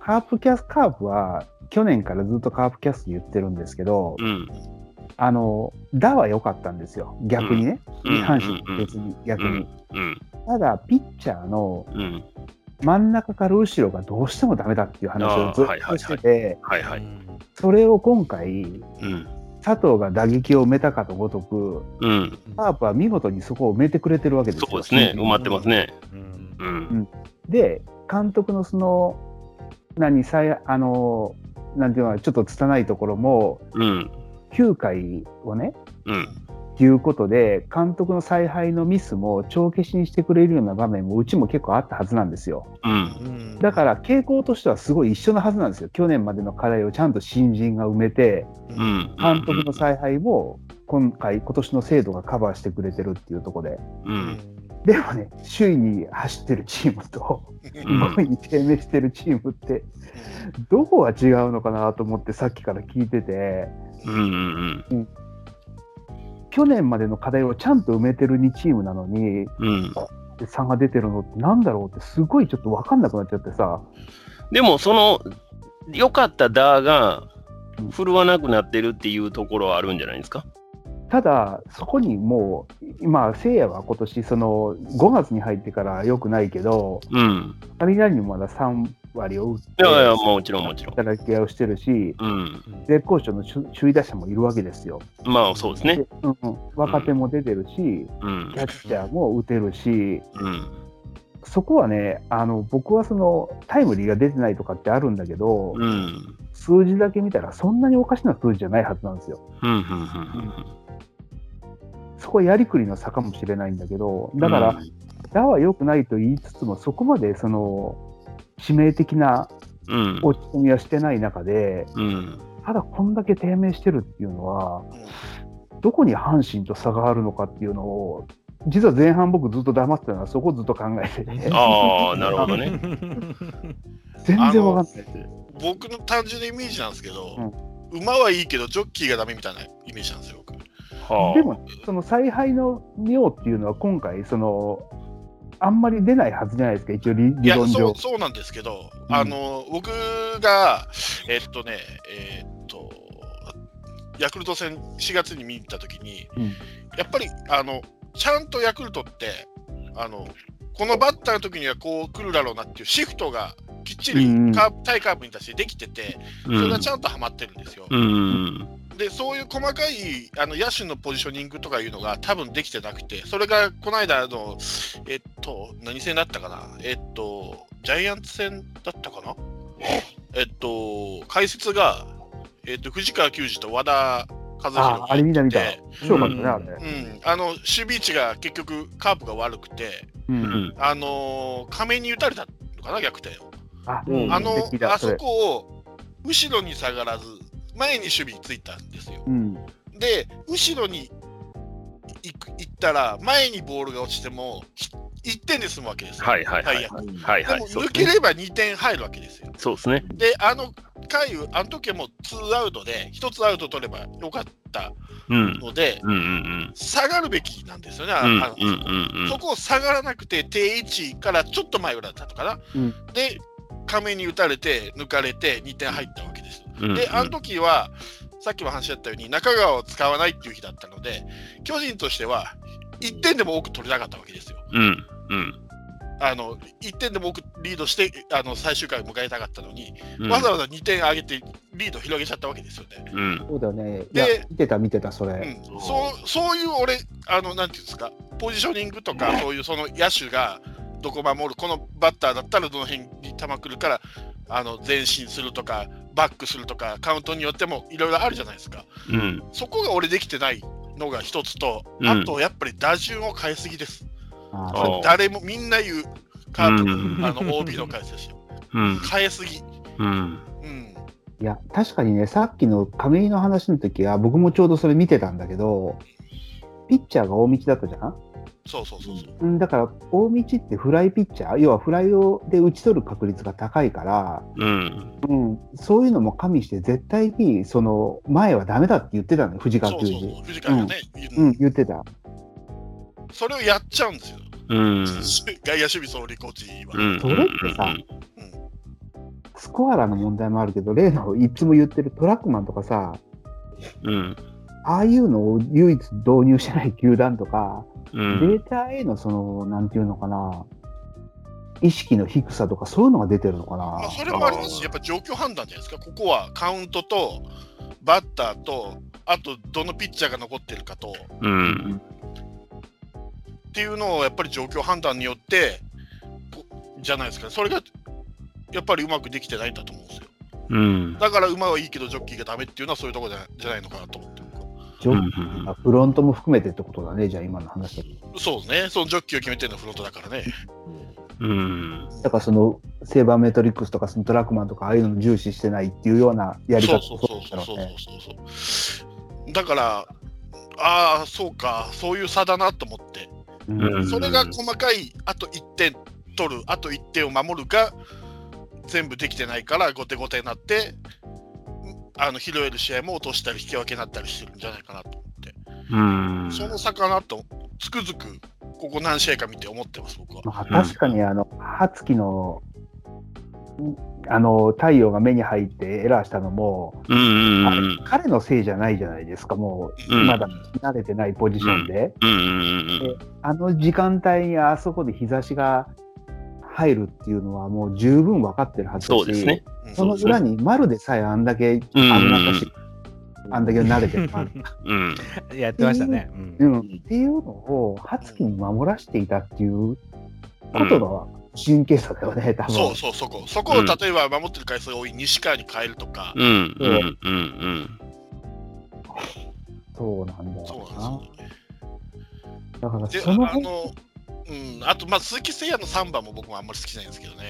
[SPEAKER 7] カープキャス、カープは去年からずっとカープキャスト言ってるんですけど、
[SPEAKER 3] うん。
[SPEAKER 7] あの、打は良かったんですよ。逆にね。
[SPEAKER 3] うんうん
[SPEAKER 7] 阪神、別に逆に。
[SPEAKER 3] うん。
[SPEAKER 7] ただ、ピッチャーの
[SPEAKER 3] うん。
[SPEAKER 7] 真ん中から後ろがどうしてもダメだっていう話をずっ
[SPEAKER 3] あーはいはいは
[SPEAKER 7] と
[SPEAKER 3] い
[SPEAKER 7] してて、
[SPEAKER 3] はいはい。
[SPEAKER 7] それを今回、
[SPEAKER 3] うん。
[SPEAKER 7] 佐藤が打撃を埋めたかとごとく、
[SPEAKER 3] うん。
[SPEAKER 7] カープは見事にそこを埋めてくれてるわけですよ。
[SPEAKER 3] そうですね。埋まってますね。
[SPEAKER 8] うん
[SPEAKER 3] うん。
[SPEAKER 7] で監督のその何さいあのなんていうのかなちょっと拙いところも
[SPEAKER 3] うん。
[SPEAKER 7] 9回をね
[SPEAKER 3] うん。
[SPEAKER 7] いうことで監督の采配のミスも帳消しにしてくれるような場面もうちも結構あったはずなんですよ
[SPEAKER 3] うん。
[SPEAKER 7] だから傾向としてはすごい一緒のはずなんですよ去年までの課題をちゃんと新人が埋めて
[SPEAKER 3] うん。
[SPEAKER 7] 監督の采配も今回今年の制度がカバーしてくれてるっていうところで
[SPEAKER 3] うん。
[SPEAKER 7] でもね首位に走ってるチームと <laughs>
[SPEAKER 3] うん
[SPEAKER 7] 5位に低迷してるチームってどこが違うのかなと思ってさっきから聞いてて
[SPEAKER 3] うん。
[SPEAKER 7] 去年までの課題をちゃんと埋めてる2チームなのに
[SPEAKER 3] うん。
[SPEAKER 7] 差が出てるのってなんだろうってすごいちょっと分かんなくなっちゃってさ
[SPEAKER 3] でもその良かったダーが振るわなくなってるっていうところはあるんじゃないですか
[SPEAKER 7] ただそこにもう今せいやは今年その5月に入ってから良くないけど
[SPEAKER 3] うん。
[SPEAKER 7] 雷にもまだ3割を打って
[SPEAKER 3] いやいや、もちろんもちろん。
[SPEAKER 7] 働き合いをしてるし
[SPEAKER 3] うん。
[SPEAKER 7] 絶好調の首位打者もいるわけですよ。
[SPEAKER 3] まあそうですね
[SPEAKER 7] で。うんうん、若手も出てるし、
[SPEAKER 3] うん
[SPEAKER 7] キ。ャッチャーも打てるし、
[SPEAKER 3] うん。
[SPEAKER 7] そこはね、あの僕はそのタイムリーが出てないとかってあるんだけど、
[SPEAKER 3] うん。
[SPEAKER 7] 数字だけ見たら、そんなにおかしな数字じゃないはずなんですよ。
[SPEAKER 3] うん。うん。
[SPEAKER 7] そこはやりくりの差かもしれないんだけど、だから、打は良くないと言いつつも、そこまでその致命的な
[SPEAKER 3] うん。
[SPEAKER 7] 落ち込みはしてない中で、
[SPEAKER 3] うん。
[SPEAKER 7] ただこんだけ低迷してるっていうのは、どこに阪神と差があるのかっていうのを、実は前半、僕ずっと黙ってたのは、そこをずっと考えてて、
[SPEAKER 3] ああ、なるほどね。
[SPEAKER 7] 全然わかんないっていう。
[SPEAKER 2] 僕の単純なイメージなんですけど、
[SPEAKER 7] う
[SPEAKER 2] 馬はいいけどジョッキーがダメみたいなイメージなんですよ。僕
[SPEAKER 3] は
[SPEAKER 7] でも、その采配の妙っていうのは、今回、その、あんまり出ないはずじゃないですか、一応理、
[SPEAKER 2] い
[SPEAKER 7] 理
[SPEAKER 2] や
[SPEAKER 7] 論
[SPEAKER 2] そ
[SPEAKER 7] 上
[SPEAKER 2] う。そうなんですけど、
[SPEAKER 7] うん
[SPEAKER 2] あの僕がえっとねえっとヤクルト戦4月に見に行った時に、
[SPEAKER 7] うん
[SPEAKER 2] やっぱりあのちゃんとヤクルトってあのこのバッターの時にはこう来るだろうなっていうシフトがきっちり
[SPEAKER 7] うん
[SPEAKER 2] カーブ対カーブに対してできてて、
[SPEAKER 3] う
[SPEAKER 2] それ
[SPEAKER 3] ん
[SPEAKER 2] が。ちゃんとはまってるんですよ。
[SPEAKER 3] うん。
[SPEAKER 2] でそういう細かいあの野手のポジショニングとかいうのが多分できてなくてそれがこの間あのえっと何戦だったかなえっとジャイアンツ戦だったかなえっと解説が、えっと、藤川球児と和田和弘
[SPEAKER 7] ああ、あれ見た見た。
[SPEAKER 2] で
[SPEAKER 7] 強かったね、あれ
[SPEAKER 2] うん、
[SPEAKER 7] ね。
[SPEAKER 2] あの守備位置が結局カーブが悪くて
[SPEAKER 7] う。
[SPEAKER 3] うんん。
[SPEAKER 2] あの亀井に打たれたのかな逆転を
[SPEAKER 7] あ
[SPEAKER 3] うん
[SPEAKER 2] あの
[SPEAKER 7] 素敵だ
[SPEAKER 2] あ
[SPEAKER 7] そ
[SPEAKER 2] そ
[SPEAKER 7] れ
[SPEAKER 2] こを後ろに下がらず前に守備ついたんですよ
[SPEAKER 7] うん。
[SPEAKER 2] で後ろに行く行ったら前にボールが落ちてもひ1点で済むわけですよ。
[SPEAKER 3] はいはいはい
[SPEAKER 2] タイヤ
[SPEAKER 3] はいは
[SPEAKER 2] でも
[SPEAKER 3] い。そう
[SPEAKER 2] 抜ければ2点入るわけですよ。
[SPEAKER 3] ですね。
[SPEAKER 2] であの回あの時はもう2アウトで1つアウト取ればよかった
[SPEAKER 3] うん。
[SPEAKER 2] ので
[SPEAKER 3] うんうん
[SPEAKER 2] 下がるべきなんですよね。あ
[SPEAKER 3] うん。うん
[SPEAKER 2] あの
[SPEAKER 3] うんうん
[SPEAKER 2] そこを下がらなくて定位置からちょっと前ぐらいだったのかな。
[SPEAKER 7] うん
[SPEAKER 2] で亀に打たれて抜かれて2点入ったわけです。
[SPEAKER 3] うん。
[SPEAKER 2] で、あの時は、さっきも話し合ったように、中川を使わないっていう日だったので、巨人としては、1点でも多く取れなかったわけですよ。
[SPEAKER 3] うんうん。
[SPEAKER 2] あの1点でも多くリードしてあの最終回を迎えたかったのに、わざわざ2点上げてリード広げちゃったわけですよね。
[SPEAKER 3] うん。
[SPEAKER 7] そうだよね。い
[SPEAKER 2] で
[SPEAKER 7] や、見てた、見てた、それ。
[SPEAKER 2] うん、そうそういう俺あの、なんていうんですか、ポジショニングとか、そういうその野手がどこ守る、このバッターだったらどの辺に球来るから、あの前進するとかバックするとかカウントによってもいろいろあるじゃないですか
[SPEAKER 3] うん。
[SPEAKER 2] そこが俺できてないのが一つと、
[SPEAKER 3] うん
[SPEAKER 2] あとやっぱり打順を変えすぎです
[SPEAKER 7] あ
[SPEAKER 3] あー
[SPEAKER 2] 誰もみんな言うカープの,、
[SPEAKER 3] うん
[SPEAKER 2] あの OB の解説者
[SPEAKER 3] うん。
[SPEAKER 2] 変えすぎ、
[SPEAKER 3] うん。
[SPEAKER 2] うん、
[SPEAKER 7] いや、確かにね、さっきの亀井の話の時は、僕もちょうどそれ見てたんだけど、ピッチャーが大道だったじゃん
[SPEAKER 2] そうそうそうそう
[SPEAKER 7] うん、だから、大道ってフライピッチャー、要はフライをで打ち取る確率が高いから、
[SPEAKER 3] うん。
[SPEAKER 7] うん、そういうのも加味して、絶対に、その、前はダメだって言ってたのよ、藤
[SPEAKER 2] そう
[SPEAKER 7] 川
[SPEAKER 2] そう
[SPEAKER 7] 球
[SPEAKER 2] そ
[SPEAKER 7] 児。
[SPEAKER 2] う藤川がね、う
[SPEAKER 7] うんん、言ってた。
[SPEAKER 2] それをやっちゃうんですよ、
[SPEAKER 3] うん。
[SPEAKER 2] 外野守備総理コーチは、
[SPEAKER 3] うん。
[SPEAKER 7] それってさスコアラーの問題もあるけど、例のいつも言ってるトラックマンとかさ、
[SPEAKER 3] うん。
[SPEAKER 7] ああいうのを唯一導入してない球団とか、
[SPEAKER 3] うん。
[SPEAKER 7] データへのその、なんていうのかな、意識の低さとか、そういうのが出てるのか
[SPEAKER 2] まあ、
[SPEAKER 7] な。
[SPEAKER 2] それもありますしやっぱ状況判断じゃないですかここはカウントとバッターとあとどのピッチャーが残ってるかと
[SPEAKER 3] うん。
[SPEAKER 2] っていうのをやっぱり状況判断によってこじゃないですかそれがやっぱりうまくできてないんだと思うんですよ
[SPEAKER 3] うん。
[SPEAKER 2] だから馬はいいけどジョッキーがダメっていうのはそういうところじゃじゃないのかなと思って僕は
[SPEAKER 7] ジョッキーがフロントも含めてってことだね、じゃあ今の話だと
[SPEAKER 2] そうですねそのジョッキーを決めてるのはフロントだからね
[SPEAKER 3] うん。
[SPEAKER 7] だからそのセーバーメトリックスとかそのトラックマンとかああいうの重視してないっていうようなやり
[SPEAKER 2] そ
[SPEAKER 7] 方
[SPEAKER 2] うそうそうそうそう
[SPEAKER 7] ね。
[SPEAKER 2] そうそうだからああそうかそういう差だなと思って
[SPEAKER 3] うん
[SPEAKER 2] それが細かい、あと1点取る、あと1点を守るが、全部できてないから、後手後手になって、あの拾える試合も落としたり、引き分けになったりしてるんじゃないかなと思って、
[SPEAKER 3] うん。
[SPEAKER 2] その差かなと、つくづく、ここ何試合か見て思ってます、僕は。
[SPEAKER 7] まあ、確かにあの、ハツキのんあの太陽が目に入ってエラーしたのも、
[SPEAKER 3] うんうんう
[SPEAKER 7] あれ
[SPEAKER 3] ん
[SPEAKER 7] 彼のせいじゃないじゃないですか、もう、
[SPEAKER 3] うん
[SPEAKER 7] まだ慣れてないポジションで、
[SPEAKER 3] うんうん
[SPEAKER 7] あの時間帯にあそこで日差しが入るっていうのは、もう十分分かってるはずだし
[SPEAKER 3] そうですね。
[SPEAKER 2] うん
[SPEAKER 7] その裏に、丸でさえあんだけ、
[SPEAKER 3] うんうんうん
[SPEAKER 7] あんなし、あんだけ慣れて
[SPEAKER 3] <laughs>
[SPEAKER 7] る。
[SPEAKER 3] うん。
[SPEAKER 4] やってましたね。う
[SPEAKER 7] うんん、っていうのを、ハツキに守らせていたっていうことの神経差だよね、多分。
[SPEAKER 2] そうそう、そこ。そこを例えば守ってる回数が多い西川に変えるとか、
[SPEAKER 3] うんうんうん
[SPEAKER 7] そうなんだ
[SPEAKER 2] そう
[SPEAKER 7] よ
[SPEAKER 2] なんですよ。
[SPEAKER 7] な。だから
[SPEAKER 2] で、
[SPEAKER 7] その
[SPEAKER 2] ああ
[SPEAKER 7] 辺、
[SPEAKER 2] の、うん、あと、まあ、鈴木誠也の3番も僕もあんまり好きじゃないんですけどね。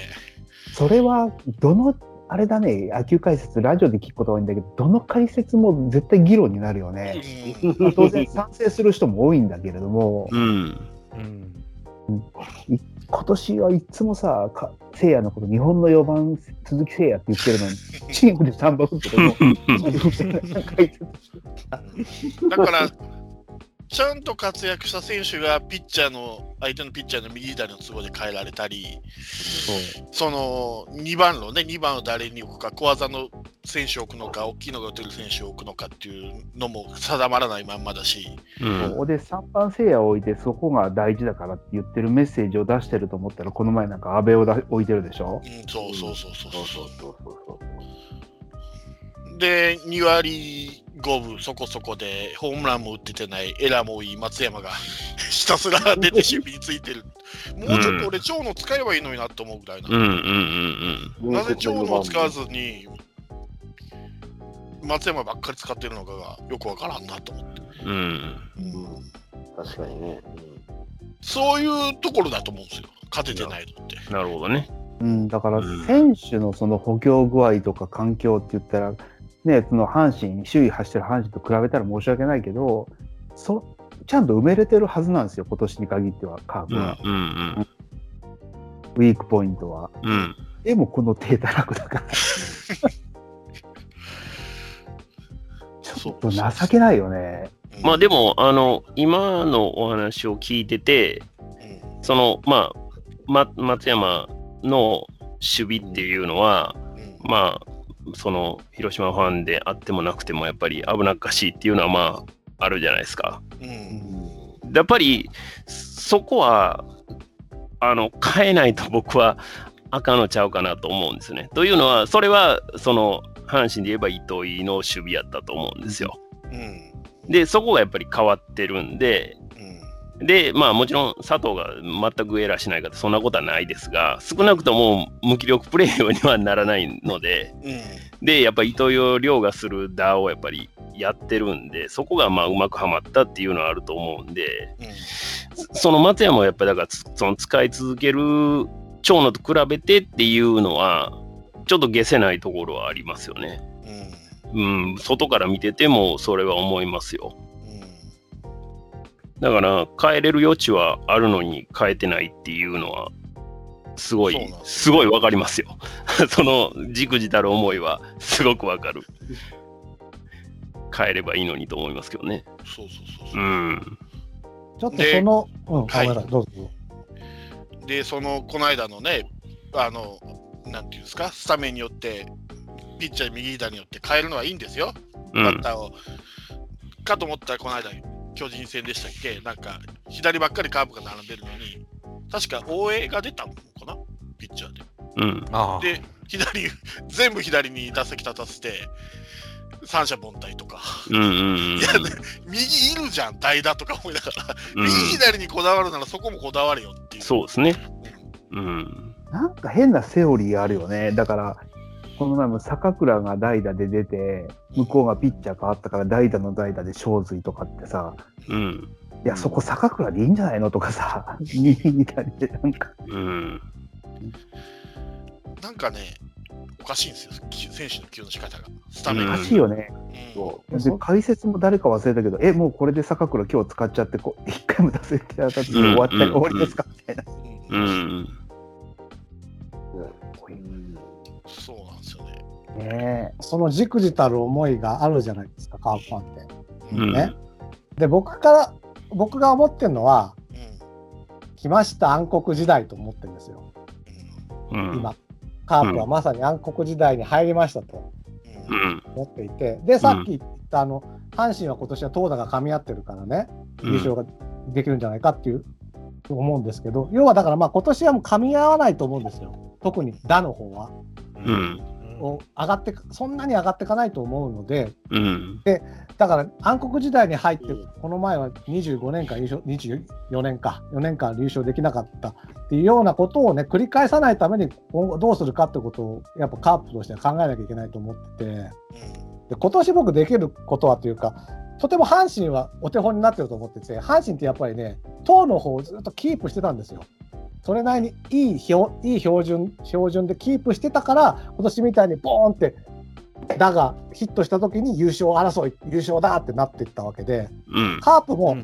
[SPEAKER 7] それは、どの、あれだね、野球解説、ラジオで聞くことが多いんだけど、どの解説も絶対議論になるよね。
[SPEAKER 2] うん
[SPEAKER 7] まあ当然、賛成する人も多いんだけれども
[SPEAKER 3] う、ん
[SPEAKER 4] うん
[SPEAKER 7] 今年はいつもさ、か聖夜のこと、日本の4番、鈴木聖夜って言ってるのに、チームで3番打っても、解説
[SPEAKER 2] だから、ちゃんと活躍した選手がピッチャーの相手のピッチャーの右左の都合で変えられたり、その2番のね、2番を誰に置くか、小技の選手を置くのか、大きいのが打てる選手を置くのかっていうのも定まらないまんまだし、
[SPEAKER 3] うん
[SPEAKER 7] そうで3番聖夜を置いてそこが大事だからって言ってるメッセージを出してると思ったらこの前なんか安倍をだ置いてるでしょ
[SPEAKER 2] うん、そうそうそうそう
[SPEAKER 6] そうそ
[SPEAKER 2] そう
[SPEAKER 6] そうそう
[SPEAKER 2] う。で、2割5分そこそこで、ホームランも打っててない、エラーも多い松山がひたすら出て守備についてる。もうちょっと俺、長野使えばいいのになと思うぐらいな。
[SPEAKER 3] うんうんうん
[SPEAKER 6] そう。
[SPEAKER 2] なぜ長野を使わずに松山ばっかり使ってるのかがよくわからんなと思って、
[SPEAKER 3] うん
[SPEAKER 6] うん確かにね。うん
[SPEAKER 2] そういうところだと思うんですよ勝ててないのって
[SPEAKER 3] なるほどね。
[SPEAKER 7] うん、だから
[SPEAKER 3] うん
[SPEAKER 7] 選手のその補強具合とか環境って言ったら、ね、その阪神周囲走ってる阪神と比べたら申し訳ないけどそちゃんと埋めれてるはずなんですよ今年に限ってはカーブ
[SPEAKER 3] うん
[SPEAKER 7] は、
[SPEAKER 3] うん
[SPEAKER 7] ウィークポイントは。
[SPEAKER 3] うんうん
[SPEAKER 7] でもこの手たらくだからちょっと情けないよね。
[SPEAKER 3] まあで
[SPEAKER 2] も、
[SPEAKER 3] もあの今のお話を聞いてて
[SPEAKER 2] うん
[SPEAKER 3] そのまあま松山の守備っていうのは
[SPEAKER 2] うん
[SPEAKER 3] まあその広島ファンであってもなくてもやっぱり危なっかしいっていうのはまああるじゃないですか。
[SPEAKER 2] うん
[SPEAKER 3] やっぱりそこはあの変えないと僕は赤のちゃうかなと思うんですね。というのはそれはその阪神で言えば糸井の守備やったと思うんですよ。
[SPEAKER 2] うん
[SPEAKER 3] でそこがやっぱり変わってるんで
[SPEAKER 2] うん
[SPEAKER 3] で、まあもちろん佐藤が全くエラーしないかってそんなことはないですが、少なくとも無気力プレーにはならないので、
[SPEAKER 2] う
[SPEAKER 3] で、やっぱり糸井亮がするダーをやっぱりやってるんで、そこがまあうまくはまったっていうのはあると思うんで、
[SPEAKER 2] んうん
[SPEAKER 3] その松山をやっぱりだからつその使い続ける長野と比べてっていうのは、ちょっと下せないところはありますよね。
[SPEAKER 2] うん
[SPEAKER 3] うん、外から見ててもそれは思いますよ。だから変えれる余地はあるのに変えてないっていうのはすごい
[SPEAKER 2] そうなんです
[SPEAKER 3] ごいわかりますよ <laughs> そのじくじたる思いはすごくわかる変えればいいのにと思いますけどね
[SPEAKER 2] そうそうそう
[SPEAKER 3] う
[SPEAKER 2] そ
[SPEAKER 3] ん
[SPEAKER 5] ちょっとその、うん、
[SPEAKER 2] はい
[SPEAKER 5] ごめんなさいどうぞどうぞ。
[SPEAKER 2] うでそのこの間のねあのなんていうんですかスタメンによってピッチャー右左によって変えるのはいいんですよ
[SPEAKER 3] う
[SPEAKER 2] バッ
[SPEAKER 3] ん
[SPEAKER 2] ターを、かと思ったらこの間巨人戦でしたっけなんか左ばっかりカーブが並んでるのに確か大江が出たのかなピッチャーで
[SPEAKER 3] うん
[SPEAKER 4] あ
[SPEAKER 2] で左全部左に打席立たせて三者凡退とか
[SPEAKER 3] うんうん
[SPEAKER 2] いや右いるじゃん代打とか思いながら、
[SPEAKER 3] うん
[SPEAKER 2] 右左にこだわるならそこもこだわれよっていう
[SPEAKER 3] そうですねうん
[SPEAKER 7] なんか変なセオリーあるよね。だから、この前も坂倉が代打で出て、向こうがピッチャー変わったから代打の代打で正髄とかってさ、
[SPEAKER 3] うん
[SPEAKER 7] いや、そこ坂倉でいいんじゃないのとかさ、 <laughs> 右左でなんか、
[SPEAKER 3] うん
[SPEAKER 2] なんかねおかしいんですよき選手の起用の仕方がスタ
[SPEAKER 7] お
[SPEAKER 2] メンが、
[SPEAKER 7] か
[SPEAKER 2] うん
[SPEAKER 7] しいよね。
[SPEAKER 5] うん
[SPEAKER 7] で解説も誰か忘れたけど、え、もうこれで坂倉今日使っちゃって、こう一回も出せてなかったし
[SPEAKER 3] うん
[SPEAKER 7] 終わった
[SPEAKER 3] うん
[SPEAKER 7] ら終わりですかみたいな。
[SPEAKER 2] うん
[SPEAKER 3] うん
[SPEAKER 2] そうなんですよね
[SPEAKER 7] ね
[SPEAKER 5] そのじくじたる思いがあるじゃないですか、カープファンって。
[SPEAKER 3] うん
[SPEAKER 5] ねで、僕から、僕が思ってるのは、
[SPEAKER 2] うん
[SPEAKER 5] 来ました暗黒時代と思ってるんですよ、
[SPEAKER 3] うん
[SPEAKER 5] 今。カープはまさに暗黒時代に入りましたと
[SPEAKER 2] うん
[SPEAKER 3] う
[SPEAKER 2] うん
[SPEAKER 3] ん
[SPEAKER 5] 思っていて、で、さっき言った、あの、阪神は今年は投打が噛み合ってるからね、
[SPEAKER 3] うん
[SPEAKER 5] 優勝ができるんじゃないかっていう、思うんですけど、要はだからまあ今年はもう噛み合わないと思うんですよ。特に打の方は。
[SPEAKER 3] うん
[SPEAKER 5] を上がって、そんなに上がっていかないと思うので、
[SPEAKER 3] うん
[SPEAKER 5] だから暗黒時代に入って、この前は25年間優勝、24年か、4年間優勝できなかったっていうようなことをね、繰り返さないために、今後どうするかってことを、やっぱカープとしては考えなきゃいけないと思ってて、で今年僕できることはというか、とても阪神はお手本になってると思ってて、阪神ってやっぱりね、党の方をずっとキープしてたんですよ。それなりにいい標いい標準標準でキープしてたから、今年みたいにボーンって、だがヒットした時に優勝争い、優勝だってなっていったわけで、
[SPEAKER 3] うん
[SPEAKER 5] カープも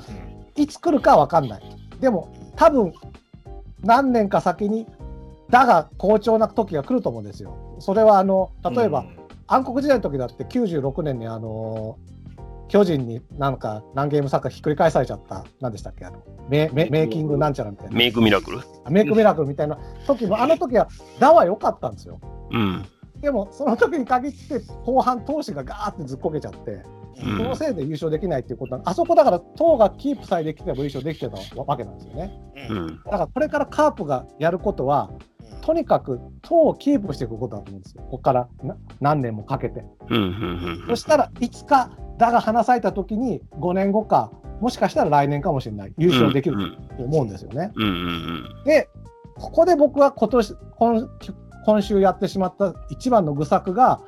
[SPEAKER 5] いつ来るか分かんない。でも、多分何年か先に、だが好調な時が来ると思うんですよ。それはあの例えば、暗黒時代の時だって96年にあの巨人になんか何ゲームサッカーひっくり返されちゃった何でしたっけあのメメメイキングなんちゃらみたいな
[SPEAKER 3] メイクミラクル
[SPEAKER 5] メイクミラクルみたいな時もあの時はダは良かったんですよ
[SPEAKER 3] うん
[SPEAKER 5] でもその時に限って後半投手がガーってずっこけちゃって
[SPEAKER 2] う
[SPEAKER 5] そ
[SPEAKER 2] ん
[SPEAKER 5] のせいで優勝できないっていうことはあそこだから党がキープさえできても優勝できてたわけなんですよね
[SPEAKER 3] うん
[SPEAKER 5] だからこれからカープがやることは
[SPEAKER 2] うん
[SPEAKER 5] とにかく党をキープしていくことだと思うんですよここからな何年もかけて
[SPEAKER 3] うんうん
[SPEAKER 5] そしたらいつかだが花咲いた時に5年後かもしかしたら来年かもしれない優勝でき
[SPEAKER 3] う
[SPEAKER 5] る
[SPEAKER 3] ん
[SPEAKER 5] と思うんですよね。
[SPEAKER 3] うんうん
[SPEAKER 5] でここで僕は今年今今週やってしまった一番の愚策が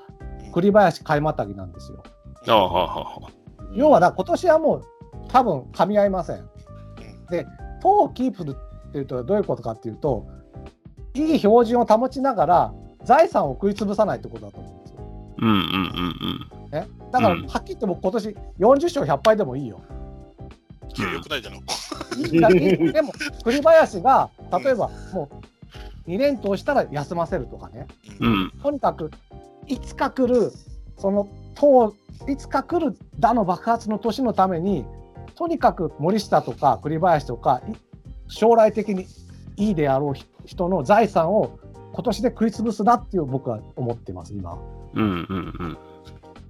[SPEAKER 5] 栗林買いまたぎなんですよ。
[SPEAKER 3] ああはあはあはあ
[SPEAKER 5] 要はだ今年はもう多分噛み合いません。で党をキープするっていうとどういうことかっていうといい標準を保ちながら財産を食い潰さないってことだと思うんですよ。
[SPEAKER 3] うんうんうんうん
[SPEAKER 5] ね、だからは
[SPEAKER 3] う
[SPEAKER 5] っ
[SPEAKER 3] ん
[SPEAKER 5] きり言って僕今年40勝100敗でもいいよ。
[SPEAKER 2] いやよくないだろう
[SPEAKER 5] い
[SPEAKER 3] <laughs>
[SPEAKER 5] いだいいでも栗林が例えばもう2連投したら休ませるとかね
[SPEAKER 3] うん
[SPEAKER 5] とにかくいつか来るその投いつか来る打の爆発の年のためにとにかく森下とか栗林とかい将来的にいいであろうひ人の財産を今年で食い潰すなっていう僕は思ってます今。
[SPEAKER 3] うんうん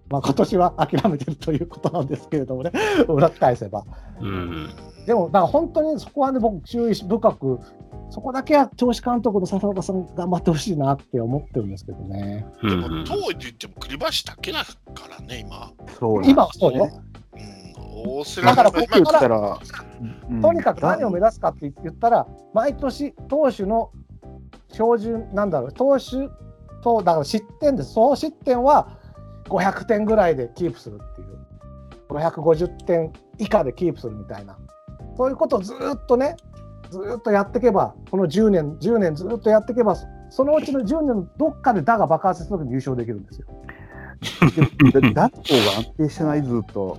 [SPEAKER 5] まあ、今年は諦めてるということなんですけれどもね、 <laughs> 裏返せば。
[SPEAKER 3] うんうん
[SPEAKER 5] でも、だから本当にそこはね、僕、注意し深く、そこだけは投資監督の笹岡さん、頑張ってほしいなって思ってるんですけどね。
[SPEAKER 3] う
[SPEAKER 2] で
[SPEAKER 3] んう
[SPEAKER 2] も
[SPEAKER 3] ん
[SPEAKER 2] 当時言っても栗林だけだからね今、
[SPEAKER 7] そう
[SPEAKER 5] 今はそうよ。
[SPEAKER 2] うん、大瀬良
[SPEAKER 5] だから
[SPEAKER 7] 僕
[SPEAKER 2] 今
[SPEAKER 7] 言ったら、うん
[SPEAKER 5] とにかく何を目指すかって言ったら、毎年投手の標準、なんだろう、投手と、だから失点です、総失点は500点ぐらいでキープするっていう、550点以下でキープするみたいな、そういうことをずーっとね、ずーっとやっていけば、この10年、10年ずーっとやっていけば、そのうちの10年のどっかで打が爆発するときに優勝できるんですよ。
[SPEAKER 7] だってダッコが安定してないずっと。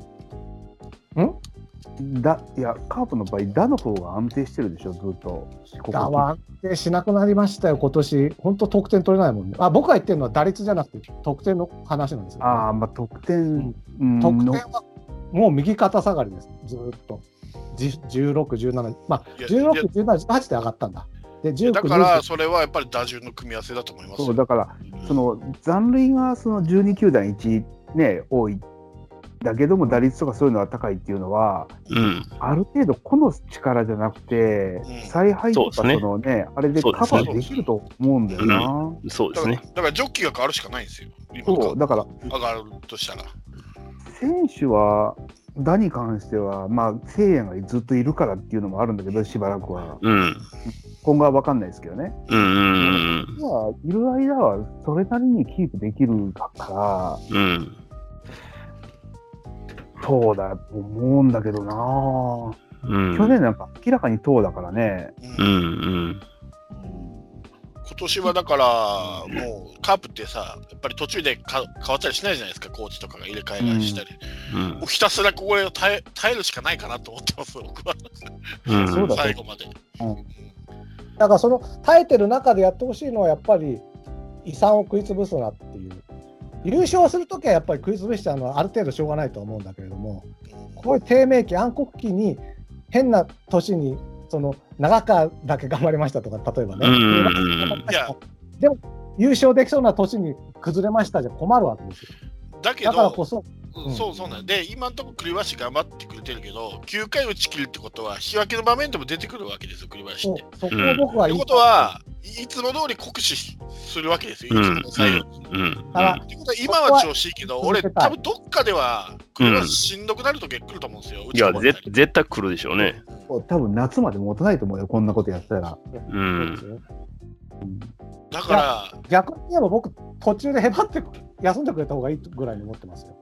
[SPEAKER 7] だいやカープの場合ダの方が安定してるでしょずっとここ
[SPEAKER 5] 打は安定しなくなりましたよ、今年本当、得点取れないもんね。あ僕が言ってるのは打率じゃなくて、得点の話なんですよ、
[SPEAKER 7] ああまあ得点、うん
[SPEAKER 5] 得点
[SPEAKER 7] の
[SPEAKER 5] はもう右肩下がりです、ずーっと。じ16、17、まあ、
[SPEAKER 2] いや
[SPEAKER 5] 16
[SPEAKER 2] いや、
[SPEAKER 5] 17、18で上がったんだ。で、19、
[SPEAKER 2] だから
[SPEAKER 5] 20
[SPEAKER 2] それはやっぱり打順の組み合わせだと思います
[SPEAKER 7] そう
[SPEAKER 2] よ。
[SPEAKER 7] だからその残塁がその12球団1ね多いだけども打率とかそういうのは高いっていうのは
[SPEAKER 3] うん。
[SPEAKER 7] ある程度個の力じゃなくて
[SPEAKER 2] ん
[SPEAKER 7] 采配とか
[SPEAKER 3] そ
[SPEAKER 7] そう
[SPEAKER 3] ですね
[SPEAKER 7] のねあれで
[SPEAKER 3] そう
[SPEAKER 7] カ
[SPEAKER 3] で
[SPEAKER 7] バ
[SPEAKER 3] すね
[SPEAKER 7] ーできると思うんだよな、
[SPEAKER 3] そうで
[SPEAKER 2] だ
[SPEAKER 3] す
[SPEAKER 2] から
[SPEAKER 3] ね。
[SPEAKER 2] だからジョッキーが変わるしかないんですよ。今
[SPEAKER 7] そうだから
[SPEAKER 2] 上がるとしたら。
[SPEAKER 7] 選手は打に関してはまあ誠也がずっといるからっていうのもあるんだけどしばらくは
[SPEAKER 3] うん。
[SPEAKER 7] 今後は分かんないですけどね
[SPEAKER 3] うんうん
[SPEAKER 7] まあいる間はそれなりにキープできるか
[SPEAKER 3] うんうん。
[SPEAKER 7] らそうだと思うんだけどな
[SPEAKER 3] うん。
[SPEAKER 7] 去年なんか明らかに党だからね。
[SPEAKER 2] う
[SPEAKER 3] うんん
[SPEAKER 2] 今年はだから、もうカープってさ、やっぱり途中でか変わったりしないじゃないですか、コーチとかが入れ替えがしたり。
[SPEAKER 3] うん
[SPEAKER 2] もうひたすらここで耐え耐えるしかないかなと思ってます、僕は。
[SPEAKER 3] うん。
[SPEAKER 7] そうだ
[SPEAKER 2] 最後まで。
[SPEAKER 7] うん
[SPEAKER 5] だからその耐えてる中でやってほしいのは、やっぱり遺産を食い潰すなっていう。優勝するときはやっぱり食い潰しちゃうのはある程度しょうがないとは思うんだけれども、こういう低迷期、暗黒期に変な年に、その長川だけ頑張りましたとか、例えばね。
[SPEAKER 3] うんうんうん
[SPEAKER 2] いや
[SPEAKER 5] でも優勝できそうな年に崩れましたじゃ困るわけですよ。
[SPEAKER 2] だけ
[SPEAKER 5] だからこ
[SPEAKER 2] ど、
[SPEAKER 5] そ、
[SPEAKER 2] うんそうそうなんで、今のところ栗林頑張ってくれてるけど、9回打ち切るってことは、引き分けの場面でも出てくるわけですよ、栗林
[SPEAKER 5] そ
[SPEAKER 2] っ
[SPEAKER 5] う
[SPEAKER 2] て。っ
[SPEAKER 5] そこを僕は
[SPEAKER 2] て
[SPEAKER 5] 言い
[SPEAKER 2] ことは、いいつも通り酷使しするわけですよ、いつもの最後に。
[SPEAKER 3] うんうん
[SPEAKER 5] だから
[SPEAKER 2] ってことは今は調子いいけど、
[SPEAKER 5] そこは
[SPEAKER 2] 俺、
[SPEAKER 5] 続けた
[SPEAKER 2] 多
[SPEAKER 5] い
[SPEAKER 2] 分どっかでは、栗林しんどくなるとき来ると思うんですよ。
[SPEAKER 3] いや、ぜ
[SPEAKER 2] 絶対
[SPEAKER 3] 絶対来るでしょうね。
[SPEAKER 7] 多分夏まで持たないと思うよ、こんなことやったら。
[SPEAKER 3] う
[SPEAKER 5] そうんです。よ
[SPEAKER 2] だから、
[SPEAKER 5] 逆に言えば僕、途中でへばって休んでくれた方がいいぐらいに思ってますよ。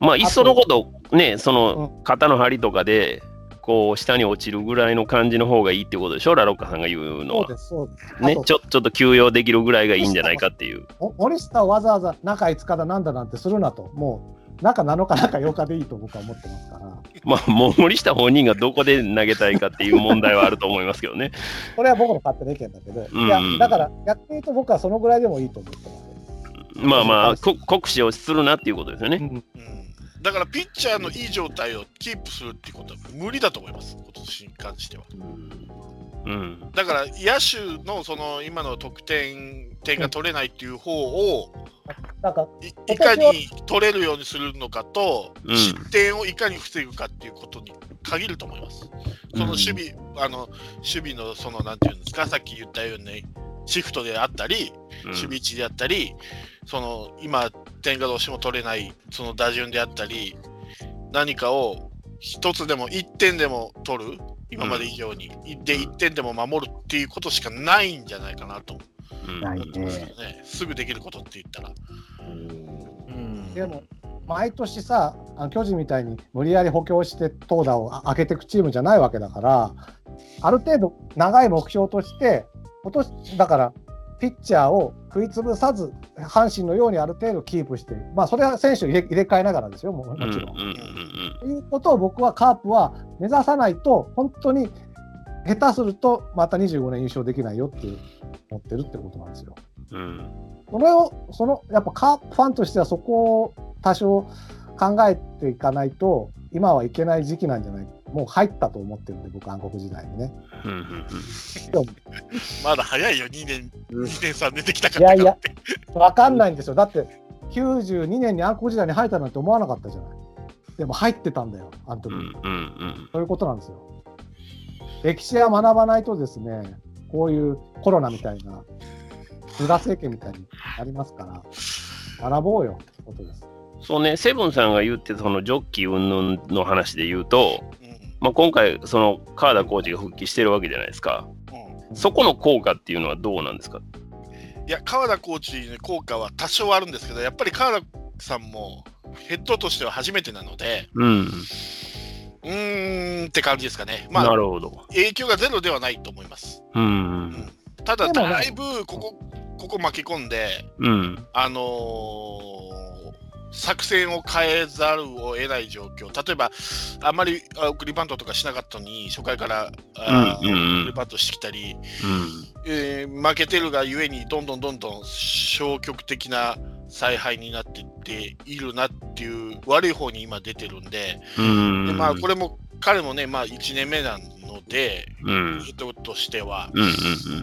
[SPEAKER 3] まあ、いっそのこと、ね、そうの肩の張りとかで、こう、下に落ちるぐらいの感じの方がいいってことでしょ、ラロッカさんが言うの
[SPEAKER 5] そう
[SPEAKER 3] は。
[SPEAKER 5] です、そうです。
[SPEAKER 3] ね、
[SPEAKER 5] あと
[SPEAKER 3] ちょちょっと休養できるぐらいがいいんじゃないかっていう。
[SPEAKER 5] お森下をわざわざ中5日だなんだなんてするなと、もう中7日、中8日でいいと僕は思ってますから、
[SPEAKER 3] まあ、もう森下本人がどこで投げたいかっていう問題はあると思いますけどね。
[SPEAKER 5] これは僕の勝手な意見だけど、
[SPEAKER 3] うん
[SPEAKER 5] いやだから逆に言うと僕はそのぐらいでもいいと思ってます。
[SPEAKER 3] まあまあ、こ酷使をするなっていうことですよね。
[SPEAKER 2] うん、だからピッチャーのいい状態をキープするっていうことは無理だと思います、今年に関しては。
[SPEAKER 3] うん。
[SPEAKER 2] だから野手のその今の得点点が取れないっていう方を
[SPEAKER 5] なんか
[SPEAKER 2] いいかに取れるようにするのかと、
[SPEAKER 3] うん
[SPEAKER 2] 失点をいかに防ぐかっていうことに限ると思います。その守備、あの守備のそのなんていうんですか、さっき言ったようにシフトであったり、
[SPEAKER 3] うん
[SPEAKER 2] 守備位置であったり、その今、点がどうしても取れない、その打順であったり、何かを一つでも一点でも取る、今まで以上に、で一点でも守るっていうことしかないんじゃないかなと思
[SPEAKER 3] うん
[SPEAKER 7] ない
[SPEAKER 2] ってますよ
[SPEAKER 7] ね。
[SPEAKER 2] ね、すぐできることって言ったら。
[SPEAKER 5] でも毎年さ、あの巨人みたいに無理やり補強して投打を開けていくチームじゃないわけだから、ある程度、長い目標として、今年だから、ピッチャーを食い潰さず、阪神のようにある程度キープして、まあ、それは選手を入れ入れ替えながらですよ、もも
[SPEAKER 3] うんうん
[SPEAKER 5] ち
[SPEAKER 3] う
[SPEAKER 5] ろん。
[SPEAKER 3] ん
[SPEAKER 5] ということを僕はカープは目指さないと、本当に下手すると、また25年優勝できないよって思ってるってことなんですよ。
[SPEAKER 3] うんうん
[SPEAKER 5] それを、その、やっぱカープファンとしてはそこを多少考えていかないと、今はいけない時期なんじゃないもう入ったと思ってるんで、僕、暗黒時代にね。
[SPEAKER 3] うんうん
[SPEAKER 2] まだ早いよ、2年、2年、3年できたかった
[SPEAKER 5] い
[SPEAKER 2] か
[SPEAKER 5] や
[SPEAKER 2] ら
[SPEAKER 5] いや、わかんないんですよ。だって、92年に暗黒時代に入ったなんて思わなかったじゃない。でも入ってたんだよ、あの時。
[SPEAKER 3] うんうんうん
[SPEAKER 5] そういうことなんですよ。歴史は学ばないとですね、こういうコロナみたいな、菅政権みたいになりますから、学ぼうよってことです。
[SPEAKER 3] そうね、セブンさんが言って、そのジョッキ云々の話で言うと、
[SPEAKER 2] うん
[SPEAKER 3] まあ、今回、その川田コーチが復帰してるわけじゃないですか。そこの効果っていうのはどうなんですか
[SPEAKER 2] いや、川田コーチの効果は多少あるんですけど、やっぱり川田さんもヘッドとしては初めてなので、
[SPEAKER 3] うん、
[SPEAKER 2] うーんって感じですかね。ま
[SPEAKER 3] な
[SPEAKER 2] あ、
[SPEAKER 3] るほど。
[SPEAKER 2] 影響がゼロではないと思います。
[SPEAKER 3] うん、
[SPEAKER 2] ただ、
[SPEAKER 5] でもね
[SPEAKER 2] だいぶここ、ここ巻き込んで、
[SPEAKER 3] うん、
[SPEAKER 2] あのー作戦を変えざるを得ない状況、例えば、あまりあ送りバントとかしなかったのに、初回からあー
[SPEAKER 3] うんうんうん
[SPEAKER 2] 送りバントしてきたり、えー負けてるがゆえに、どんどんどんどん消極的な采配になっていっているなっていう、悪い方に今出てるんで、
[SPEAKER 3] うん、
[SPEAKER 2] でまあ、これも彼もね、まあ、1年目なので、
[SPEAKER 3] うん、うん、
[SPEAKER 2] 人としては、
[SPEAKER 3] うん、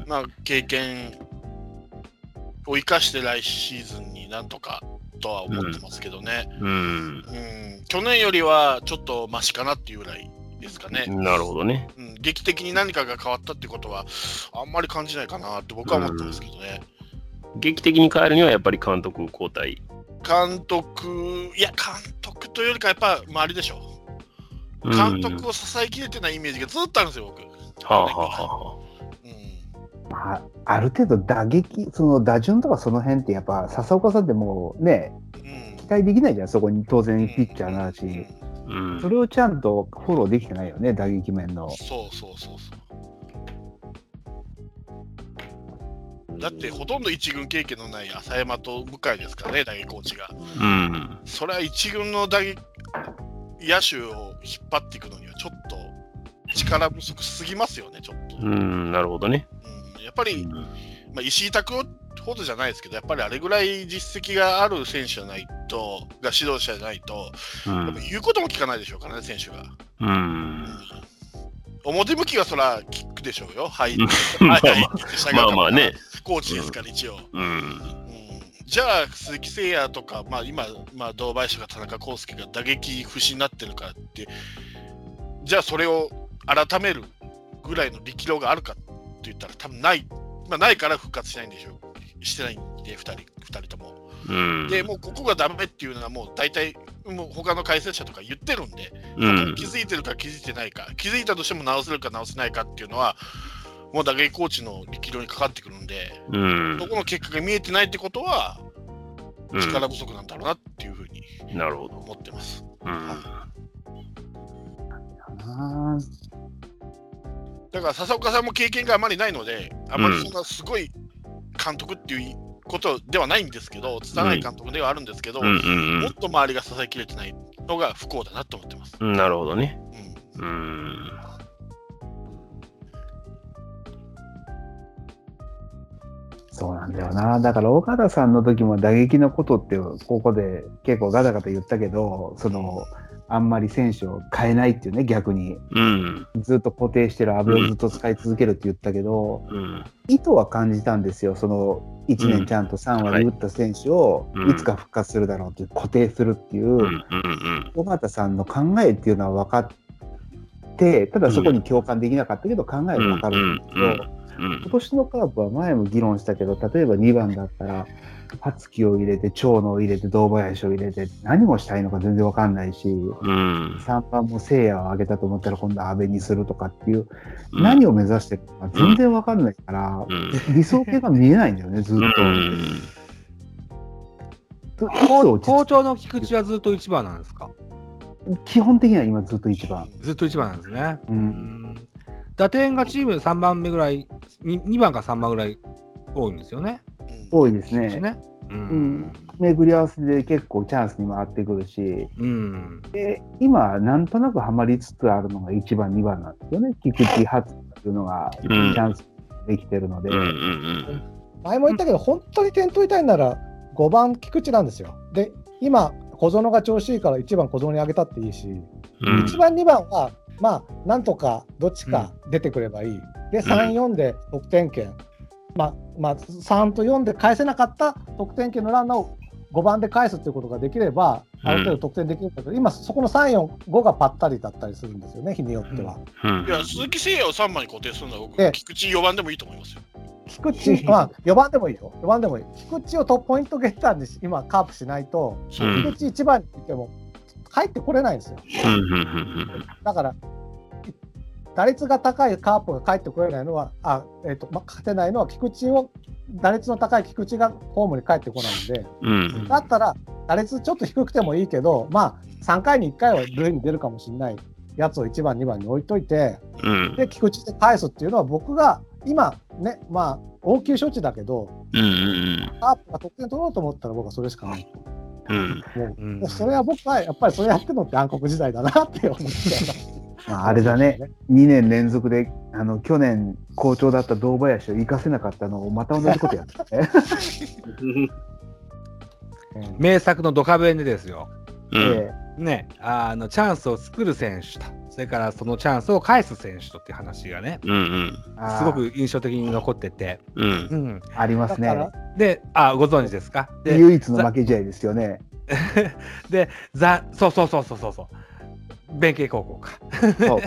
[SPEAKER 2] まあ、経験を生かして来シーズンになんとかとは思ってますけどね、
[SPEAKER 3] う
[SPEAKER 2] う
[SPEAKER 3] ん、
[SPEAKER 2] ん去年よりはちょっとマシかなっていうぐらいですかね、
[SPEAKER 3] うん、なるほどね。
[SPEAKER 2] うん、劇的に何かが変わったってことはあんまり感じないかなって僕は思ってますけどね、
[SPEAKER 3] 劇的に変えるにはやっぱり監督交代。
[SPEAKER 2] 監督いや監督というよりかやっぱ周りでしょ
[SPEAKER 3] うん
[SPEAKER 2] 監督を支えきれてないイメージがずっとあるんですよ僕、うん
[SPEAKER 3] はあ、はあはあは
[SPEAKER 7] まあ、ある程度打撃、その打順とかその辺ってやっぱ笹岡さんってもうね、
[SPEAKER 2] うん
[SPEAKER 7] 期待できないじゃん、そこに当然ピッチャーな
[SPEAKER 2] うん
[SPEAKER 7] し。
[SPEAKER 3] あ、うん
[SPEAKER 7] それをちゃんとフォローできてないよね、打撃面の。
[SPEAKER 2] そうそうそうそう。だってほとんど一軍経験のない浅山と向井ですからね、打撃コーチが。
[SPEAKER 3] うん、
[SPEAKER 2] それは一軍の打撃野手を引っ張っていくのにはちょっと力不足すぎますよね、ちょっと。
[SPEAKER 3] う、ん、なるほどね。
[SPEAKER 2] うんやっぱり、まあ、石井拓夫ほどじゃないですけど、やっぱりあれぐらい実績がある選手じゃないと、が指導者じゃないと、
[SPEAKER 3] う
[SPEAKER 2] やっぱ
[SPEAKER 3] ん、
[SPEAKER 2] 言うことも聞かないでしょうからね、選手が。
[SPEAKER 3] うん。
[SPEAKER 2] 表向きはそらキックでしょうよ、はい。
[SPEAKER 3] うん
[SPEAKER 2] はいはい
[SPEAKER 3] <laughs> まあまあね。
[SPEAKER 2] コーチですから、一応。
[SPEAKER 3] うん、
[SPEAKER 2] うんじゃあ、鈴木誠也とか、まあ、今、まあ、堂林とか田中康介が打撃不振になってるからって、じゃあそれを改めるぐらいの力量があるかって言ったら、多分ない、まあ、ないから復活しないんでしょう、してないんで、2人二人とも。
[SPEAKER 3] うん、
[SPEAKER 2] で、もうここがダメっていうのは、もう大体、もう他の解説者とか言ってるんで、
[SPEAKER 3] うん
[SPEAKER 2] 気、づいてるか気づいてないか、気づいたとしても直せるか直せないかっていうのは、もう打撃コーチの力量にかかってくるんで。
[SPEAKER 3] うん
[SPEAKER 2] そ、この結果が見えてないってことは、
[SPEAKER 3] うん
[SPEAKER 2] 力不足なんだろうなっていうふうに
[SPEAKER 3] なるほど。
[SPEAKER 2] 思ってます。
[SPEAKER 3] うん、
[SPEAKER 7] あー
[SPEAKER 2] だから笹岡さんも経験があまりないので、あま
[SPEAKER 3] う
[SPEAKER 2] り
[SPEAKER 3] ん
[SPEAKER 2] そんなすごい監督っていうことではないんですけど、拙い監督ではあるんですけど、
[SPEAKER 3] うん、
[SPEAKER 2] もっと周りが支えきれてないのが不幸だなと思ってます。
[SPEAKER 3] うん、なるほどね。
[SPEAKER 2] うん
[SPEAKER 3] うーん。
[SPEAKER 7] そうなんだよな。だから、岡田さんの時も打撃のことって、ここで結構ガタガタ言ったけど、その、あんまり選手を変えないっていうね、逆に。
[SPEAKER 3] うん。
[SPEAKER 7] ずっと固定してる阿部をずっと使い続けるって言ったけど、
[SPEAKER 3] うん。
[SPEAKER 7] 意図は感じたんですよ。その、1
[SPEAKER 3] うん
[SPEAKER 7] 年ちゃんと3割打った選手を
[SPEAKER 3] は、い
[SPEAKER 7] いつか復活するだろうっていう固定するっていう。
[SPEAKER 3] うん。うん。
[SPEAKER 7] 尾形さんの考えっていうのは分かってただそこに共感できなかったけど考えは分かるんですけど、
[SPEAKER 3] うんうんうん
[SPEAKER 7] 今年のカープは前も議論したけど例えば2番だったら初木を入れて長野を入れて堂林を入れて何もしたいのか全然分かんないし
[SPEAKER 3] うん。
[SPEAKER 7] 3番も聖夜を上げたと思ったら今度は阿部にするとかっていう、何を目指してるのか全然分かんないから、
[SPEAKER 3] うん。
[SPEAKER 7] 理想形が見えないんだよねずっ
[SPEAKER 3] うん。
[SPEAKER 7] と。いつ
[SPEAKER 4] 好
[SPEAKER 7] 落ち着
[SPEAKER 4] 好調の菊池はずっと1番なんですか
[SPEAKER 7] 基本的には今ずっと一番。
[SPEAKER 4] ずっと1番なんですね。
[SPEAKER 7] う
[SPEAKER 4] うんん打点がチーム3番目ぐらい、に2番か3番ぐらい多いんですよね。
[SPEAKER 2] うん
[SPEAKER 7] 多いです
[SPEAKER 4] です
[SPEAKER 7] ね。
[SPEAKER 4] ね。うん
[SPEAKER 7] ん。巡り合わせで結構チャンスに回ってくるし、
[SPEAKER 4] うん。
[SPEAKER 7] で今、なんとなくハマりつつあるのが1番、2番なんですよね、菊池発っていうのがチ
[SPEAKER 3] うん
[SPEAKER 7] ャンスできてるので、
[SPEAKER 3] うん。
[SPEAKER 5] 前も言ったけど、本当に点取りたいなら5番菊池なんですよ。で、今、小園が調子いいから1番小園に上げたっていいし、
[SPEAKER 3] うん。
[SPEAKER 5] 1番、2番は、まあ、なんとかどっちか出てくればいい。で、3、4で得点圏。まあ、まあ、3と4で返せなかった得点圏のランナーを5番で返すということができれば、ある程度得点できるんだけど、今、そこの3、4、5がぱったりだったりするんですよね、日によっては。
[SPEAKER 3] うん
[SPEAKER 2] いや、鈴木誠也を3番に固定するのは僕、
[SPEAKER 5] ええ
[SPEAKER 2] 菊池4番でもいいと思いますよ。
[SPEAKER 5] 菊池、まあ、4番でもいいよ、4番でもいい。菊池をトップポイントゲッターにし今、カープしないと、
[SPEAKER 3] う
[SPEAKER 5] 菊
[SPEAKER 3] ん
[SPEAKER 5] 池1番にいても、入ってこれないんですよ。
[SPEAKER 3] うん。
[SPEAKER 5] だから、打率が高いカープが帰ってこれないのは、あえーとま、勝てないのは菊池を、打率の高い菊池がホームに帰ってこないんで、
[SPEAKER 3] うん。
[SPEAKER 5] だったら、打率ちょっと低くてもいいけど、まあ、3回に1回は塁に出るかもしれないやつを1番、2番に置いといて、
[SPEAKER 3] うん。
[SPEAKER 5] で、菊池で返すっていうのは、僕が今、ね、まあ、応急処置だけど、
[SPEAKER 3] うん。うん。
[SPEAKER 5] カープが得点取ろうと思ったら、僕はそれしかない。
[SPEAKER 3] うん。
[SPEAKER 5] もう、
[SPEAKER 4] うん
[SPEAKER 5] もうそれは僕はやっぱりそれやってるのって暗黒時代だなって思って。
[SPEAKER 7] <laughs> まあ、あれだね、2年連続であの去年好調だった堂林を生かせなかったのをまた同じことやったね。
[SPEAKER 4] 名作のドカベンでですよ、
[SPEAKER 3] うん。うん。
[SPEAKER 7] で
[SPEAKER 4] ね、あのチャンスを作る選手と、それからそのチャンスを返す選手とっていう話がね、
[SPEAKER 3] うん。
[SPEAKER 7] あー
[SPEAKER 4] すごく印象的に残ってて、
[SPEAKER 3] うん。
[SPEAKER 4] うん、
[SPEAKER 7] あります
[SPEAKER 5] だ
[SPEAKER 7] ね
[SPEAKER 5] か。ら
[SPEAKER 4] で、あご存知ですかで
[SPEAKER 7] 唯一の負け試合ですよね。
[SPEAKER 4] ざ、そうそうそうそうそうそう、弁慶高校か。
[SPEAKER 7] <laughs> そう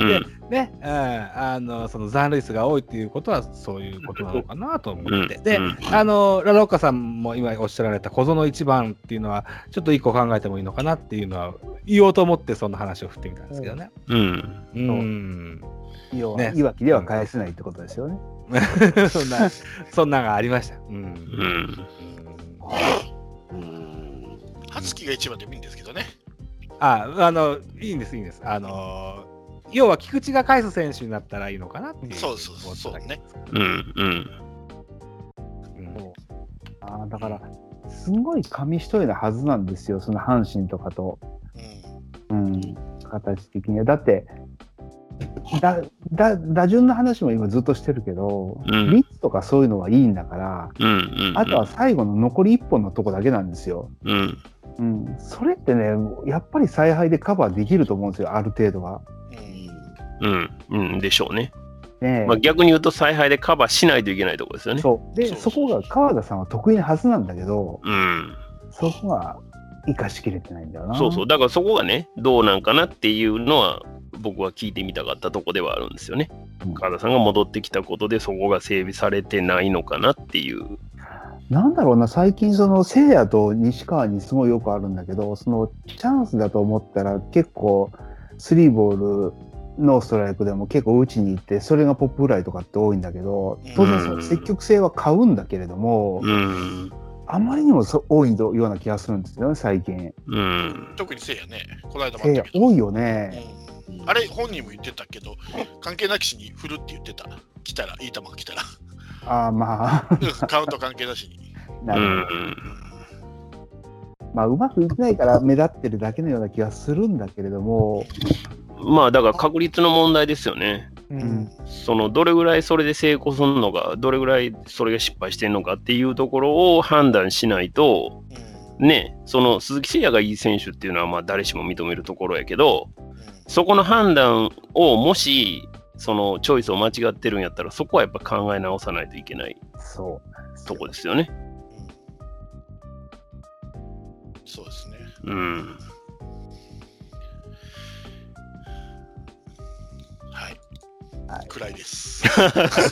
[SPEAKER 3] うん。
[SPEAKER 4] ね、うん、あのその残塁数が多いっていうことはそういうことなのかなと思って、
[SPEAKER 3] うん
[SPEAKER 4] で、
[SPEAKER 3] うん
[SPEAKER 4] あのラロッカさんも今おっしゃられた小園一番っていうのはちょっと一個考えてもいいのかなっていうのは言おうと思ってそんな話を振ってみたんですけどね。
[SPEAKER 3] うん。
[SPEAKER 4] うん、
[SPEAKER 7] 要は、
[SPEAKER 4] ね
[SPEAKER 7] いわきでは返せないってことですよね。
[SPEAKER 4] そん <laughs> なそんなんがありました。
[SPEAKER 3] う
[SPEAKER 4] うん
[SPEAKER 3] ん。
[SPEAKER 6] うん。
[SPEAKER 2] ハツキが一番でもいいんですけどね。
[SPEAKER 4] ああのいいんですいいんです。あの要は菊池が返す選手になったらいいのかなっていう。
[SPEAKER 2] そうそうそうそうね。
[SPEAKER 3] うん。うん。
[SPEAKER 4] うん
[SPEAKER 7] あーだから、すごい紙一重なはずなんですよ、その阪神とかと、
[SPEAKER 2] うん
[SPEAKER 7] うん、形的には。だってだだ、打順の話も今ずっとしてるけど、
[SPEAKER 3] うん
[SPEAKER 7] 率とかそういうのはいいんだから、
[SPEAKER 3] うん。
[SPEAKER 7] あとは、最後の残り1本のとこだけなんですよ。
[SPEAKER 3] うん。
[SPEAKER 7] うん、それってね、やっぱり采配でカバーできると思うんですよ、ある程度は。
[SPEAKER 2] うん
[SPEAKER 3] うん。うん。でしょうね。
[SPEAKER 7] ねえ
[SPEAKER 3] まあ、逆に言うと、采配でカバーしないといけないところですよね。
[SPEAKER 7] そうで
[SPEAKER 2] そう
[SPEAKER 7] そこが川田さんは得意なはずなんだけど、
[SPEAKER 3] うん。
[SPEAKER 7] そこは生かしきれてないんだよな。
[SPEAKER 3] そうそう。だからそこがね、どうなんかなっていうのは、僕は聞いてみたかったとこではあるんですよね
[SPEAKER 7] うん。
[SPEAKER 3] 川田さんが戻ってきたことで、そこが整備されてないのかなっていう。
[SPEAKER 7] なんだろうな、最近、その聖夜と西川にすごいよくあるんだけど、そのチャンスだと思ったら、結構、スリーボール、ノーストライクでも結構打ちに行って、それがポップフライとかって多いんだけど、当然、その積極性は買うんだけれども、
[SPEAKER 3] うん。
[SPEAKER 7] あまりにもそ多いような気がするんですよね、最近。
[SPEAKER 3] うん。
[SPEAKER 2] 特にせいやね、この間もあっ
[SPEAKER 7] 聖
[SPEAKER 2] た
[SPEAKER 7] 夜
[SPEAKER 2] けど。
[SPEAKER 7] 多いよね。
[SPEAKER 2] うんあれ、本人も言ってたけど、関係なきしに振るって言ってた。来たら、いい球が来たら。
[SPEAKER 7] ああ、まあ、 <laughs>
[SPEAKER 2] うんカウント関係なしに。
[SPEAKER 7] な
[SPEAKER 3] う
[SPEAKER 7] るほど。
[SPEAKER 3] ん。
[SPEAKER 7] まあ、うまくいってないから目立ってるだけのような気がするんだけれども、
[SPEAKER 3] まあ、だから確率の問題ですよね。
[SPEAKER 7] うん、
[SPEAKER 3] そのどれぐらいそれで成功するのか、どれぐらいそれが失敗してるのかっていうところを判断しないと、
[SPEAKER 2] うん
[SPEAKER 3] ね、その鈴木誠也がいい選手っていうのはまあ誰しも認めるところやけど、
[SPEAKER 2] うん
[SPEAKER 3] そこの判断をもし、そのチョイスを間違ってるんやったら、そこはやっぱ考え直さないといけない
[SPEAKER 7] そうなんです
[SPEAKER 3] と
[SPEAKER 7] よ
[SPEAKER 3] こですよね。
[SPEAKER 2] そうですね。
[SPEAKER 3] うん。
[SPEAKER 2] はい。
[SPEAKER 7] はい
[SPEAKER 2] 暗いです。
[SPEAKER 7] い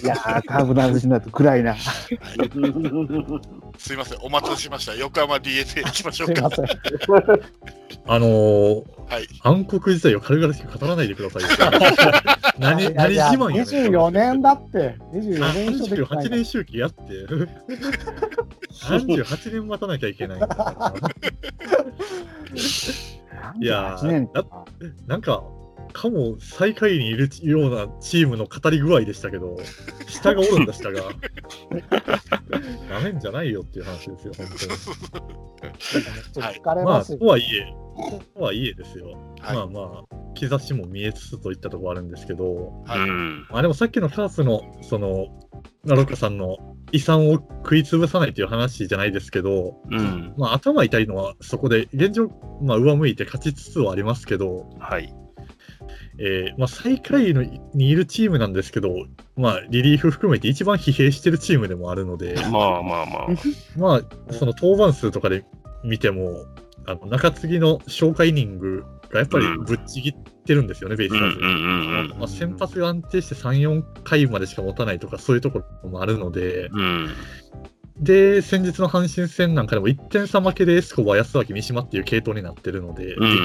[SPEAKER 7] やー、カーブの話になると暗いな。
[SPEAKER 2] すいません、お待たせしました。横浜 DNA 行きましょ
[SPEAKER 5] <laughs> す
[SPEAKER 2] う
[SPEAKER 5] い
[SPEAKER 2] か
[SPEAKER 5] ま。せん。
[SPEAKER 8] あのー、
[SPEAKER 2] はい。
[SPEAKER 8] 暗黒時代を軽々しく語らないでください
[SPEAKER 5] <laughs>
[SPEAKER 8] よ。何、何
[SPEAKER 5] いや
[SPEAKER 8] 自慢やねん
[SPEAKER 5] 24年だって、24年以上できない
[SPEAKER 8] 38年周期やって。38年待たなきゃい
[SPEAKER 5] <laughs>
[SPEAKER 8] けないんだから。いやー
[SPEAKER 7] 38年とか
[SPEAKER 8] なんか、かも最下位にいるようなチームの語り具合でしたけど、下がおるんだ、
[SPEAKER 5] <laughs>
[SPEAKER 8] 下が。ダメんじゃないよっていう話ですよ、本当に。
[SPEAKER 5] ちょっと疲れ
[SPEAKER 8] ま
[SPEAKER 5] ま
[SPEAKER 8] あ、
[SPEAKER 5] す
[SPEAKER 8] と
[SPEAKER 5] よ。
[SPEAKER 8] はいえ、とはいえですよ。
[SPEAKER 2] はい
[SPEAKER 8] まあまあ、兆しも見えつつといったところあるんですけど、
[SPEAKER 3] う
[SPEAKER 2] はい。
[SPEAKER 3] ん。
[SPEAKER 8] まあでもさっきのカースの、その、ナロカさんの遺産を食い潰さないという話じゃないですけど、
[SPEAKER 3] うん。
[SPEAKER 8] まあ頭痛いのはそこで、現状、まあ上向いて勝ちつつはありますけど、
[SPEAKER 3] はい。
[SPEAKER 8] えーまあ最下位のにいるチームなんですけど、まあリリーフ含めて一番疲弊してるチームでもあるので、
[SPEAKER 3] まあまあまあ。
[SPEAKER 8] まあ、その登板数とかで見ても、あの中継ぎの消化イニングがやっぱりぶっちぎってるんですよね、ベイス
[SPEAKER 3] う
[SPEAKER 8] タ
[SPEAKER 3] んう
[SPEAKER 8] ーズ。
[SPEAKER 3] ん
[SPEAKER 8] まあ、先発が安定して3、4回までしか持たないとか、そういうところもあるので、
[SPEAKER 3] うんうん。
[SPEAKER 8] で、先日の阪神戦なんかでも1点差負けでエスコバ、安脇、三島っていう系統になってるので、
[SPEAKER 3] うんうんうんう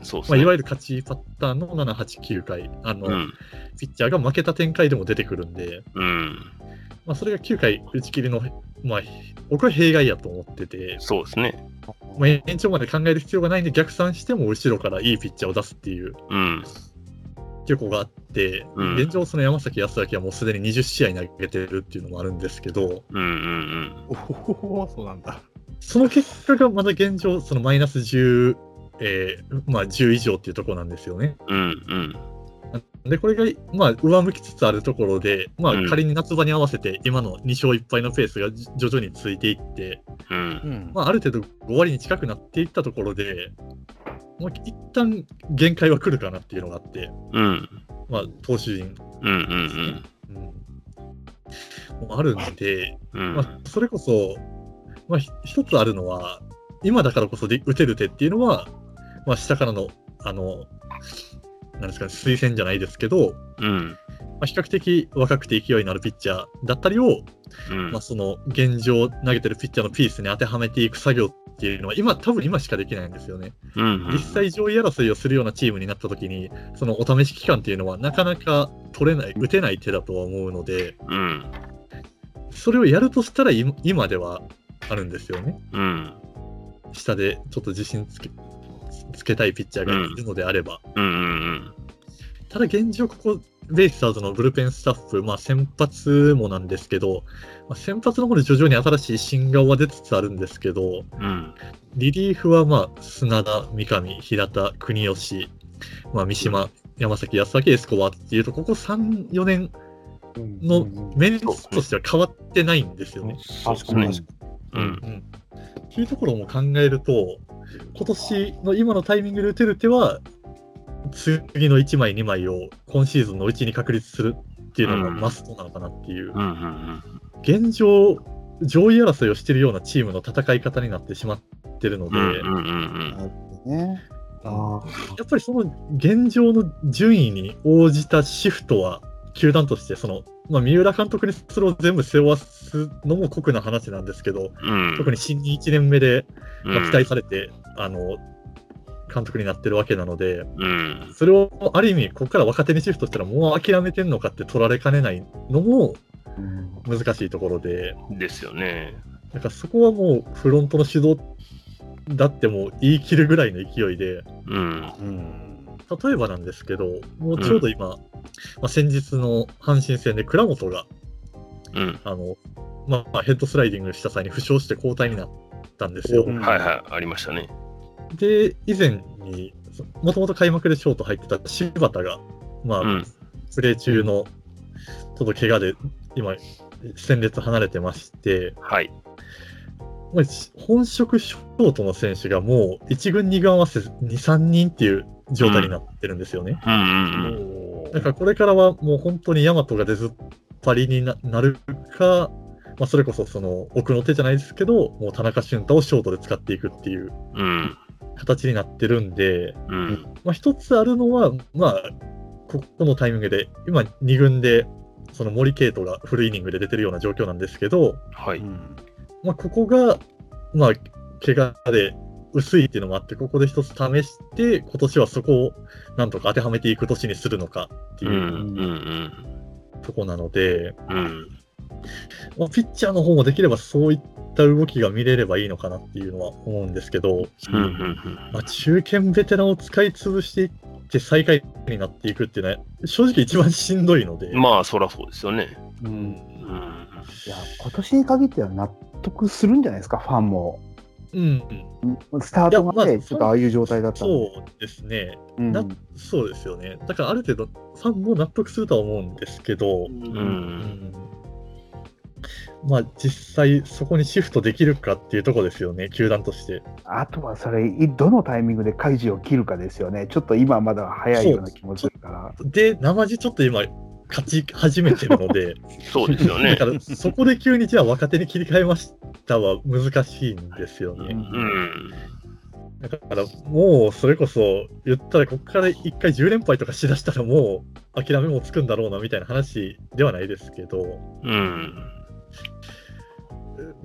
[SPEAKER 3] ん、そうです
[SPEAKER 8] まあ、
[SPEAKER 3] ね。
[SPEAKER 8] いわゆる勝ちパターンの7、8、9回、あの、
[SPEAKER 3] うん
[SPEAKER 8] ピッチャーが負けた展開でも出てくるんで、
[SPEAKER 3] うん、
[SPEAKER 8] まあ、それが9回打ち切りの、まあ、僕は弊害やと思ってて、
[SPEAKER 3] そうですね。
[SPEAKER 8] まあ、延長まで考える必要がないんで、逆算しても後ろからいいピッチャーを出すっていう
[SPEAKER 3] うん、
[SPEAKER 8] 傾向があって、
[SPEAKER 3] うん
[SPEAKER 8] 現状、その山崎康明はもうすでに20試合投げてるっていうのもあるんですけど、
[SPEAKER 3] うん、うん、
[SPEAKER 4] おお、そうなんだ。
[SPEAKER 8] その結果がまだ現状、そのマイナス10、えーまあ、10以上っていうところなんですよね。
[SPEAKER 3] うん、うん、
[SPEAKER 8] で、これが、まあ、上向きつつあるところで、ま
[SPEAKER 3] うん
[SPEAKER 8] あ、仮に夏場に合わせて、今の2勝1敗のペースがじ徐々についていって、
[SPEAKER 3] うん、
[SPEAKER 4] ん
[SPEAKER 8] まあ、ある程度5割に近くなっていったところで、もう一旦限界は来るかなっていうのがあって、
[SPEAKER 3] うん、
[SPEAKER 8] まあ、投手陣、
[SPEAKER 3] うん、うん、
[SPEAKER 8] うん、もあるんで、
[SPEAKER 3] うん、
[SPEAKER 8] まあ、それこそ、まあ、ひ一つあるのは、今だからこそで打てる手っていうのは、まあ、下からの、あの、なんですかね、推薦じゃないですけど、
[SPEAKER 3] うん、
[SPEAKER 8] まあ、比較的若くて勢いのあるピッチャーだったりを、
[SPEAKER 3] うん
[SPEAKER 8] まあ、、その現状投げてるピッチャーのピースに当てはめていく作業っていうのは今多分今しかできないんですよね。
[SPEAKER 3] うん、
[SPEAKER 8] 実際上位争いをするようなチームになった時にそのお試し期間っていうのはなかなか取れない打てない手だとは思うので
[SPEAKER 3] うん、
[SPEAKER 8] それをやるとしたら今今ではあるんですよね。
[SPEAKER 3] うん、
[SPEAKER 8] 下でちょっと自信つけつけたいピッチャーがいるのであれば、
[SPEAKER 3] うん、うん、
[SPEAKER 8] ただ現状、ここ、ベイスターズのブルペンスタッフ、まあ、先発もなんですけど、まあ、先発の方で徐々に新しい新顔は出つつあるんですけど、
[SPEAKER 3] うん、
[SPEAKER 8] リリーフは、まあ、砂田、三上、平田、国吉、まあ、三島、山崎、安崎、エスコバっていうと、ここ3、4年のメンツとしては変わってないんですよね。
[SPEAKER 3] そうですね。うん、
[SPEAKER 8] うんっていうところも考えると、今年の今のタイミングで打てる手は、次の1枚、2枚を今シーズンのうちに確立するっていうのが
[SPEAKER 3] うん
[SPEAKER 8] マストなのかなっていう、
[SPEAKER 3] うん、うん、
[SPEAKER 8] 現状、上位争いをしているようなチームの戦い方になってしまってるので、
[SPEAKER 3] うん、
[SPEAKER 8] や
[SPEAKER 3] うん、うん、
[SPEAKER 7] ね。あ
[SPEAKER 8] っぱりその現状の順位に応じたシフトは、球団としてその、まあ、三浦監督にそれを全部背負わすのも酷な話なんですけど、
[SPEAKER 3] うん、
[SPEAKER 8] 特に新人1年目でまあ期待
[SPEAKER 3] す
[SPEAKER 8] されて、あの監督になってるわけなので、
[SPEAKER 3] うん、
[SPEAKER 8] それをある意味、ここから若手にシフトしたら、もう諦めてんのかって取られかねないのも難しいところで、
[SPEAKER 3] ですよね。
[SPEAKER 8] だからそこはもうフロントの主導だってもう言い切るぐらいの勢いで、
[SPEAKER 3] うん、
[SPEAKER 8] 例えばなんですけど、もうちょうど今、まあ、先日の阪神戦で倉本が
[SPEAKER 3] うん、
[SPEAKER 8] あの、まあ、ヘッドスライディングした際に負傷して交代になったんですよ。
[SPEAKER 4] うん
[SPEAKER 3] はいはい、ありましたね。
[SPEAKER 8] で、以前に、もともと開幕でショート入ってた柴田が、まあ、
[SPEAKER 3] うん、
[SPEAKER 8] プレー中の、ちょっと怪我で、今、戦列離れてまして、
[SPEAKER 3] はい。
[SPEAKER 8] まあし本職ショートの選手がもう1軍、2軍合わせ2、3人っていう状態になってるんですよね。
[SPEAKER 3] うん、うん、
[SPEAKER 8] だからこれからはもう本当にヤマトが出ずっぱりにななるか、まあ、それこそその奥の手じゃないですけど、もう田中俊太をショートで使っていくっていう
[SPEAKER 3] うん、
[SPEAKER 8] 形になってるんで、
[SPEAKER 3] うん、
[SPEAKER 8] まあ、一つあるのは、まあ、ここのタイミングで、今、2軍で、その森ケイトがフルイニングで出てるような状況なんですけど、
[SPEAKER 3] はい。
[SPEAKER 8] まあ、ここが、まあ、怪我で薄いっていうのもあって、ここで一つ試して、今年はそこをなんとか当てはめていく年にするのかって
[SPEAKER 3] うん、、
[SPEAKER 8] いううんとこなので、
[SPEAKER 3] うん、
[SPEAKER 8] まあ、ピッチャーの方もできればそういった動きが見れればいいのかなっていうのは思うんですけど、
[SPEAKER 3] うん、うん、
[SPEAKER 8] まあ、中堅ベテランを使い潰していって最下位になっていくっていうのは正直一番しんどいので、
[SPEAKER 3] まあ、そらそうですよね。
[SPEAKER 7] うん。
[SPEAKER 3] うん、
[SPEAKER 7] いや、今年に限っては納得するんじゃないですか、ファンも。
[SPEAKER 8] うん、
[SPEAKER 7] スタートが
[SPEAKER 8] いやま
[SPEAKER 7] ね、
[SPEAKER 8] あ
[SPEAKER 7] ちょっとああいう状態だったんで。
[SPEAKER 8] そうですね、
[SPEAKER 7] うん
[SPEAKER 8] なそうですよね。だからある程度、ファンも納得するとは思うんですけど、
[SPEAKER 3] う、
[SPEAKER 8] うんんまあ実際そこにシフトできるかっていうとこですよね、球団として。
[SPEAKER 7] あとはそれ、いどのタイミングで舵を切るかですよね。ちょっと今まだ早いような気もするから。
[SPEAKER 8] で、生地ちょっと今、勝ち始めてるので、
[SPEAKER 3] <laughs> そうですよね
[SPEAKER 8] だか。らそこで急にじゃあ若手に切り替えましたは難しいんですよね。
[SPEAKER 3] <laughs> うん、
[SPEAKER 8] だからもうそれこそ言ったらここから1回10連敗とかしだしたらもう諦めもつくんだろうなみたいな話ではないですけど
[SPEAKER 3] うん、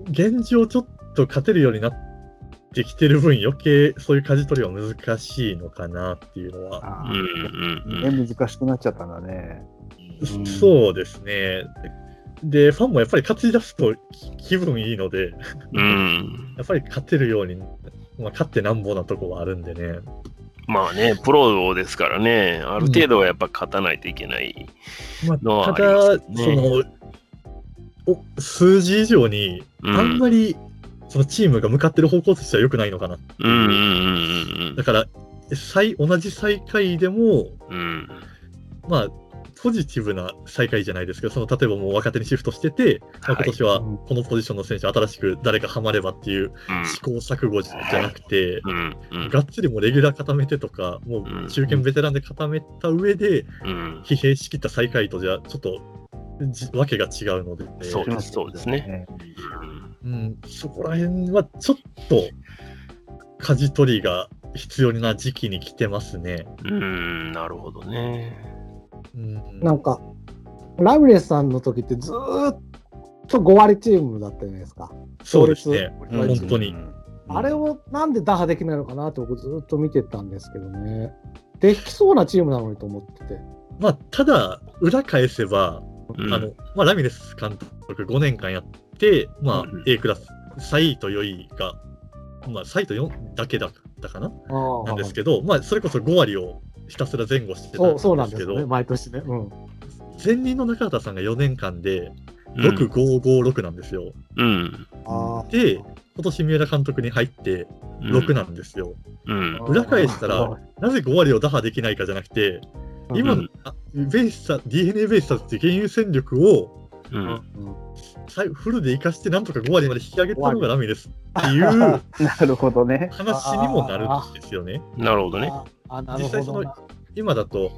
[SPEAKER 8] 現状ちょっと勝てるようになってきてる分、余計そういう舵取りは難しいのかなっていうの
[SPEAKER 3] う
[SPEAKER 8] は、
[SPEAKER 7] ああ
[SPEAKER 3] んうんうん
[SPEAKER 7] ね難しくなっちゃったんだね。 <laughs>
[SPEAKER 3] うん
[SPEAKER 8] そうですね。で、ファンもやっぱり勝ち出すとき気分いいので、
[SPEAKER 3] うん
[SPEAKER 8] やっぱり勝てるように、まあ、勝ってなんぼなとこはあるんでね。
[SPEAKER 3] まあね、プロですからね、ある程度はやっぱ勝たないといけない。
[SPEAKER 8] ま
[SPEAKER 3] のは
[SPEAKER 8] あ、
[SPEAKER 3] あ
[SPEAKER 8] た
[SPEAKER 3] ります
[SPEAKER 8] だ、
[SPEAKER 3] ね
[SPEAKER 8] そのお、数字以上に、
[SPEAKER 3] うん、
[SPEAKER 8] あんまり、そのチームが向かってる方向としては良くないのかな。
[SPEAKER 3] うんうんうん
[SPEAKER 8] だから、最同じ最下位でも、
[SPEAKER 3] うんうん。
[SPEAKER 8] まあ、ポジティブな最下位じゃないですけど、その例えばもう若手にシフトしてて、まあ
[SPEAKER 3] はい
[SPEAKER 8] 今年はこのポジションの選手、新しく誰かハマればっていう試行錯誤じゃなくて、
[SPEAKER 3] うんうん
[SPEAKER 8] がっつりもうレギュラー固めてとか、もう中堅ベテランで固めた上で、
[SPEAKER 3] うん
[SPEAKER 8] 疲弊しきった最下位とじゃ、ちょっとじわけが違うので、
[SPEAKER 3] そうです、そうですね。
[SPEAKER 7] ね
[SPEAKER 8] うん、そこら辺はちょっと、舵取りが必要な時期に来てますね。
[SPEAKER 3] うん、なるほどね。
[SPEAKER 8] うん
[SPEAKER 5] なんか、ラブレスさんの時ってずーっと5割チームだったじゃないですか。
[SPEAKER 8] そうですね。
[SPEAKER 5] 強烈
[SPEAKER 8] 本当に。
[SPEAKER 5] あれをなんで打破できないのかなって僕ずーっと見てたんですけどね。できそうなチームなのにと思ってて。
[SPEAKER 8] まあ、ただ、裏返せば、
[SPEAKER 3] うん
[SPEAKER 8] あのまあ、ラミレス監督5年間やって、まあ
[SPEAKER 3] うん、
[SPEAKER 8] A クラス、3位と4位が、まあ、3位と4だけだったかな、
[SPEAKER 5] ああ
[SPEAKER 8] なんですけど、まあ、それこそ5割をひたすら前後してた
[SPEAKER 5] そうそうなん
[SPEAKER 8] ん
[SPEAKER 5] で
[SPEAKER 8] ですすけ
[SPEAKER 5] よね、
[SPEAKER 8] ど、
[SPEAKER 5] 毎年ね。うん。
[SPEAKER 8] 前任の中畑さんが4年間で、
[SPEAKER 3] うん
[SPEAKER 8] 6、5、5、6なんですよ。
[SPEAKER 3] うん。
[SPEAKER 5] ああ。
[SPEAKER 8] で、今年三浦監督に入って、6なんですよ。
[SPEAKER 3] うん。
[SPEAKER 8] 裏返した
[SPEAKER 5] あ
[SPEAKER 8] ら、なぜ5割を打破できないかじゃなくて、今のあベイスタ DNA ベイスターズっていう原有戦力を、
[SPEAKER 3] うん。
[SPEAKER 8] 最後フルで生かしてなんとか5割まで引き上げたのがラミレスって
[SPEAKER 5] <laughs>
[SPEAKER 8] いう
[SPEAKER 7] なるほどね。
[SPEAKER 8] 話にもなるんですよね。
[SPEAKER 3] なるほどね。
[SPEAKER 5] ああ、なる
[SPEAKER 8] 実際そ
[SPEAKER 5] ほど
[SPEAKER 8] の
[SPEAKER 5] な。
[SPEAKER 8] 今だと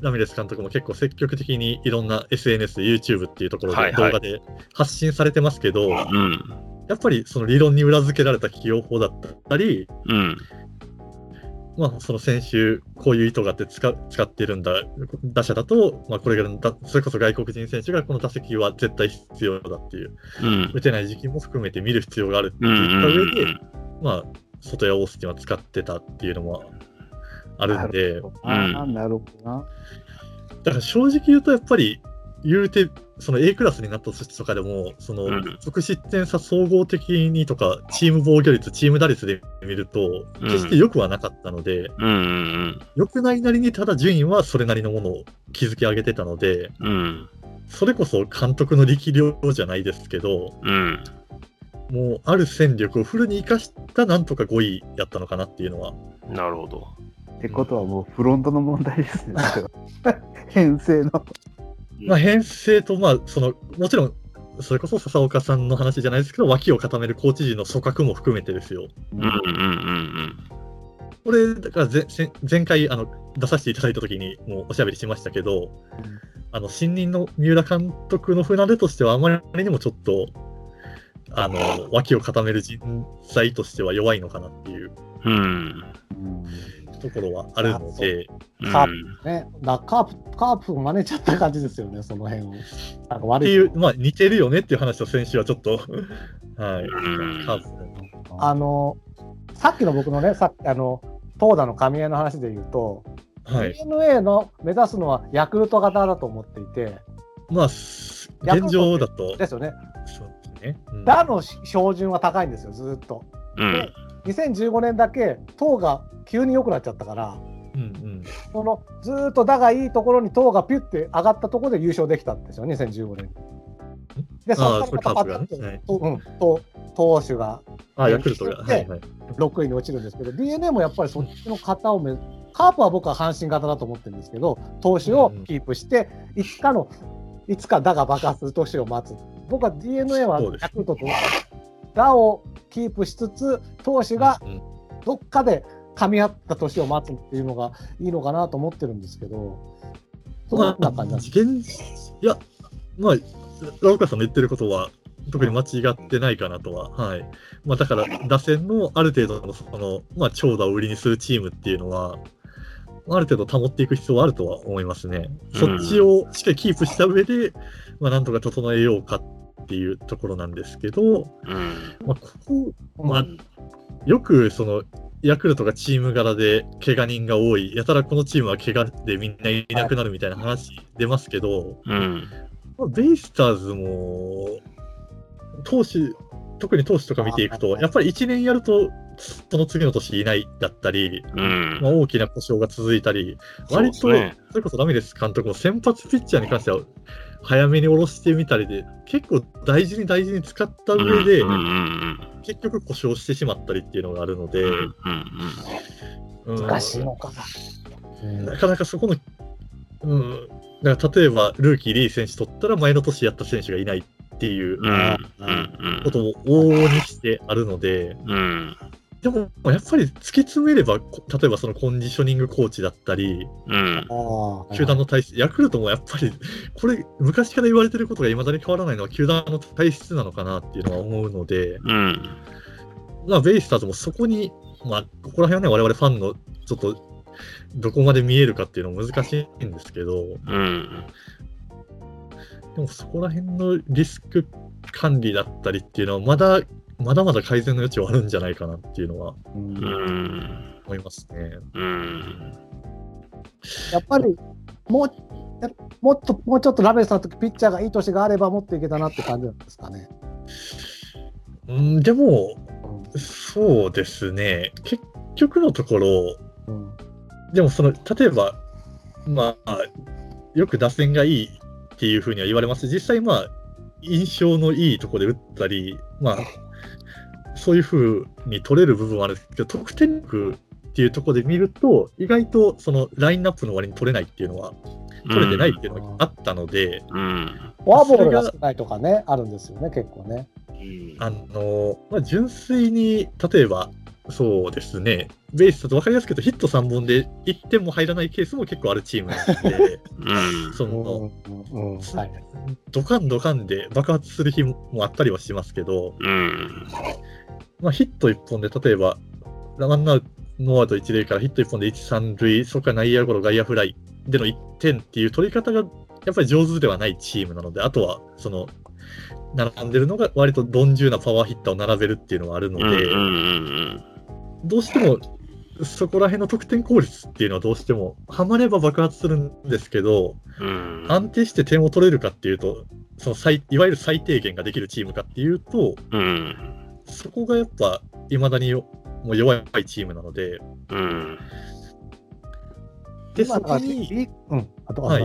[SPEAKER 8] ラミレス監督も結構積極的にいろんな SNS、YouTube っていうところ
[SPEAKER 3] はい
[SPEAKER 8] で
[SPEAKER 3] はい
[SPEAKER 8] 動画で発信されてますけど、
[SPEAKER 3] うん。
[SPEAKER 8] やっぱりその理論に裏付けられた起用法だったり、
[SPEAKER 3] うん。
[SPEAKER 8] まあ、その先週こういう意図があって使う使ってるんだ打者だと、まあ、これがだそれこそ外国人選手がこの打席は絶対必要だっていう
[SPEAKER 3] うん。
[SPEAKER 8] 打てない時期も含めて見る必要があるって
[SPEAKER 3] うん。う
[SPEAKER 8] 言った上で、
[SPEAKER 3] ん。
[SPEAKER 8] まあ、外やオースティンは使ってたっていうのもあるんで、
[SPEAKER 7] ああ、なるほどな。
[SPEAKER 8] だから正直言うと、やっぱり、言うて、その A クラスになった時とかでも、その
[SPEAKER 3] うん、
[SPEAKER 8] 得失点差総合的にとか、チーム防御率、チーム打率で見ると、
[SPEAKER 3] うん
[SPEAKER 8] 決して良くはなかったので、
[SPEAKER 3] うん。
[SPEAKER 8] 良くないなりに、ただ順位はそれなりのものを築き上げてたので、
[SPEAKER 3] うん。
[SPEAKER 8] それこそ監督の力量じゃないですけど、
[SPEAKER 3] うん。
[SPEAKER 8] もう、ある戦力をフルに生かした、なんとか5位やったのかなっていうのは、
[SPEAKER 3] なるほど。
[SPEAKER 7] ってことはもうフロントの問題ですね。それは <laughs> 編成の。
[SPEAKER 8] まあ、編成と、まあ、その、もちろん、それこそ笹岡さんの話じゃないですけど、脇を固めるコーチ陣の組閣も含めてですよ。
[SPEAKER 3] うん。うん。うん。
[SPEAKER 8] これ、だから前前前回あの出させていただいたときにもうおしゃべりしましたけど、あの新任の三浦監督の船出としては、あまりにもちょっと、あの、脇を固める人材としては弱いのかなっていう
[SPEAKER 3] うん。
[SPEAKER 8] ところはあるので、
[SPEAKER 3] うん。
[SPEAKER 5] ね、だカープ、カープを真似ちゃった感じですよね、その辺を。なんか
[SPEAKER 8] って
[SPEAKER 5] 悪い
[SPEAKER 8] いう、まあ、似てるよねっていう話を先週はちょっ <laughs> と、はい、
[SPEAKER 3] うん
[SPEAKER 8] カーブの
[SPEAKER 5] あの、さっきの僕のね、さあの、投打の噛み合いの話で言うと、
[SPEAKER 8] はい。
[SPEAKER 5] DNA の目指すのはヤクルト型だと思っていて、
[SPEAKER 8] まあ、す現状だと、
[SPEAKER 5] ですよね。
[SPEAKER 8] そうですね。うん
[SPEAKER 5] 打の標準は高いんですよ、ずーっと。
[SPEAKER 3] うん。
[SPEAKER 5] 2015年だけ、投が急に良くなっちゃったから、
[SPEAKER 8] うんうん。
[SPEAKER 5] そのずーっと打がいいところに投がピュって上がったところで優勝できたんですよ、2015年。で、
[SPEAKER 8] あ
[SPEAKER 5] そ
[SPEAKER 8] あ
[SPEAKER 5] こからまたパタッ
[SPEAKER 8] それ
[SPEAKER 5] と、うん、と投手が
[SPEAKER 8] あ、ヤクルトが。
[SPEAKER 5] で
[SPEAKER 8] はいはい。
[SPEAKER 5] 6位に落ちるんですけど、d n a もやっぱりそっちの型をめ、カープは僕は阪神型だと思ってるんですけど、投手をキープして、いつかの、いつか打が爆発する投手を待つ。僕は d n a は
[SPEAKER 8] そうです
[SPEAKER 5] ヤクルトと打をキープしつつ、投手が
[SPEAKER 8] うんうん
[SPEAKER 5] どっかで噛み合った年を待つっていうのがいいのかなと思ってるんですけど、そんな感じなんです。
[SPEAKER 8] 現いや、まあ、ラオカさんの言ってることは、特に間違ってないかなとは。はい。まあ、だから、打線のある程度の、その、まあ、長打を売りにするチームっていうのは、ある程度保っていく必要はあるとは思いますね。そっちをしっかりキープした上で、まあ、なんとか整えようかっっていうところなんですけど、
[SPEAKER 3] うん。
[SPEAKER 8] まあ、ここ、まあ、よくそのヤクルトがチーム柄で怪我人が多い、やたらこのチームは怪我でみんないなくなるみたいな話出ますけど、
[SPEAKER 3] うん。
[SPEAKER 8] まあベイスターズも、投手、特に投手とか見ていくと、やっぱり1年やると、その次の年いないだったり、
[SPEAKER 3] うん
[SPEAKER 8] まあ、大きな故障が続いたり、割と、
[SPEAKER 3] そうですね
[SPEAKER 8] それこそラミレス監督も先発ピッチャーに関しては、早めに下ろしてみたりで、結構大事に大事に使った上で、
[SPEAKER 3] うんうん
[SPEAKER 8] 結局故障してしまったりっていうのがあるので、
[SPEAKER 3] うんうんうん
[SPEAKER 8] うん
[SPEAKER 5] 難しいのかな。
[SPEAKER 8] なかなかそこの、うん、だから例えばルーキー、リー選手取ったら前の年やった選手がいないっていう
[SPEAKER 3] うんうん
[SPEAKER 8] ことも往々にしてあるので、
[SPEAKER 3] うん
[SPEAKER 8] でもやっぱり突き詰めれば、こ例えばそのコンディショニングコーチだったり、
[SPEAKER 3] うん
[SPEAKER 5] ああ
[SPEAKER 8] 球団の体質、ヤクルトもやっぱり、これ、昔から言われてることがいまだに変わらないのは、球団の体質なのかなっていうのは思うので、
[SPEAKER 3] うん
[SPEAKER 8] まあ、ベイスターズもそこに、まあ、ここら辺はね、我々ファンのちょっと、どこまで見えるかっていうのも難しいんですけ
[SPEAKER 3] う
[SPEAKER 8] ど、
[SPEAKER 3] ん
[SPEAKER 8] でもそこら辺のリスク管理だったりっていうのは、まだ、まだまだ改善の余地はあるんじゃないかなっていうのは
[SPEAKER 7] うん
[SPEAKER 3] うん
[SPEAKER 8] 思いますね。
[SPEAKER 3] うん
[SPEAKER 5] やっぱりもうやもっともうちょっとラベルさんとピッチャーがいい年があればもっといけたなって感じなんですかね。
[SPEAKER 8] うん、でも、そうですね、結局のところ、
[SPEAKER 5] うん、
[SPEAKER 8] でもその、例えば、まあ、よく打線がいいっていうふうには言われますし実際、まあ、印象のいいところで打ったり、ま
[SPEAKER 5] <laughs>
[SPEAKER 8] あ、そういうふうに取れる部分はあるんですけど、得点力っていうところで見ると、意外とそのラインナップの割に取れないっていうのは、取れてないっていうのがあったので、
[SPEAKER 3] うん
[SPEAKER 5] フォアボールが少ないとかね、あるんですよね、結構ね。
[SPEAKER 6] うん
[SPEAKER 8] あのまあ、純粋に、例えば、そうですね、ベースだと分かりやすく言うと、ヒット3本で1点も入らないケースも結構あるチームなん
[SPEAKER 3] <laughs>
[SPEAKER 8] で、
[SPEAKER 3] うん
[SPEAKER 8] そ
[SPEAKER 5] うん
[SPEAKER 8] の
[SPEAKER 5] うんうんはい
[SPEAKER 8] ドカンドカンで爆発する日もあったりはしますけど、
[SPEAKER 3] うん
[SPEAKER 8] まあ、ヒット1本で、例えば、ランナーノーアウト1塁からヒット1本で1、3塁、そこから内野ゴロ、外野フライでの1点っていう取り方がやっぱり上手ではないチームなので、あとは、その、並んでるのが割と鈍重なパワーヒッターを並べるっていうのはあるの
[SPEAKER 3] う
[SPEAKER 8] で、
[SPEAKER 3] んうん
[SPEAKER 8] どうしてもそこら辺の得点効率っていうのはどうしてもハマれば爆発するんですけど
[SPEAKER 3] うん
[SPEAKER 8] 安定して点を取れるかっていうとその最いわゆる最低限ができるチームかっていうと
[SPEAKER 3] うん
[SPEAKER 8] そこがやっぱいまだによもう弱いチームなので
[SPEAKER 3] うん
[SPEAKER 8] で
[SPEAKER 5] 今だ
[SPEAKER 8] そ
[SPEAKER 5] か
[SPEAKER 8] こ
[SPEAKER 5] ら
[SPEAKER 8] に
[SPEAKER 5] ビうん、あと
[SPEAKER 8] はい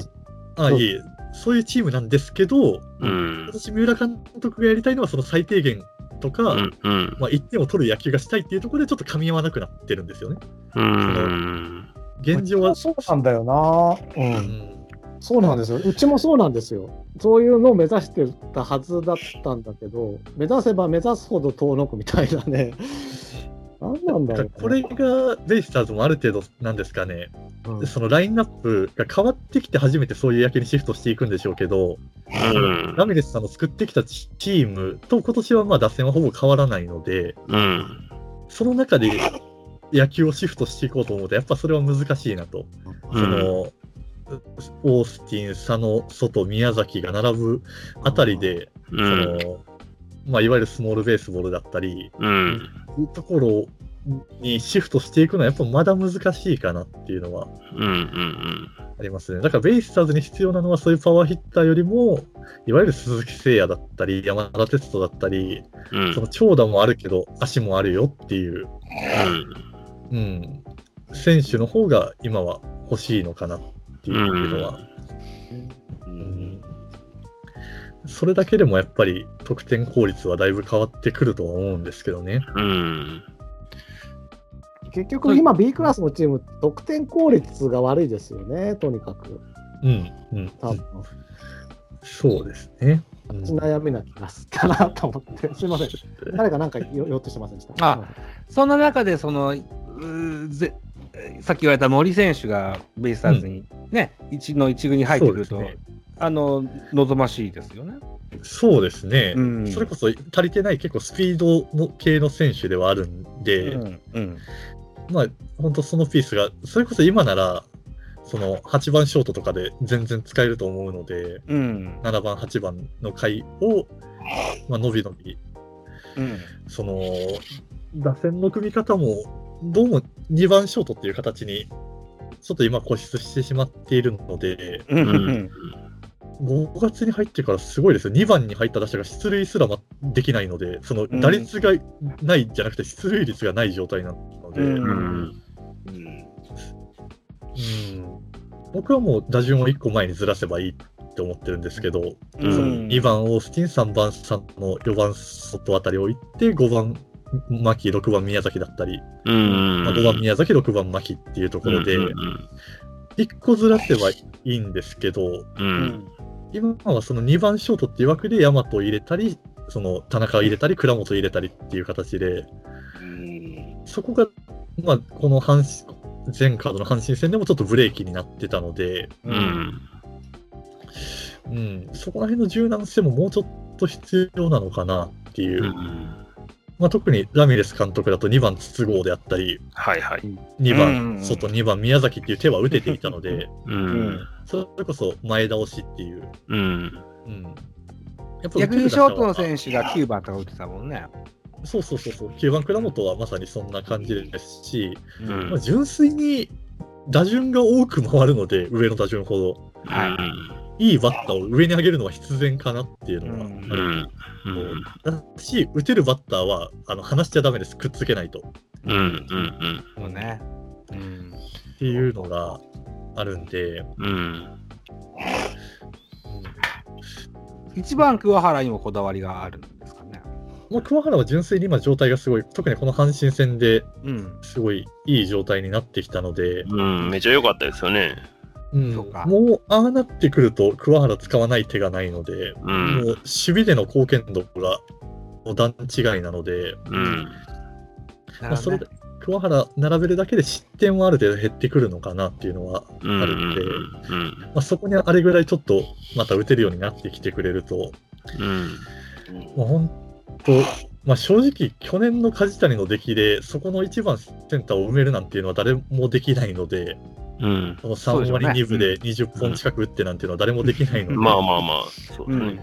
[SPEAKER 8] あ
[SPEAKER 5] そう
[SPEAKER 8] いえそういうチームなんですけど
[SPEAKER 3] うん
[SPEAKER 8] 私三浦監督がやりたいのはその最低限とか、
[SPEAKER 3] うんうん
[SPEAKER 8] まあ、1点を取る野球がしたいっていうところでちょっと噛み合わなくなってるんですよね
[SPEAKER 3] うん
[SPEAKER 8] 現状は、
[SPEAKER 5] そうなんだよな。
[SPEAKER 8] う
[SPEAKER 5] うん
[SPEAKER 8] ん
[SPEAKER 5] そうなんですよ。うちもそうなんですよ。そういうのを目指してたはずだったんだけど、目指せば目指すほど遠のくみたいな
[SPEAKER 8] <laughs>
[SPEAKER 5] ね。何なんだろう、ね。
[SPEAKER 8] これがベイスターズもある程度なんですかね、
[SPEAKER 5] うん
[SPEAKER 8] そのラインナップが変わってきて初めてそういう野球にシフトしていくんでしょうけど、
[SPEAKER 3] うん
[SPEAKER 8] ラミレスさんの作ってきたチチームと今年はまあ打線はほぼ変わらないので、
[SPEAKER 3] うん
[SPEAKER 8] その中で野球をシフトしていこうと思うと、やっぱそれは難しいなと。
[SPEAKER 3] うん
[SPEAKER 8] そのオースティン、佐野、外、宮崎が並ぶあたりで、
[SPEAKER 3] う
[SPEAKER 8] そ
[SPEAKER 3] ん
[SPEAKER 8] のまあ、いわゆるスモールベースボールだったり、
[SPEAKER 3] うん
[SPEAKER 8] いうところにシフトしていくのはやっぱまだ難しいかなっていうのは
[SPEAKER 3] うん
[SPEAKER 8] ありますね。だからベイスターズに必要なのはそういうパワーヒッターよりも、いわゆる鈴木誠也だったり、山田哲人だったり、
[SPEAKER 3] うん
[SPEAKER 8] その長打もあるけど、足もあるよっていう、うん、選手の方が今は欲しいのかなっていうのは、
[SPEAKER 6] うん
[SPEAKER 8] それだけでもやっぱり得点効率はだいぶ変わってくるとは思うんですけどね。
[SPEAKER 3] うん
[SPEAKER 5] 結局今 B クラスのチーム、得点効率が悪いですよね、とにかく。
[SPEAKER 8] うん、うん、
[SPEAKER 5] 多分、
[SPEAKER 8] そうですね。うん
[SPEAKER 5] 悩みな気がするなと思っ
[SPEAKER 8] <laughs>
[SPEAKER 5] て。すいません。誰かなんかよよってしてませんでした。
[SPEAKER 4] あそんな中で、その、うーぜさっき言われた森選手がベイスターズに、ね、一の一軍に入ってくると、
[SPEAKER 8] そうです
[SPEAKER 4] あの、望ましいですよね。
[SPEAKER 8] そうですね。
[SPEAKER 4] ん
[SPEAKER 8] それこそ足りてない結構スピードの系の選手ではあるんで、
[SPEAKER 4] うんうん
[SPEAKER 8] まあ本当そのピースがそれこそ今ならその8番ショートとかで全然使えると思うので、
[SPEAKER 4] うん。
[SPEAKER 8] 7番、8番の回を、まあ、伸び伸び、
[SPEAKER 4] うん。
[SPEAKER 8] その、打線の組み方も、どうも2番ショートっていう形に、ちょっと今固執してしまっているので、
[SPEAKER 4] うんん。
[SPEAKER 8] 5月に入ってからすごいですよ、2番に入った打者が出塁すらまできないので、その
[SPEAKER 4] ん
[SPEAKER 8] 打率がないじゃなくて、出塁率がない状態なので、
[SPEAKER 4] うん
[SPEAKER 3] うん
[SPEAKER 2] うん
[SPEAKER 8] うん僕はもう打順を1個前にずらせばいいって思ってるんですけど、
[SPEAKER 3] うん
[SPEAKER 8] その2番オースティン、3番さんの4番外あたりを行って、5番牧、6番宮崎だったり、
[SPEAKER 3] うん
[SPEAKER 8] まあ、5番宮崎、6番牧っていうところで、1個ずらせばいいんですけど、
[SPEAKER 3] うん
[SPEAKER 8] 今はその2番ショートっていう枠で大和を入れたり、その田中を入れたり、倉本を入れたりっていう形で、
[SPEAKER 2] <laughs> うん
[SPEAKER 8] そこが、まあ、この阪神前カードの阪神戦でもちょっとブレーキになってたので、
[SPEAKER 3] うんうん
[SPEAKER 8] うん、そこら辺の柔軟性ももうちょっと必要なのかなっていう、
[SPEAKER 3] うん
[SPEAKER 8] まあ、特にラミレス監督だと2番筒香であったり、
[SPEAKER 3] はいはい。
[SPEAKER 8] 2
[SPEAKER 4] う
[SPEAKER 8] 番
[SPEAKER 4] ん
[SPEAKER 8] 外、2番宮崎っていう手は打てていたので、
[SPEAKER 3] うん
[SPEAKER 8] それこそ前倒しっていう。
[SPEAKER 3] うん
[SPEAKER 8] うん、やっ
[SPEAKER 4] 逆にショートの
[SPEAKER 8] 手
[SPEAKER 4] 選手が9番とか打ってたもんね。
[SPEAKER 8] そうそうそうそう、9番倉本はまさにそんな感じですし、
[SPEAKER 3] う
[SPEAKER 8] まあ、
[SPEAKER 3] ん
[SPEAKER 8] 純粋に打順が多く回るので、上の打順ほど、
[SPEAKER 3] はい
[SPEAKER 8] いバッターを上に上げるのは必然かなっていうのがある
[SPEAKER 4] うん
[SPEAKER 3] う
[SPEAKER 8] で
[SPEAKER 3] ん
[SPEAKER 8] だし、打てるバッターはあの離しちゃダメです、くっつけないとっ
[SPEAKER 3] うんうん
[SPEAKER 4] そうね。うん。
[SPEAKER 8] ていうのがあるんで、
[SPEAKER 3] うん
[SPEAKER 4] 1番桑原にもこだわりがあるんですかね。
[SPEAKER 8] まあ、桑原は純粋に今、状態がすごい、特にこの阪神戦で
[SPEAKER 4] うん。
[SPEAKER 8] すごいいい状態になってきたので、
[SPEAKER 3] うんめちゃ良かったですよね。
[SPEAKER 8] うん
[SPEAKER 4] そうか
[SPEAKER 8] もうああなってくると、桑原使わない手がないので、
[SPEAKER 3] う
[SPEAKER 8] もうん守備での貢献度がもう段違いなので、
[SPEAKER 3] うん
[SPEAKER 8] まあ、それで桑原並べるだけで失点はある程度減ってくるのかなっていうのはあ
[SPEAKER 3] うん
[SPEAKER 8] るんで。
[SPEAKER 3] うん
[SPEAKER 8] まあ、そこにあれぐらいちょっとまた打てるようになってきてくれると、
[SPEAKER 3] うん
[SPEAKER 8] まあ、本当、まあ、正直、去年の梶谷の出来で、そこの1番センターを埋めるなんていうのは誰もできないので、
[SPEAKER 3] うん
[SPEAKER 8] この
[SPEAKER 4] そうで
[SPEAKER 8] 3
[SPEAKER 4] しょう
[SPEAKER 8] 割
[SPEAKER 4] ね
[SPEAKER 8] 2分で20本近く打ってなんていうのは誰もできないので、
[SPEAKER 3] まあまあまあそう
[SPEAKER 4] う
[SPEAKER 3] です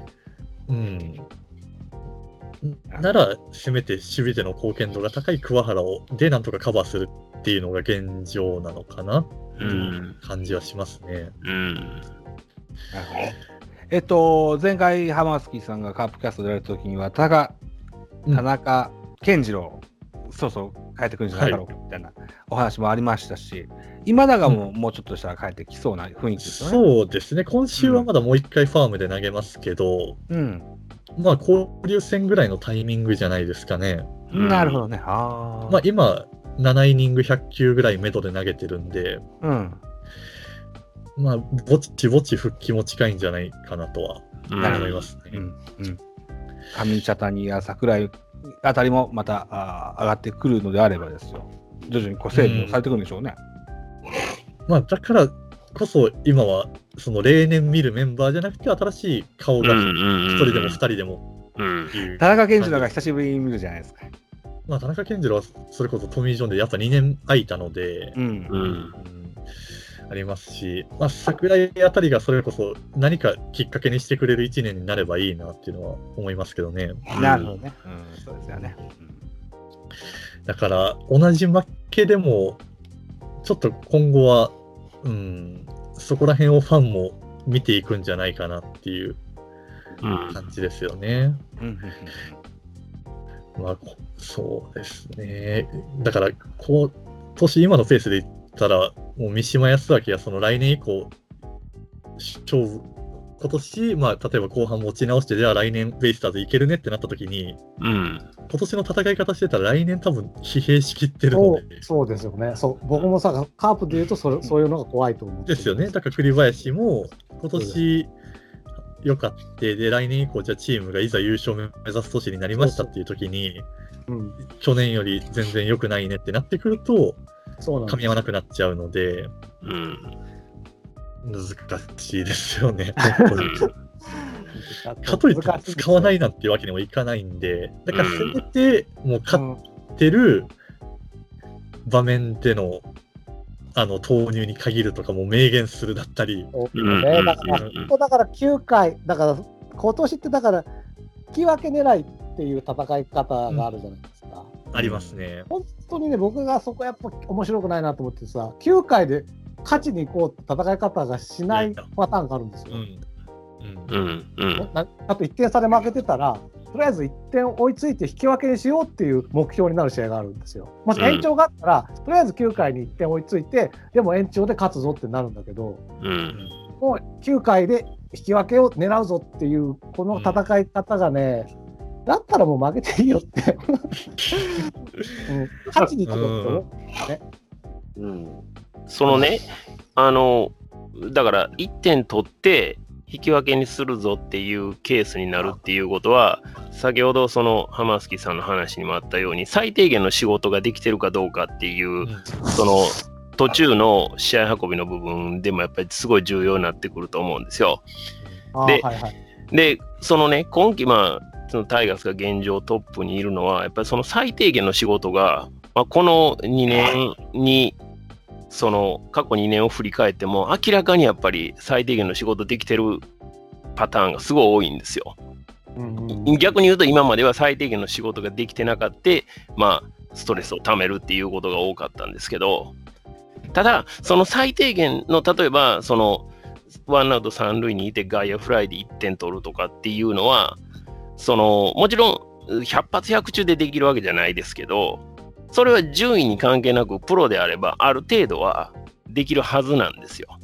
[SPEAKER 4] ん
[SPEAKER 3] ね。。
[SPEAKER 8] うん、なら、せめて守備での貢献度が高い桑原をでなんとかカバーするっていうのが現状なのかな、
[SPEAKER 3] うん
[SPEAKER 8] 感じはしますね。
[SPEAKER 3] うん
[SPEAKER 4] なるほどねえっと、前回、ハマスキーさんがカープキャストでやるときには、田中
[SPEAKER 8] うん
[SPEAKER 4] 田中健次郎、そうそう、帰ってくるんじゃないかろうかみたいなお話もありましたし、今永ももうちょっとしたら帰ってきそうな雰囲気ですよね。
[SPEAKER 8] そうですね、今週はまだもう1回ファームで投げますけど、
[SPEAKER 4] うん、
[SPEAKER 8] まあ、交流戦ぐらいのタイミングじゃないですかね。
[SPEAKER 3] うん
[SPEAKER 4] なるほどね。あー
[SPEAKER 8] まあ、今、7イニング100球ぐらい目処で投げてるんで、
[SPEAKER 4] うん、
[SPEAKER 8] まあ、ぼちぼち復帰も近いんじゃないかなとは
[SPEAKER 3] うん
[SPEAKER 4] なるほ
[SPEAKER 8] 思
[SPEAKER 4] ど
[SPEAKER 8] います
[SPEAKER 4] う
[SPEAKER 8] ね。
[SPEAKER 4] ん、うん。上茶谷や桜井あたりもまたあー上がってくるのであればですよ、徐々にこう整理をされてくるんでしょうね。
[SPEAKER 8] まあ、だからこそ、今は、その例年見るメンバーじゃなくて、新しい顔
[SPEAKER 3] うん
[SPEAKER 8] が
[SPEAKER 3] うん
[SPEAKER 8] 1
[SPEAKER 3] うん
[SPEAKER 8] 人でも2人でも
[SPEAKER 3] うん
[SPEAKER 8] っていう。
[SPEAKER 4] 田中健次郎が久しぶりに見るじゃないですか。
[SPEAKER 8] まあ、田中健次郎は、それこそトミー・ジョンでやっぱ2年空いたので、
[SPEAKER 4] うん
[SPEAKER 3] うん
[SPEAKER 8] うんありますし、まあ、桜井あたりがそれこそ何かきっかけにしてくれる1年になればいいなっていうのは思いますけどね。
[SPEAKER 4] なるほどね。うん、そうですよね。
[SPEAKER 8] だから、同じ負けでも、ちょっと今後は、うん、そこら辺をファンも見ていくんじゃないかなっていう
[SPEAKER 3] うん
[SPEAKER 8] 感じですよね。
[SPEAKER 4] うん、
[SPEAKER 8] まあ、こそうですね。だから、今年、今のペースで言ったら、もう三島康明はその来年以降、勝負、今年、まあ、例えば後半持ち直して、じゃあ来年ベイスターズいけるねってなった時に、
[SPEAKER 3] うん
[SPEAKER 8] 今年の戦い方してたら来年多分疲弊しきってるの
[SPEAKER 5] そ
[SPEAKER 8] で。
[SPEAKER 5] うそうですよね。そう僕もさ、カープで言うとそれ、そういうのが怖いと思ってる
[SPEAKER 8] ですよね。だから栗林も今年良かったで、来年以降、じゃあチームがいざ優勝目指す年になりましたっていう時に、
[SPEAKER 5] うん、
[SPEAKER 8] 去年より全然良くないねってなってくると、
[SPEAKER 5] そうなん
[SPEAKER 8] 噛
[SPEAKER 5] で
[SPEAKER 8] み合わなくなっちゃうので、
[SPEAKER 3] うん
[SPEAKER 8] 難しいです
[SPEAKER 5] <laughs>
[SPEAKER 8] よね。
[SPEAKER 5] すよ。。
[SPEAKER 8] かといって使わないいなんていうわけにもいかないんで、だから
[SPEAKER 3] う
[SPEAKER 8] せ
[SPEAKER 3] ん
[SPEAKER 8] めて、もう勝ってる場面でのあの投入に限るとかも明言するだったり、
[SPEAKER 5] 大きい
[SPEAKER 3] うんうんう
[SPEAKER 5] よ
[SPEAKER 3] んう
[SPEAKER 5] ね。
[SPEAKER 3] ん
[SPEAKER 5] だから、本当だから9回、だから今年ってだから、引き分け狙いっていう戦い方があるじゃないですか。
[SPEAKER 8] ありますね。
[SPEAKER 5] 本当にね、僕がそこやっぱ面白くないなと思ってさ、9回で勝ちに行こうって戦い方がしないパターンがあるんですよ。
[SPEAKER 8] うん。うん
[SPEAKER 3] うんうん
[SPEAKER 5] なあと1点差で負けてたら、とりあえず1点追いついて引き分けにしようっていう目標になる試合があるんですよ。もし延長があったら、とりあえず9回に1点追いついて、でも延長で勝つぞってなるんだけど、
[SPEAKER 3] うん
[SPEAKER 5] もう9回で引き分けを狙うぞっていう、この戦い方がね、だったらもう負けていいよって、
[SPEAKER 3] <laughs>
[SPEAKER 5] うん勝ちに行くぞって思う。
[SPEAKER 6] うん。
[SPEAKER 3] そのねあのだから1点取って引き分けにするぞっていうケースになるっていうことは先ほどそのハマスキさんの話にもあったように最低限の仕事ができてるかどうかっていうその途中の試合運びの部分でもやっぱりすごい重要になってくると思うんですよ。
[SPEAKER 5] あ
[SPEAKER 3] で
[SPEAKER 5] ーはいはい
[SPEAKER 3] で、そのね、今季、まあ、そのタイガースが現状トップにいるのは、やっぱりその最低限の仕事が、まあ、この2年に、その過去2年を振り返っても、明らかにやっぱり最低限の仕事できてるパターンがすごい多いんですよ。逆に言うと、今までは最低限の仕事ができてなかった、まあ、ストレスをためるっていうことが多かったんですけど、ただ、その最低限の、例えば、その、ワンアウト三塁にいて外野フライで1点取るとかっていうのは、そのもちろん100発100中でできるわけじゃないですけど、それは順位に関係なくプロであればある程度はできるはずなんですよ。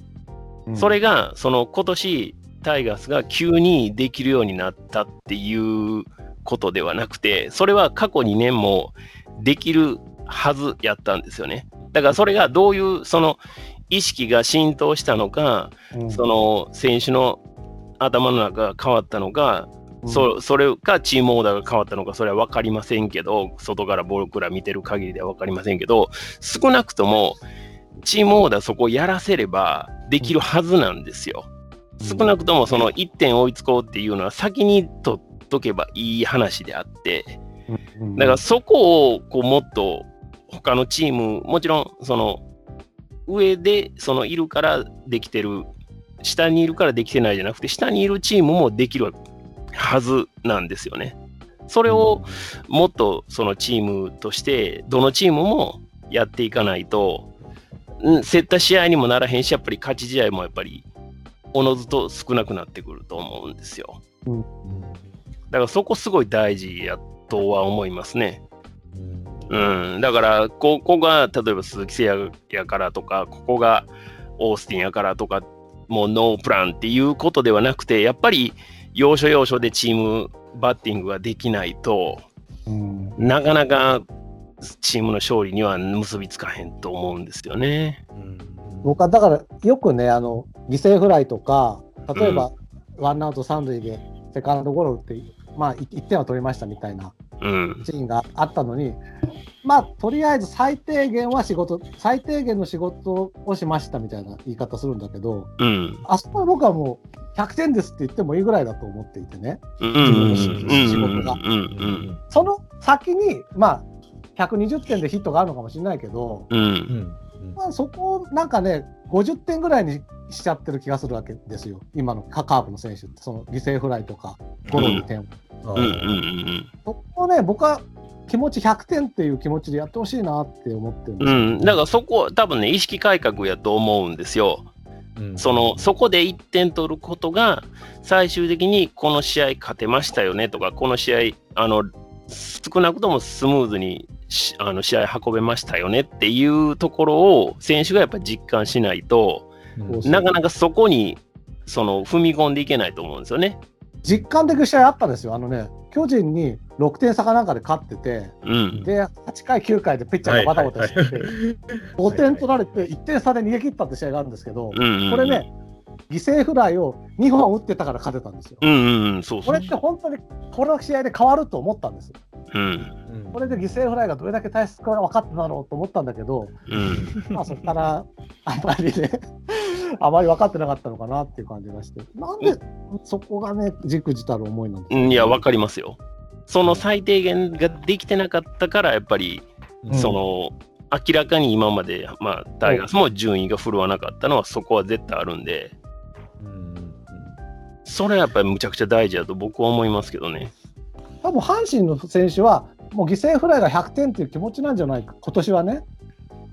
[SPEAKER 3] それがその今年タイガースが急にできるようになったっていうことではなくて、それは過去2年もできるはずやったんですよね。だからそれがどういうその意識が浸透したのか、その選手の頭の中が変わったのか、そそれかチームオーダーが変わったのか、それは分かりませんけど、外から僕ら見てる限りでは分かりませんけど、少なくともチームオーダーそこをやらせればできるはずなんですよ。少なくともその1点追いつこうっていうのは先に取っとけばいい話であって、だからそこをこうもっと他のチーム、もちろんその上でそのいるからできてる、下にいるからできてないじゃなくて、下にいるチームもできるはずなんですよね。それをもっとそのチームとして、どのチームもやっていかないと、うん競った試合にもならへんし、やっぱり勝ち試合もやっぱりおのずと少なくなってくると思うんですよ。
[SPEAKER 5] うん
[SPEAKER 3] だからそこすごい大事やとは思いますね。うん、だからここが例えば鈴木誠也やからとかここがオースティンやからとかもうノープランっていうことではなくてやっぱり要所要所でチームバッティングができないとなかなかチームの勝利には結びつかへんと思うんですよね。
[SPEAKER 5] 僕はだからよくねあの犠牲フライとか例えば、ワンアウト三塁でセカンドゴロ打って、まあ、1点は取りましたみたいな
[SPEAKER 3] うん
[SPEAKER 5] シーンがあったのにまあとりあえず最低限は仕事最低限の仕事をしましたみたいな言い方するんだけど
[SPEAKER 3] うん
[SPEAKER 5] あそこは僕はもう100点ですって言ってもいいぐらいだと思っていてね
[SPEAKER 3] うんうん
[SPEAKER 5] 仕事が
[SPEAKER 3] うん
[SPEAKER 5] その先にまあ120点でヒットがあるのかもしれないけど、
[SPEAKER 3] うん
[SPEAKER 5] まあ、そこをなんかね、50点ぐらいにしちゃってる気がするわけですよ、今のカカーブの選手って、その犠牲フライとか、ゴロ2点、
[SPEAKER 3] うんうんうん
[SPEAKER 5] そこをね、僕は気持ち100点っていう気持ちでやってほしいなって思ってるんで
[SPEAKER 3] う
[SPEAKER 5] すよ
[SPEAKER 3] ん、だからそこ多分ね意識改革やと思うんですよ。そのそこで1点取ることが最終的にこの試合勝てましたよねとかこの試合あの少なくともスムーズにしあの試合運べましたよねっていうところを選手がやっぱ実感しないと
[SPEAKER 5] こうそう
[SPEAKER 3] なかなかそこにその踏み込んでいけないと思うんですよね。
[SPEAKER 5] 実感できる試合あったんですよ、あのね、巨人に6点差かなんかで勝ってて、
[SPEAKER 3] うん、
[SPEAKER 5] で8回、9回でピッチャーがバタバタしてて、5点取られて、1点差で逃げ切ったって試合があるんですけど、
[SPEAKER 3] うんうん、
[SPEAKER 5] これね、犠牲フライを2本打ってたから勝てたんですよ。
[SPEAKER 3] うんうんうんそう
[SPEAKER 5] こ
[SPEAKER 3] そう
[SPEAKER 5] れって本当にこの試合で変わると思ったんです。
[SPEAKER 3] うん
[SPEAKER 5] これで犠牲フライがどれだけ体質か分かっただろうと思ったんだけど、
[SPEAKER 3] うん
[SPEAKER 5] まあ、そこからあまりね、 <laughs> あまり分かってなかったのかなっていう感じがして、なんでそこがね、じくじたる思いなんです
[SPEAKER 3] う
[SPEAKER 5] よ
[SPEAKER 3] んいやわかりますよ。その最低限ができてなかったからやっぱりその明らかに今まで、まあ、タイガースも順位が振るわなかったのは、そこは絶対あるんで、
[SPEAKER 4] うん
[SPEAKER 3] それはやっぱりむちゃくちゃ大事だと僕は思いますけどね。
[SPEAKER 5] 多分阪神の選手は、もう犠牲フライが100点っていう気持ちなんじゃないか、今年はね。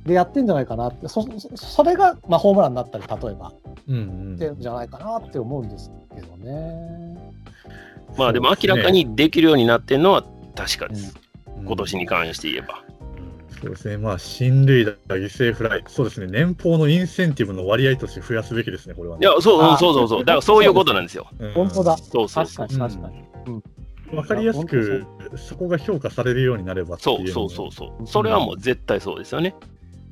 [SPEAKER 5] でやってんじゃないかなって、そそそれが、まあ、ホームランになったり、例えば、
[SPEAKER 8] うん
[SPEAKER 5] ってんじゃないかなって思うんですけどね。
[SPEAKER 3] まあでも
[SPEAKER 8] そうです
[SPEAKER 3] 明
[SPEAKER 8] ね
[SPEAKER 3] らかにできるようになってるのは確かです。
[SPEAKER 8] うん
[SPEAKER 3] 今年に関して言えば。
[SPEAKER 8] そうですね、まあ、進塁打、犠牲フライ、そうですね、年俸のインセンティブの割合として増やすべきですね、これは、
[SPEAKER 3] い
[SPEAKER 8] ね。
[SPEAKER 3] や、そう
[SPEAKER 5] あー
[SPEAKER 3] そうそうそう。だからそういうことなんですよ。
[SPEAKER 8] うん
[SPEAKER 5] 本当だ。
[SPEAKER 3] そうそう
[SPEAKER 5] 確
[SPEAKER 3] そ
[SPEAKER 5] か
[SPEAKER 3] う。
[SPEAKER 5] に、確かに。
[SPEAKER 8] わかりやすく、そこが評価されるようになればってい
[SPEAKER 3] そう
[SPEAKER 8] う。
[SPEAKER 3] そうそうそう。それはもう絶対そうですよね。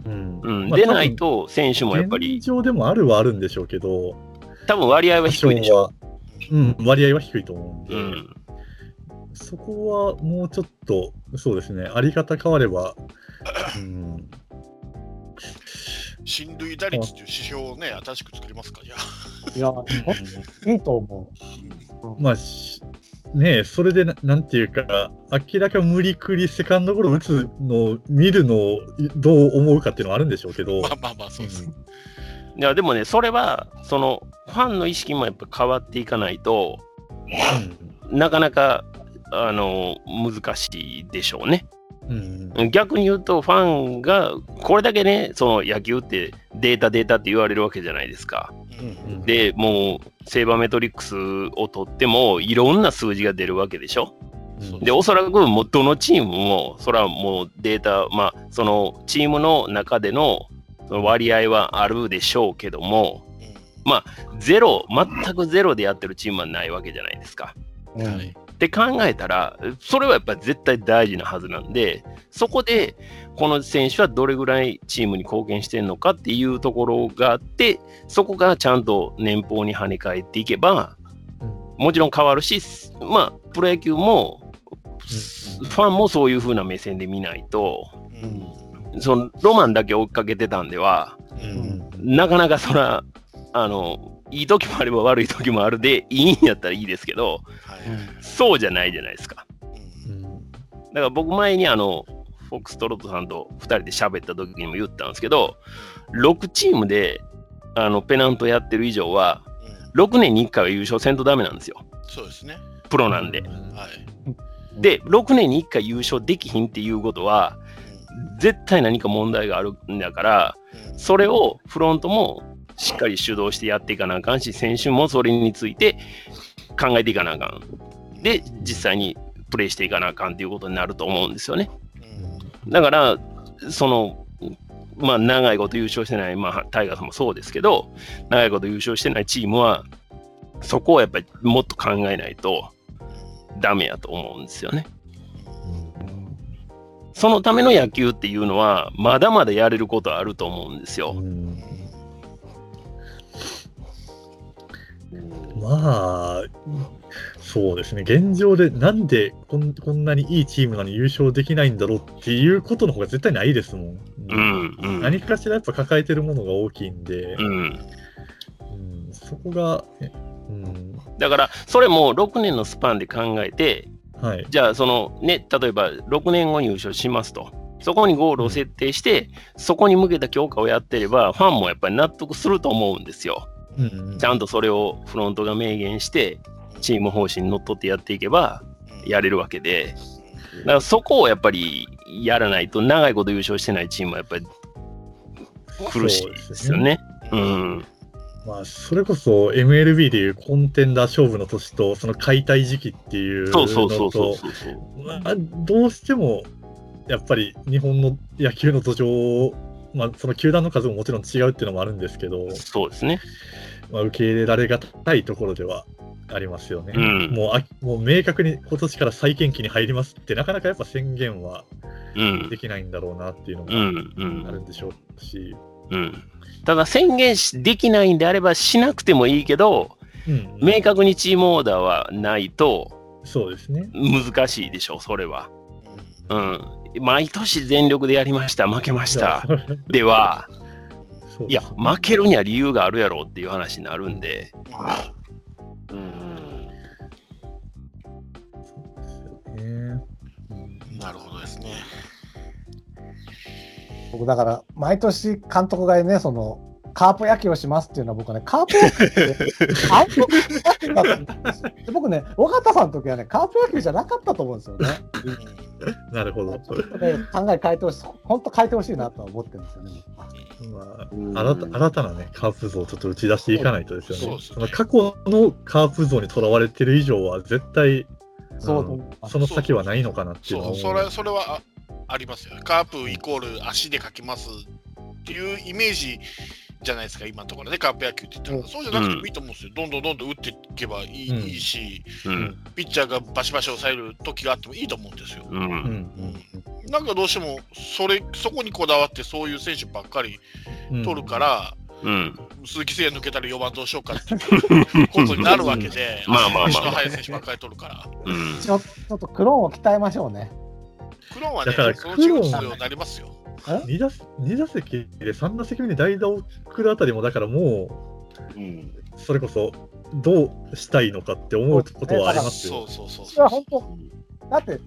[SPEAKER 8] うん。
[SPEAKER 3] うん。
[SPEAKER 8] まあ
[SPEAKER 3] でない、と選手もやっぱり
[SPEAKER 8] 現状でもあるはあるんでしょうけど、
[SPEAKER 3] 多分割合は低いでしょ。
[SPEAKER 8] うん、割合は低いと思うん
[SPEAKER 3] う
[SPEAKER 8] で、
[SPEAKER 3] ん。
[SPEAKER 8] そこはもうちょっと、そうですね、あり方変われば、うん、
[SPEAKER 2] 進塁打率という指標をね、新しく作りますか、じゃあ。
[SPEAKER 5] いや、ほんいいと思
[SPEAKER 8] まあ、しねえ、それでな、なんていうか、明らか無理くりセカンドゴロ打つのを見るのをどう思うかっていうのはあるんでしょうけど、
[SPEAKER 2] まあまあまあ、そうです。
[SPEAKER 3] いや、でもね、それは、その、ファンの意識もやっぱ変わっていかないと、なかなか、あの、難しいでしょうね。
[SPEAKER 8] うんうん
[SPEAKER 3] 逆に言うと、ファンが、これだけね、その野球ってデータデータって言われるわけじゃないですか。
[SPEAKER 8] うん
[SPEAKER 3] で、もう、セーバーメトリックスを取っても、いろんな数字が出るわけでしょ。
[SPEAKER 8] うん
[SPEAKER 3] で、おそらく、もうどのチームも、それはもうデータ、まあ、そのチームの中でのその割合はあるでしょうけども、ゼロ、全くゼロでやってるチームはないわけじゃないですか。
[SPEAKER 5] う。うん
[SPEAKER 3] って考えたら、それはやっぱり絶対大事なはずなんで、そこでこの選手はどれぐらいチームに貢献してるのかっていうところがあって、そこがちゃんと年俸に跳ね返っていけば、もちろん変わるし、まあ、プロ野球も、ファンもそういう風な目線で見ないと、そのロマンだけ追っかけてたんでは、なかなかそら、あの、いい時もあれば悪い時もあるで、いいんやったらいいですけど、そうじゃないじゃないですか。だから僕前にあの、フォックストロットさんと2人で喋った時にも言ったんですけど、6チームであのペナントやってる以上は、6年に1回は優勝せんとダメなんですよ。
[SPEAKER 2] そうですね。
[SPEAKER 3] プロなんで。
[SPEAKER 2] はい。
[SPEAKER 3] で、6年に1回優勝できひんっていうことは、絶対何か問題があるんだから、それをフロントもしっかり主導してやっていかなあかんし、選手もそれについて考えていかなあかん。で、実際にプレーしていかなあかんっていうことになると思うんですよね。だから、その、まあ、長いこと優勝してない、まあ、タイガースもそうですけど、長いこと優勝してないチームは、そこをやっぱりもっと考えないとダメやと思うんですよね。そのための野球っていうのは、まだまだやれることはあると思うんですよ。
[SPEAKER 8] まあ、そうですね、現状でなんでこんこんなにいいチームなのに優勝できないんだろうっていうことの方が絶対ないですもん。
[SPEAKER 3] うん、うん。
[SPEAKER 8] 何かしらやっぱ抱えてるものが大きいんで、
[SPEAKER 3] うん、
[SPEAKER 8] うんそこが、えうん、
[SPEAKER 3] だから、それも6年のスパンで考えて、
[SPEAKER 8] はい。
[SPEAKER 3] じゃあ、そのね、例えば6年後に優勝しますと、そこにゴールを設定して、そこに向けた強化をやってれば、ファンもやっぱり納得すると思うんですよ。
[SPEAKER 8] うん
[SPEAKER 3] ちゃんとそれをフロントが明言して、チーム方針にのっとってやっていけば、やれるわけで、だからそこをやっぱりやらないと、長いこと優勝してないチームはやっぱり苦しいですよ。ね。うん、
[SPEAKER 8] まあ、それこそ MLB でいうコンテンダー勝負の年と、その解体時期っていう
[SPEAKER 3] そ
[SPEAKER 8] の
[SPEAKER 3] うそうそうそう
[SPEAKER 8] と、
[SPEAKER 3] そうそう。
[SPEAKER 8] まあ、どうしてもやっぱり日本の野球の土壌、まあ、その球団の数ももちろん違うっていうのもあるんですけど、
[SPEAKER 3] そうですね。
[SPEAKER 8] まあ、受け入れられがたいところではありますよね。
[SPEAKER 3] うん
[SPEAKER 8] もうあもう明確に今年から再建期に入りますって、なかなかやっぱ宣言は
[SPEAKER 3] うん
[SPEAKER 8] で。きないんだろうなっていうの
[SPEAKER 3] う
[SPEAKER 8] も
[SPEAKER 3] ん。うん。
[SPEAKER 8] あるんでしょうし。
[SPEAKER 3] うん。ただ宣言しできないんであればしなくてもいいけど、
[SPEAKER 8] うんうん
[SPEAKER 3] 明確にチームオーダーはないと
[SPEAKER 8] そうですね。
[SPEAKER 3] 難しいでしょう、それは。うん。毎年全力でやりました、負けました。では、
[SPEAKER 8] そう
[SPEAKER 3] いや、負けるには理由があるやろっていう話になるんで、
[SPEAKER 8] ね
[SPEAKER 2] なるほどですね。
[SPEAKER 5] 僕だから毎年監督がねそのカープ野球をしますっていうのは僕はねカープ野球ってあんまりなかったんですよで僕ね尾形さんの時はねカープ野球じゃなかったと思うんですよね。
[SPEAKER 8] なるほど。
[SPEAKER 5] ちょっとね考え変えてほしい本当変えてほしいなとは思ってるんですよね。僕は
[SPEAKER 8] ま
[SPEAKER 6] うん
[SPEAKER 8] あ、新た新たな、ね、カープ像をちょっと打ち出していかないとですよね。
[SPEAKER 2] そうですね
[SPEAKER 8] その過去のカープ像にとらわれてる以上は、絶対、
[SPEAKER 5] そう
[SPEAKER 8] うん
[SPEAKER 5] あ
[SPEAKER 8] その先はないのかなっていうの
[SPEAKER 2] そ
[SPEAKER 8] は
[SPEAKER 2] う
[SPEAKER 8] 思
[SPEAKER 2] そうれそれはあありますよカープイコール足でかきますっていうイメージじゃないですか今のところねカープ野球って言ったら、
[SPEAKER 5] うん
[SPEAKER 2] そうじゃなくてもいいと思うんですよどんどんどんどん打っていけばいい,、
[SPEAKER 8] うん
[SPEAKER 2] いいし
[SPEAKER 3] うん
[SPEAKER 2] ピッチャーがバシバシ抑える時があってもいいと思うんですよ、
[SPEAKER 3] う
[SPEAKER 8] うんん
[SPEAKER 2] なんかどうしてもそれそこにこだわってそういう選手ばっかり
[SPEAKER 8] うん
[SPEAKER 2] 取るから、
[SPEAKER 3] うん
[SPEAKER 2] 鈴木誠也抜けたら4番どうしようかっていうことになるわけで
[SPEAKER 3] まあまあまあ
[SPEAKER 2] 足の速い選手ばっかり取るから
[SPEAKER 3] うん
[SPEAKER 5] ちょちょっとクローンを鍛えましょうね。
[SPEAKER 2] クローンはね
[SPEAKER 8] だから
[SPEAKER 2] そのうち打つようになりますよ
[SPEAKER 8] 2打席二打席で3打席目に代打を送るあたりも、だからも
[SPEAKER 6] うん、
[SPEAKER 8] う、それこそどうしたいのかって思うことはあります
[SPEAKER 2] そ
[SPEAKER 8] よ。
[SPEAKER 2] うそうそう
[SPEAKER 5] それ
[SPEAKER 2] そ
[SPEAKER 5] は
[SPEAKER 2] う
[SPEAKER 5] 本当だって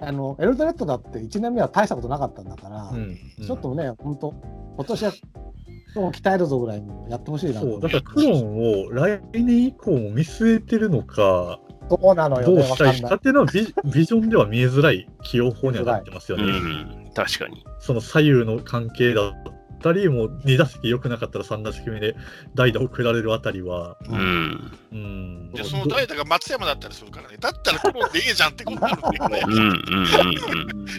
[SPEAKER 5] あのエルドレッドだって1年目は大したことなかったんだから、
[SPEAKER 8] うん
[SPEAKER 5] ちょっとね本当今年はクローンを鍛えるぞぐらいにやってほしいな
[SPEAKER 8] そうだからクローンを来年以降も見据えてるのか、
[SPEAKER 5] どうなのよ
[SPEAKER 8] ど
[SPEAKER 5] ね
[SPEAKER 8] う
[SPEAKER 5] わ
[SPEAKER 8] した
[SPEAKER 5] か
[SPEAKER 8] い
[SPEAKER 5] ん
[SPEAKER 8] の
[SPEAKER 5] な
[SPEAKER 8] か
[SPEAKER 5] い
[SPEAKER 8] っていうのはビジ、ビジョンでは見えづらい起用法にはなってますよ
[SPEAKER 3] う
[SPEAKER 8] ね。
[SPEAKER 3] ん確かに
[SPEAKER 8] その左右の関係だったり、もう2打席良くなかったら3打席目で代打を下られるあたりは、
[SPEAKER 3] うん
[SPEAKER 8] うん、
[SPEAKER 2] でその代打が松山だったりするからねだったらクローンでいいじゃんってことになるんだよね
[SPEAKER 3] うんうんう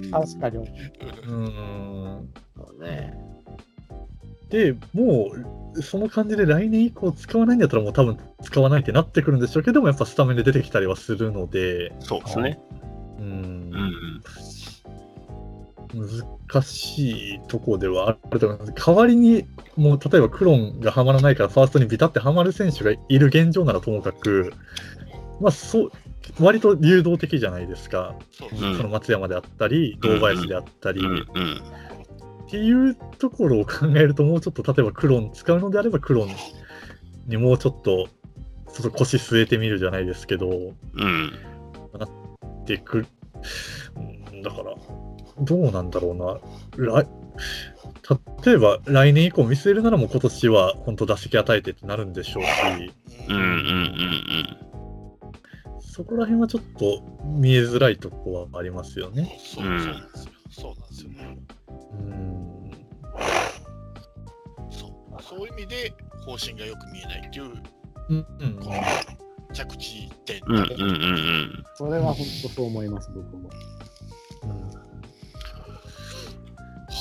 [SPEAKER 3] ん
[SPEAKER 5] 確かに
[SPEAKER 8] うん
[SPEAKER 6] そうね。
[SPEAKER 8] でもう、その感じで来年以降使わないんだったら、もう多分使わないってなってくるんでしょうけども、やっぱスタメンで出てきたりはするので、
[SPEAKER 3] そうですね
[SPEAKER 8] うん
[SPEAKER 3] うん
[SPEAKER 8] 難しいとこではあると思います。代わりに、もう例えばクロンがはまらないから、ファーストにビタってはまる選手がいる現状ならともかく、まあ、そう割と流動的じゃないですか、
[SPEAKER 2] そう
[SPEAKER 3] うん
[SPEAKER 8] その松山であったり、
[SPEAKER 3] うん
[SPEAKER 8] 堂林であったり、
[SPEAKER 3] うん
[SPEAKER 8] っ
[SPEAKER 3] うん
[SPEAKER 8] ていうところを考えると、もうちょっと例えばクロン使うのであれば、クロンにもうちょっと、ちょっと腰据えてみるじゃないですけ
[SPEAKER 3] う
[SPEAKER 8] ど、
[SPEAKER 3] ん
[SPEAKER 8] ってくる。うんだから、どうなんだろうな。来例えば来年以降見据えるならもう今年は本当打席与えてってなるんでしょうし、
[SPEAKER 3] うんうん
[SPEAKER 8] そこら辺はちょっと見えづらいとこはありますよね。
[SPEAKER 2] そうそう
[SPEAKER 3] う
[SPEAKER 2] なん
[SPEAKER 3] ん
[SPEAKER 2] ですよそうなんですよね
[SPEAKER 8] うん。
[SPEAKER 2] そうそういう意味で方針がよく見えないっていう
[SPEAKER 8] うん
[SPEAKER 2] この着地点
[SPEAKER 3] うんうんうんうんうん
[SPEAKER 5] それは本当そう思います僕も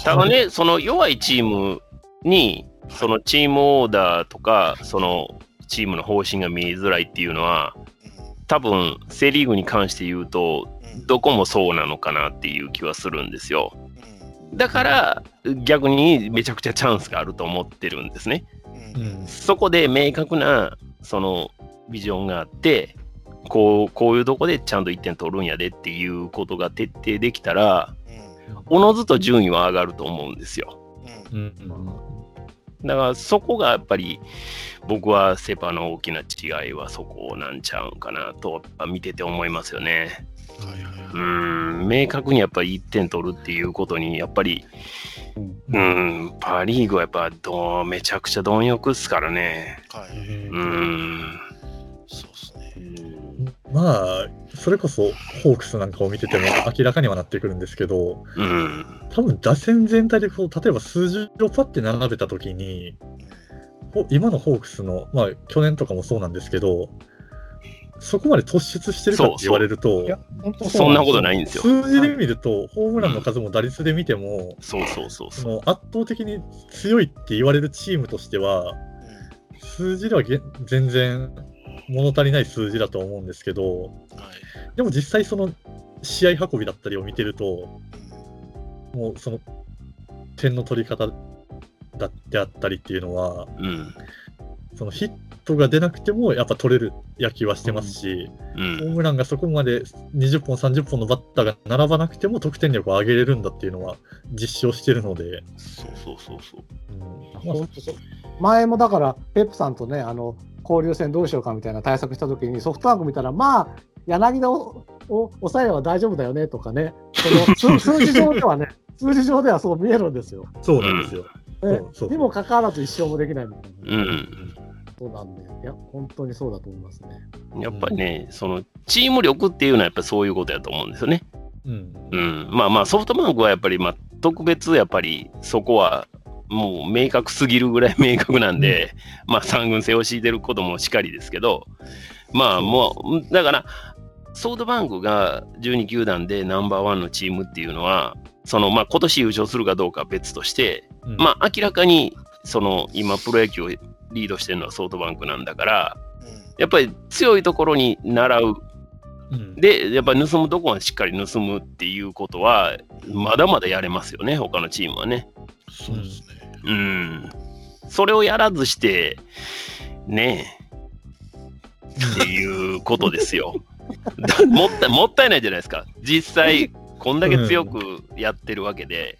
[SPEAKER 3] ただね、その弱いチームに、そのチームオーダーとか、そのチームの方針が見えづらいっていうのは、多分セ・リーグに関して言うと、
[SPEAKER 2] うん
[SPEAKER 3] どこもそうなのかなっていう気はするんですよ。
[SPEAKER 2] う
[SPEAKER 3] だから、逆にめちゃくちゃチャンスがあると思ってるんですね。
[SPEAKER 2] ん
[SPEAKER 8] う
[SPEAKER 2] うん
[SPEAKER 8] ん
[SPEAKER 3] そこで明確な、そのビジョンがあって、こうこういうとこでちゃんと1点取るんやでっていうことが徹底できたら、おのずと順位は上がると思うんですよ。
[SPEAKER 2] うん
[SPEAKER 8] うん
[SPEAKER 3] だからそこがやっぱり僕はセ・パの大きな違いはそこなんちゃうんかなとやっぱ見てて思いますよね。
[SPEAKER 2] はいはいはいう
[SPEAKER 3] ーん明確にやっぱり1点取るっていうことにやっぱりうーんパ・リーグはやっぱどうめちゃくちゃ貪欲っすからね。
[SPEAKER 2] は
[SPEAKER 8] う
[SPEAKER 2] い
[SPEAKER 3] うんーん
[SPEAKER 2] そうですね
[SPEAKER 8] まあ、それこそホークスなんかを見てても明らかにはなってくるんですけど、
[SPEAKER 3] うん
[SPEAKER 8] 多分打線全体でこう例えば数字をパッて並べた時にほ今のホークスの、まあ、去年とかもそうなんですけどそこまで突出してるかって言われると
[SPEAKER 5] いや本当
[SPEAKER 3] そんなことないいんですよ。
[SPEAKER 8] 数字で見るとホームランの数も打率で見ても、
[SPEAKER 3] そうそうそう
[SPEAKER 8] そ
[SPEAKER 3] そう。
[SPEAKER 8] の圧倒的に強いって言われるチームとしては数字ではげ全然物足りない数字だと思うんですけど
[SPEAKER 2] うんはい
[SPEAKER 8] でも実際その試合運びだったりを見てるともうその点の取り方だってあったりっていうのは、
[SPEAKER 3] うん
[SPEAKER 8] そのヒットが出なくてもやっぱ取れる野球はしてますし、
[SPEAKER 3] う
[SPEAKER 8] ホ
[SPEAKER 3] ん
[SPEAKER 8] ームランがそこまで20本、30本のバッターが並ばなくても得点力を上げれるんだっていうのは実証してるので、
[SPEAKER 3] そうそうそうそう。
[SPEAKER 8] まあ
[SPEAKER 5] 前もだからペップさんとねあの交流戦どうしようかみたいな対策した時にソフトバンク見たらまあ
[SPEAKER 8] <laughs>
[SPEAKER 5] 柳田をを抑えれば大丈夫だよねとかねその数数字上ではね数字上ではそう見えるんですよ。
[SPEAKER 8] そうなんですよ。
[SPEAKER 5] ね
[SPEAKER 8] そうそう
[SPEAKER 5] にもかかわらず一生もできないみたい
[SPEAKER 3] う
[SPEAKER 5] な、
[SPEAKER 3] ん。
[SPEAKER 5] そうなんで、いや、本当にそうだと思いますね。
[SPEAKER 3] やっぱりね、そのチーム力っていうのはやっぱそういうことやと思うんですよね。
[SPEAKER 8] うん。
[SPEAKER 3] うん、まあまあソフトバンクはやっぱり、まあ、特別やっぱりそこはもう明確すぎるぐらい明確なんで、まあ三軍制を敷いてることもしかりですけどまあもうだからソフトバンクが12球団でナンバーワンのチームっていうのはそのまあ今年優勝するかどうかは別として、
[SPEAKER 8] うん
[SPEAKER 3] まあ明らかにその今プロ野球をリードしてるのはソフトバンクなんだからやっぱり強いところに習う
[SPEAKER 8] うん
[SPEAKER 3] で、やっぱり盗むとこはしっかり盗むっていうことは、まだまだやれますよね、他のチームはね。
[SPEAKER 2] そうですね。
[SPEAKER 3] うん。それをやらずして、ねえ、っていうことですよ。だもったいもったいないじゃないですか。実際、こんだけ強くやってるわけで。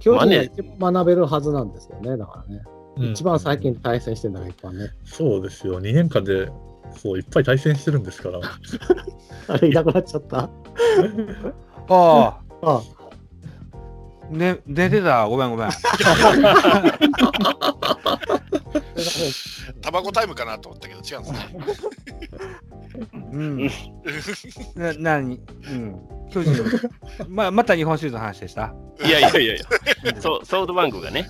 [SPEAKER 5] 巨人
[SPEAKER 3] まあ
[SPEAKER 5] が
[SPEAKER 3] ね
[SPEAKER 5] 一番学べるはずなんですよね、だからね。
[SPEAKER 8] うん
[SPEAKER 5] 一番最近対戦してんだから、一番ね。
[SPEAKER 8] そうですよ、2年間でそういっぱい対戦してるんですから、
[SPEAKER 5] あれ、いなくなっちゃった。
[SPEAKER 4] あ
[SPEAKER 5] あ
[SPEAKER 4] あ、ね、寝てた。ごめんごめん。
[SPEAKER 2] タバコタイムかなと思ったけど違うんですね。
[SPEAKER 4] うん。 <laughs> な、なに、うん。巨人、ま、また日本シリーズの話でした。
[SPEAKER 3] いやいやいやいや、そうソフトバンクがね、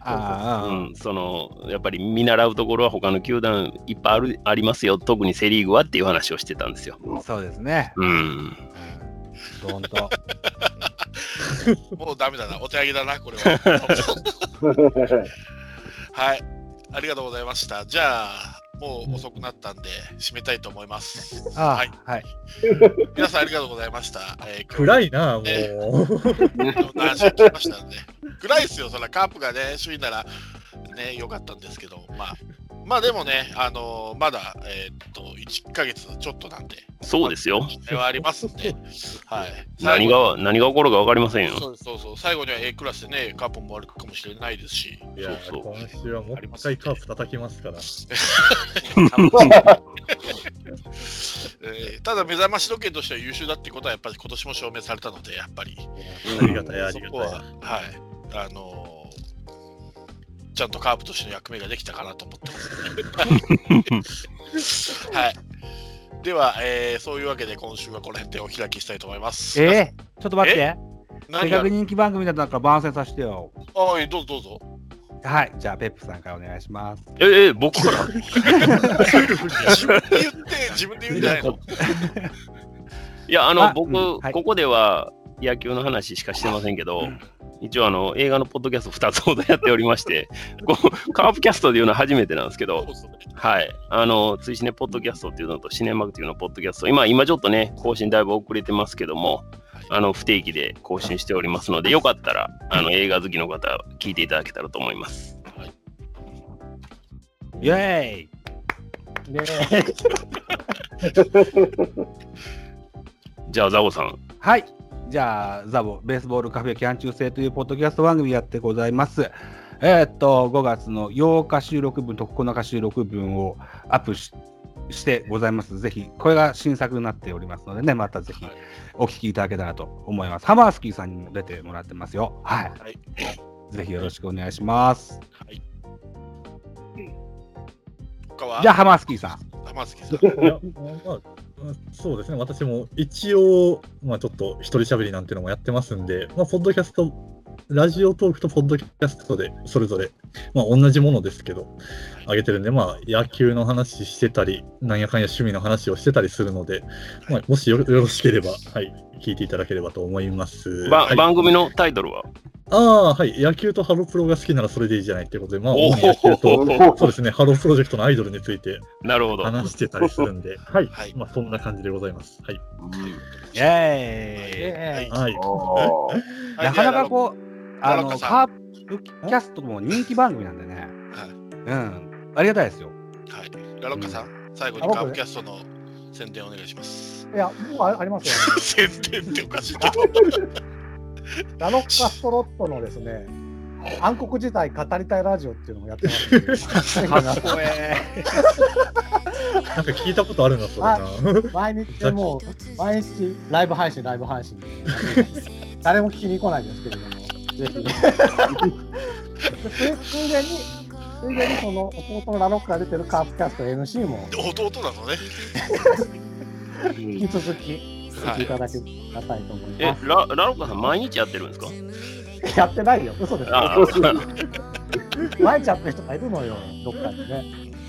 [SPEAKER 4] ああ、
[SPEAKER 3] う
[SPEAKER 4] うん
[SPEAKER 3] ん、そのやっぱり見習うところは他の球団いっぱいあるありますよ、特にセ・リーグはっていう話をしてたんですよ。
[SPEAKER 4] そうですね。
[SPEAKER 3] うん
[SPEAKER 4] うん。どんと。
[SPEAKER 2] もうダメだ
[SPEAKER 3] <laughs>
[SPEAKER 2] な、お手上げだな、これは。はい、ありがとうございました。じゃあ、もう遅くなったんで、締めたいと思います。
[SPEAKER 4] ああ、
[SPEAKER 2] は
[SPEAKER 4] はいい。
[SPEAKER 2] 皆さん、ありがとうございました。えー、
[SPEAKER 8] 暗いな、 <laughs> も
[SPEAKER 2] え
[SPEAKER 8] う。
[SPEAKER 2] 今日の話聞きましたんで。 <laughs> 暗いですよ、そら、カープがね、首位なら、ね、良かったんですけど、まあ、まあでもね、あのーまだ、えーっと、1ヶ月ちょっとなんで、
[SPEAKER 3] そうですよ。
[SPEAKER 2] 期待はありますん
[SPEAKER 3] <laughs>
[SPEAKER 2] で、はい。
[SPEAKER 3] 何が何が起こるか分かりませんよ。
[SPEAKER 2] そうですそうそう最後には A クラスでね、カープも悪くかもしれないですし、
[SPEAKER 8] いや
[SPEAKER 3] そうそう
[SPEAKER 8] 今週はもう一回カープ叩きますから。
[SPEAKER 2] えーただ目覚まし時計としては優秀だってことはやっぱり今年も証明されたので、やっぱり、
[SPEAKER 8] ありがたい、あ
[SPEAKER 2] そ
[SPEAKER 8] りが
[SPEAKER 2] こ
[SPEAKER 8] たい
[SPEAKER 2] は、。はい、あのーちゃんとカープとしての役目ができたかなと思って
[SPEAKER 8] <laughs>
[SPEAKER 2] ます。はい。では、えーそういうわけで今週はこの辺でお開きしたいと思います。
[SPEAKER 4] ええちょっと待って。せ
[SPEAKER 2] 何
[SPEAKER 4] っ
[SPEAKER 2] が
[SPEAKER 4] かく人気番組だったから番宣させてよ。
[SPEAKER 2] あいいどうぞどうぞ。
[SPEAKER 4] はい。じゃあ、ペップさんからお願いします。
[SPEAKER 3] えええ、僕から
[SPEAKER 2] 自分で言
[SPEAKER 4] <laughs>
[SPEAKER 2] って、自分で言うんじゃないの
[SPEAKER 3] いや、あの、
[SPEAKER 4] あ
[SPEAKER 3] 僕、
[SPEAKER 4] うんはい
[SPEAKER 3] ここでは野球の話しかしてませんけど、一応、あの、映画のポッドキャスト2つほどやっておりまして、こうカープキャストでいうのは初めてなんですけ
[SPEAKER 2] そう
[SPEAKER 3] ど、
[SPEAKER 2] ですね
[SPEAKER 3] はい。あの、追試ねポッドキャストっていうのと、シネマグっていうのポッドキャスト、今、今ちょっとね、更新だいぶ遅れてますけども、あの、不定期で更新しておりますので、よかったら、あの、映画好きの方、聞いていただけたらと思います。
[SPEAKER 4] イェーイ
[SPEAKER 5] ね
[SPEAKER 3] じゃあ、ザボさん。
[SPEAKER 4] はい。じゃあ、ザボ、ベースボールカフェキャン中制というポッドキャスト番組やってございます。えーっと、5月の8日収録分と9日収録分をアップししてございます。ぜひ、これが新作になっておりますのでね、またぜひお聞きいただけたらと思います。ハマースキーさんにも出てもらってますよ。はい。
[SPEAKER 2] はい
[SPEAKER 4] ぜひよろしくお願いします。
[SPEAKER 2] 他は
[SPEAKER 4] じゃあ、ハマースキーさん。
[SPEAKER 2] 浜月さん。
[SPEAKER 8] いやまあそうですね、私も一応、まあ、ちょっと一人喋りなんてのもやってますんで、まあ、ポッドキャスト、ラジオトークとポッドキャストで、それぞれ、まあ、同じものですけど、上げてるんで、まあ、野球の話してたり、なんやかんや趣味の話をしてたりするので、まあ、もしよよろしければ、はい、聞いていただければと思います。
[SPEAKER 3] ば
[SPEAKER 8] はい、
[SPEAKER 3] 番組のタイトルは
[SPEAKER 8] ああ、はい、野球とハロプロが好きならそれでいいじゃないってことで、まあ、
[SPEAKER 3] おお
[SPEAKER 8] 主に野球と、そうですね、ハロープロジェクトのアイドルについて
[SPEAKER 3] なるほど。
[SPEAKER 8] 話してたりするんで、 <laughs> はい、
[SPEAKER 2] はい
[SPEAKER 8] まあ、そんな感じでございます。はい
[SPEAKER 4] イェーイ
[SPEAKER 2] はい
[SPEAKER 8] はい。
[SPEAKER 2] はい
[SPEAKER 4] なかなかこう、
[SPEAKER 2] あ
[SPEAKER 4] あ
[SPEAKER 2] の
[SPEAKER 4] の、
[SPEAKER 2] 田
[SPEAKER 4] カープキャストも人気番組なんでね。
[SPEAKER 2] はい
[SPEAKER 4] うん。ありがたいですよ。
[SPEAKER 2] はい、ラロッカさん、最後に
[SPEAKER 5] ラロッ
[SPEAKER 2] カ
[SPEAKER 5] カ
[SPEAKER 2] ープキャストの宣伝お願いします。
[SPEAKER 5] いや、もうあありますよ、
[SPEAKER 2] <laughs>
[SPEAKER 5] ね。
[SPEAKER 2] 宣伝っておかしいけど。
[SPEAKER 5] <laughs> ラロッカストロットのですね、暗黒時代語りたいラジオっていうのもやってますんで
[SPEAKER 8] なんか聞いたことあるな、 <laughs> それな。
[SPEAKER 5] 毎日もう、毎日ライブ配信、ライブ配信。誰も聞きに来ないですけれども、ぜひ。でついでに、ついでにその弟のラロックが出てるカープキャスト NC も
[SPEAKER 2] 弟なのね。
[SPEAKER 5] 引き続き聞いていただけたいと思い
[SPEAKER 3] えラ
[SPEAKER 5] ま、
[SPEAKER 3] ラロッカさん、毎日やってるんですか
[SPEAKER 5] す。やってないよ、嘘です。
[SPEAKER 3] ああ、
[SPEAKER 5] <laughs> 巻いちゃってる人がいるのよ、どっかにね。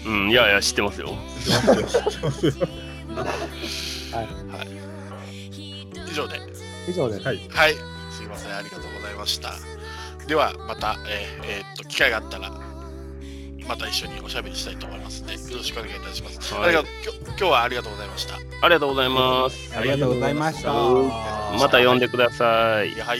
[SPEAKER 3] うん、いやいや、知ってますよ。
[SPEAKER 2] 以上で。
[SPEAKER 5] 以上です。
[SPEAKER 8] はい。
[SPEAKER 2] はい。すいません。ありがとうございました。では、また、えーえーっと、機会があったら、また一緒におしゃべりしたいと思いますので、よろしくお願いいたします。
[SPEAKER 3] はい
[SPEAKER 2] ありがとうきょ今日はありがとうございました。
[SPEAKER 3] ありがとうございます。
[SPEAKER 4] ありがとうございました。
[SPEAKER 3] また呼んでください。
[SPEAKER 2] はい。